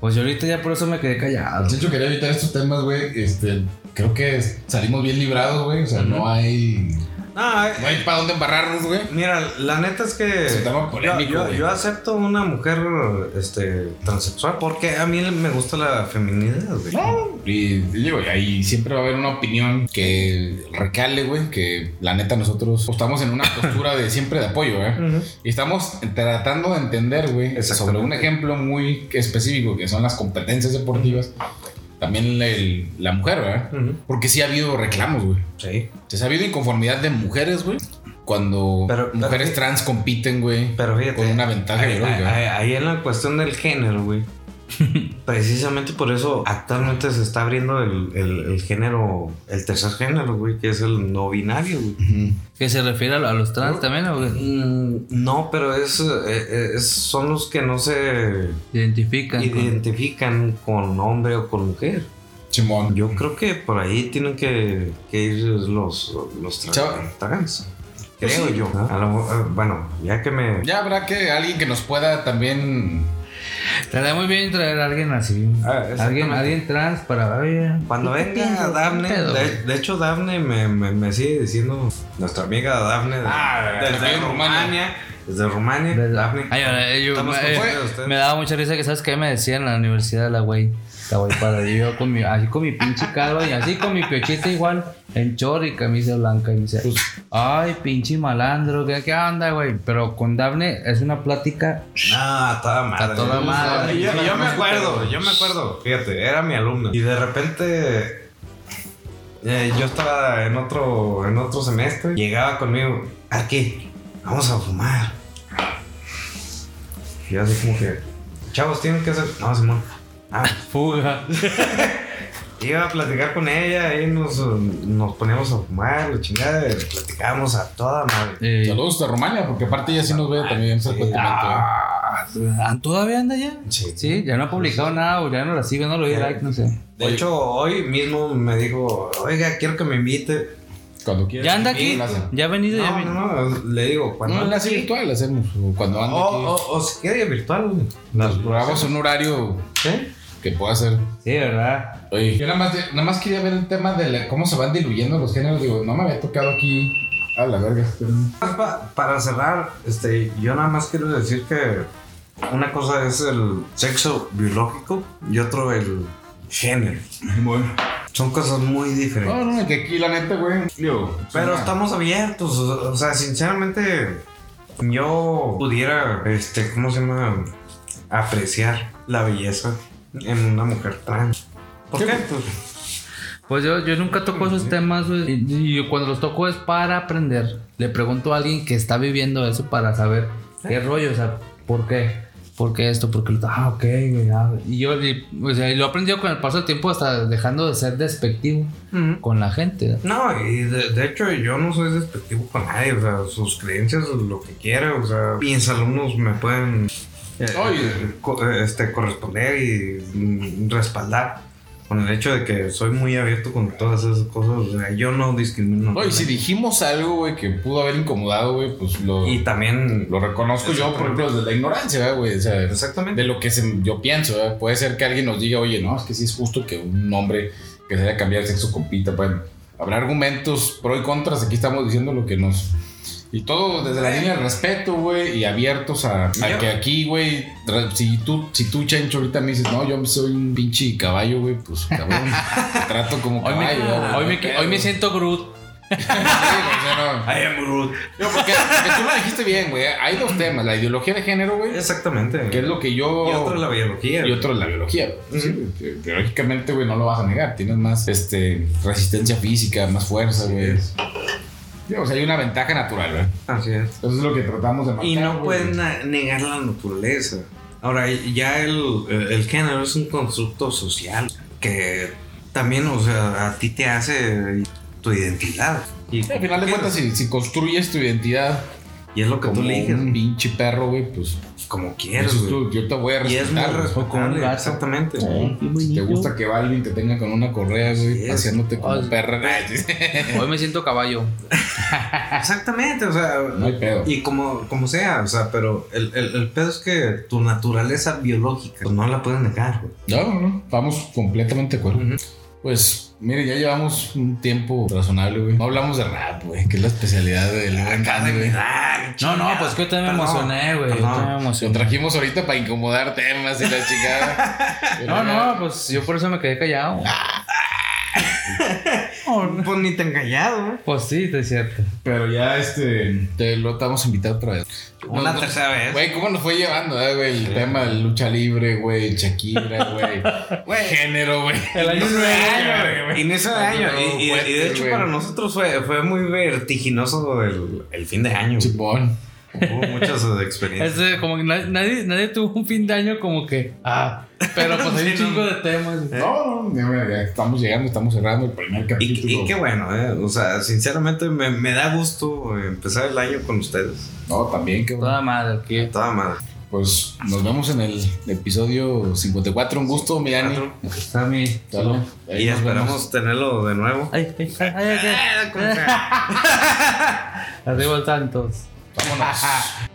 [SPEAKER 3] Pues yo ahorita ya por eso me quedé callado.
[SPEAKER 1] Chancho quería evitar estos temas, güey. Este, creo que salimos bien librados, güey. O sea, no hay.
[SPEAKER 2] No, eh,
[SPEAKER 1] No hay para dónde embarrarnos, güey.
[SPEAKER 2] mira, la neta es que.
[SPEAKER 1] Es un tema polémico,
[SPEAKER 2] yo, yo-
[SPEAKER 1] güey.
[SPEAKER 2] yo acepto una mujer este, transexual porque a mí me gusta la feminidad, güey.
[SPEAKER 1] Y y digo, y ahí siempre va a haber una opinión que recale, güey, que la neta nosotros estamos en una postura de siempre de apoyo, ¿eh?
[SPEAKER 2] Ujú.
[SPEAKER 1] Y estamos tratando de entender, güey,
[SPEAKER 2] Exactamente.
[SPEAKER 1] sobre un ejemplo muy específico que son las competencias deportivas. También el- la mujer, ¿verdad?
[SPEAKER 2] Ujú.
[SPEAKER 1] Porque sí ha habido reclamos, güey.
[SPEAKER 2] Sí.
[SPEAKER 1] O sea, sí ha habido inconformidad de mujeres, güey. Cuando
[SPEAKER 2] Pero- pero
[SPEAKER 1] mujeres
[SPEAKER 2] fí-
[SPEAKER 1] trans compiten, güey,
[SPEAKER 2] Pero fíjate.
[SPEAKER 1] con una ventaja
[SPEAKER 2] ahí,
[SPEAKER 1] biológica.
[SPEAKER 2] ahí- ahí en la cuestión del género, güey. Precisamente por eso actualmente se está abriendo el, el- el género, el tercer género, güey, que es el no binario, güey.
[SPEAKER 1] Ujú.
[SPEAKER 3] Que se refiere a, lo- a los trans
[SPEAKER 2] No.
[SPEAKER 3] también, o que
[SPEAKER 2] Mm, No, pero es, eh, es- son los que no se
[SPEAKER 3] se identifican. con-
[SPEAKER 2] identifican con hombre o con mujer.
[SPEAKER 1] Simón.
[SPEAKER 2] Yo creo que por ahí tienen que, que ir los, los tra-
[SPEAKER 1] Chava.
[SPEAKER 2] trans.
[SPEAKER 1] Pues
[SPEAKER 2] Creo
[SPEAKER 1] sí.
[SPEAKER 2] yo. A lo mejor, eh, bueno, ya que me...
[SPEAKER 1] Ya habrá que alguien que nos pueda también
[SPEAKER 3] Estaría muy bien traer a alguien así.
[SPEAKER 2] Ah, exactamente.
[SPEAKER 3] alguien, alguien trans para. Ay,
[SPEAKER 2] Cuando
[SPEAKER 3] ¿qué
[SPEAKER 2] venga
[SPEAKER 3] pedo?
[SPEAKER 2] Dafne,
[SPEAKER 3] ¿Qué pedo,
[SPEAKER 2] de,
[SPEAKER 3] güey?
[SPEAKER 2] de hecho Dafne me, me- me sigue diciendo, nuestra amiga Dafne de-
[SPEAKER 1] Ah, la que
[SPEAKER 2] desde
[SPEAKER 1] vive en Rumania.
[SPEAKER 2] Rumania, desde Rumania,
[SPEAKER 3] Desde-
[SPEAKER 2] Dafne,
[SPEAKER 3] Ay, ahora, eh, yo-
[SPEAKER 2] estamos
[SPEAKER 3] eh,
[SPEAKER 2] con ustedes, ustedes.
[SPEAKER 3] Me daba mucha risa que, ¿sabes qué? Me decían en la universidad, la güey. La güey para yo con mi, así con mi pinche calva y así con mi piochita igual, en chor y camisa blanca. Y me
[SPEAKER 2] Pues,
[SPEAKER 3] dice, ay, pinche malandro, ¿qué, qué onda, güey? Pero con Dafne es una plática.
[SPEAKER 2] No, a toda madre.
[SPEAKER 3] A toda madre.
[SPEAKER 2] Y yo,
[SPEAKER 3] pues
[SPEAKER 2] y yo me acuerdo, yo me acuerdo. Fíjate, era mi alumna. Y de repente Eh, yo estaba en otro, en otro semestre. Llegaba conmigo, Arqui, vamos a fumar. Y yo así como que, chavos, tienen que hacer. No, Simón. Ah,
[SPEAKER 3] Fuga.
[SPEAKER 2] iba a platicar con ella, ahí nos, nos poníamos a fumar, la chingada, platicábamos a toda madre.
[SPEAKER 3] Eh,
[SPEAKER 1] Saludos a Rumania, porque aparte ella sí nos ve también frecuentemente. ¿eh?
[SPEAKER 3] ah, ¿Todavía anda ya?
[SPEAKER 2] Sí.
[SPEAKER 3] Sí, ya no ha publicado nada, o ya no la sigue, no lo di like, no sé.
[SPEAKER 2] De hecho, hoy mismo me dijo, oiga, quiero que me invite.
[SPEAKER 1] Cuando quieras.
[SPEAKER 3] Ya anda aquí, ya ha venido, ya ha
[SPEAKER 2] No,
[SPEAKER 3] venido.
[SPEAKER 2] no, no, le digo,
[SPEAKER 1] No,
[SPEAKER 2] cuando
[SPEAKER 1] en Mm, la
[SPEAKER 2] ande
[SPEAKER 1] serie
[SPEAKER 2] aquí-
[SPEAKER 1] virtual hacemos. o Cuando anda
[SPEAKER 2] O,
[SPEAKER 1] aquí.
[SPEAKER 2] o, o oh, si quiere virtual, güey.
[SPEAKER 1] Nos programamos un horario
[SPEAKER 2] ¿Sí?
[SPEAKER 1] que pueda ser.
[SPEAKER 3] Sí, ¿verdad?
[SPEAKER 1] Oye, yo nada más, de- nada más quería ver el tema de la- cómo se van diluyendo los géneros. Digo, no me había tocado aquí. A la verga. este pero-
[SPEAKER 2] Pa- para cerrar, este, yo nada más quiero decir que una cosa es el sexo biológico y otro el género. Son cosas muy diferentes.
[SPEAKER 1] No, no, que aquí la neta, güey. Digo,
[SPEAKER 2] Pero
[SPEAKER 1] suena-
[SPEAKER 2] estamos abiertos, o o sea, sinceramente, yo pudiera, este, ¿cómo se llama? Apreciar la belleza en una mujer trans. ¿Por
[SPEAKER 1] Sí,
[SPEAKER 2] qué?
[SPEAKER 1] pues.
[SPEAKER 2] Pues,
[SPEAKER 3] Pues yo, yo nunca toco esos temas, güey. Y, y cuando los toco es para aprender. Le pregunto a alguien que está viviendo eso para saber qué rollo, o sea, por qué. ¿Por qué esto? ¿Por qué lo Ah, ok, güey. ah, güey. Y yo, y, o sea, y lo he aprendido con el paso del tiempo hasta dejando de ser despectivo con la gente.
[SPEAKER 2] No, y de, de hecho yo no soy despectivo con nadie, o sea, sus creencias, lo que quiera, o sea, mis alumnos me pueden eh,
[SPEAKER 1] Oye.
[SPEAKER 2] co- eh, este, corresponder y mm, respaldar con el hecho de que soy muy abierto con todas esas cosas, o sea, yo no discrimino.
[SPEAKER 1] Oye, si dijimos algo, güey, que pudo haber incomodado, güey, pues lo,
[SPEAKER 2] y también...
[SPEAKER 1] lo reconozco yo, por ejemplo, desde la ignorancia, güey. O sea,
[SPEAKER 2] Exactamente.
[SPEAKER 1] de lo que se- yo pienso. ¿verdad? Puede ser que alguien nos diga, oye, no, es que sí es justo que un hombre que se haya cambiado de sexo compita. Bueno, habrá argumentos pro y contras. Aquí estamos diciendo lo que nos. Y todo desde la línea de respeto, güey, y abiertos a, a
[SPEAKER 2] Yo-
[SPEAKER 1] que aquí, güey, tra- si tú, si tú, Chencho, ahorita me dices, no, yo soy un pinche caballo, güey, pues cabrón, te trato como
[SPEAKER 3] Hoy,
[SPEAKER 1] caballo.
[SPEAKER 3] me,
[SPEAKER 1] güey, no
[SPEAKER 3] hoy, me,
[SPEAKER 1] hay
[SPEAKER 3] hoy
[SPEAKER 1] pedo.
[SPEAKER 3] me siento Groot.
[SPEAKER 1] Sí, güey, o sea, no.
[SPEAKER 2] I am rude.
[SPEAKER 1] No, porque, porque tú lo dijiste bien, güey. Hay dos temas, la ideología de género, güey,
[SPEAKER 2] Exactamente.
[SPEAKER 1] que es lo que yo...
[SPEAKER 2] y otro la biología.
[SPEAKER 1] Y otro es la biología. güey. Sí, güey. Biológicamente, güey, no lo vas a negar. Tienes más este, resistencia física, más fuerza, güey. Sí, O sea, hay una ventaja natural, güey.
[SPEAKER 2] Así es.
[SPEAKER 1] Eso es lo que tratamos de marcar.
[SPEAKER 2] Y no
[SPEAKER 1] güey.
[SPEAKER 2] pueden na- negar la naturaleza. Ahora, ya el, el género es un constructo social que también, o sea, a ti te hace tu identidad. Y,
[SPEAKER 1] Sí, Al final de cuentas, si, si construyes tu identidad
[SPEAKER 2] y es lo que
[SPEAKER 1] como
[SPEAKER 2] tú eliges,
[SPEAKER 1] un pinche perro, güey, pues
[SPEAKER 2] como quieres.
[SPEAKER 1] dices
[SPEAKER 2] güey.
[SPEAKER 1] tú, yo te voy a
[SPEAKER 2] Y es
[SPEAKER 1] respetar.
[SPEAKER 2] muy
[SPEAKER 1] güey.
[SPEAKER 3] como un
[SPEAKER 2] respetable,
[SPEAKER 3] gato.
[SPEAKER 2] exactamente.
[SPEAKER 1] si te gusta que alguien te tenga con una correa,
[SPEAKER 2] Así
[SPEAKER 1] güey,
[SPEAKER 2] es.
[SPEAKER 1] paseándote como
[SPEAKER 3] Ay.
[SPEAKER 1] perra.
[SPEAKER 3] Hoy me siento caballo.
[SPEAKER 2] Exactamente, o sea,
[SPEAKER 1] No hay pedo.
[SPEAKER 2] Y como, como sea, o sea, pero el, el, el pedo es que tu naturaleza biológica pues no la puedes negar, güey.
[SPEAKER 1] No, no, no. Vamos completamente de acuerdo.
[SPEAKER 2] Ujú.
[SPEAKER 1] Pues, mire, ya llevamos un tiempo razonable, güey. No hablamos de rap, güey, que es la especialidad del
[SPEAKER 2] Ah,
[SPEAKER 1] buen Candy, güey.
[SPEAKER 3] No, no, pues que yo también me
[SPEAKER 2] Perdón,
[SPEAKER 3] emocioné, güey. Yo
[SPEAKER 2] perdón.
[SPEAKER 3] también me
[SPEAKER 1] Lo
[SPEAKER 3] emocioné.
[SPEAKER 1] trajimos ahorita para incomodar temas y la chingada. Pero
[SPEAKER 3] No,
[SPEAKER 1] ya-
[SPEAKER 3] no, pues yo por eso me quedé callado.
[SPEAKER 2] Pues ni te encallado, güey.
[SPEAKER 3] Pues sí, es cierto.
[SPEAKER 1] Pero ya, este, te lo estamos invitando otra vez.
[SPEAKER 2] Una
[SPEAKER 1] No, no,
[SPEAKER 2] tercera vez.
[SPEAKER 1] Güey, ¿cómo nos fue llevando, eh, güey? El tema de lucha libre, güey, Shakira, güey. Género, güey.
[SPEAKER 3] El año
[SPEAKER 1] Inicio de año, güey.
[SPEAKER 2] Inicio de año. Y, y- y de hecho, para nosotros fue, fue muy vertiginoso el, el fin de año. güey.
[SPEAKER 1] Chipón.
[SPEAKER 2] Hubo muchas eh,
[SPEAKER 3] Es
[SPEAKER 2] experiencias.
[SPEAKER 3] de como que na- nadie, nadie tuvo un fin de año como que. Ah, pero pues hay un
[SPEAKER 2] Sí, no.
[SPEAKER 3] chingo de temas.
[SPEAKER 1] No, no, ya, ya estamos llegando, estamos cerrando el primer capítulo.
[SPEAKER 2] ¿Eh? Y, y qué bueno, eh. O sea, sinceramente me, me da gusto empezar el año con ustedes.
[SPEAKER 1] No, también, qué bueno.
[SPEAKER 3] Toda madre, aquí.
[SPEAKER 2] Toda madre.
[SPEAKER 1] Pues nos vemos en el episodio 54. Un gusto, Mirani.
[SPEAKER 3] Está mi.
[SPEAKER 1] Salud. Ahí
[SPEAKER 2] Y
[SPEAKER 1] nos
[SPEAKER 2] esperamos
[SPEAKER 1] vemos.
[SPEAKER 2] tenerlo de nuevo.
[SPEAKER 3] Ay, ay, ay, ay, ay.
[SPEAKER 2] Eh, como sea.
[SPEAKER 3] Arriba tantos.
[SPEAKER 1] Vámonos.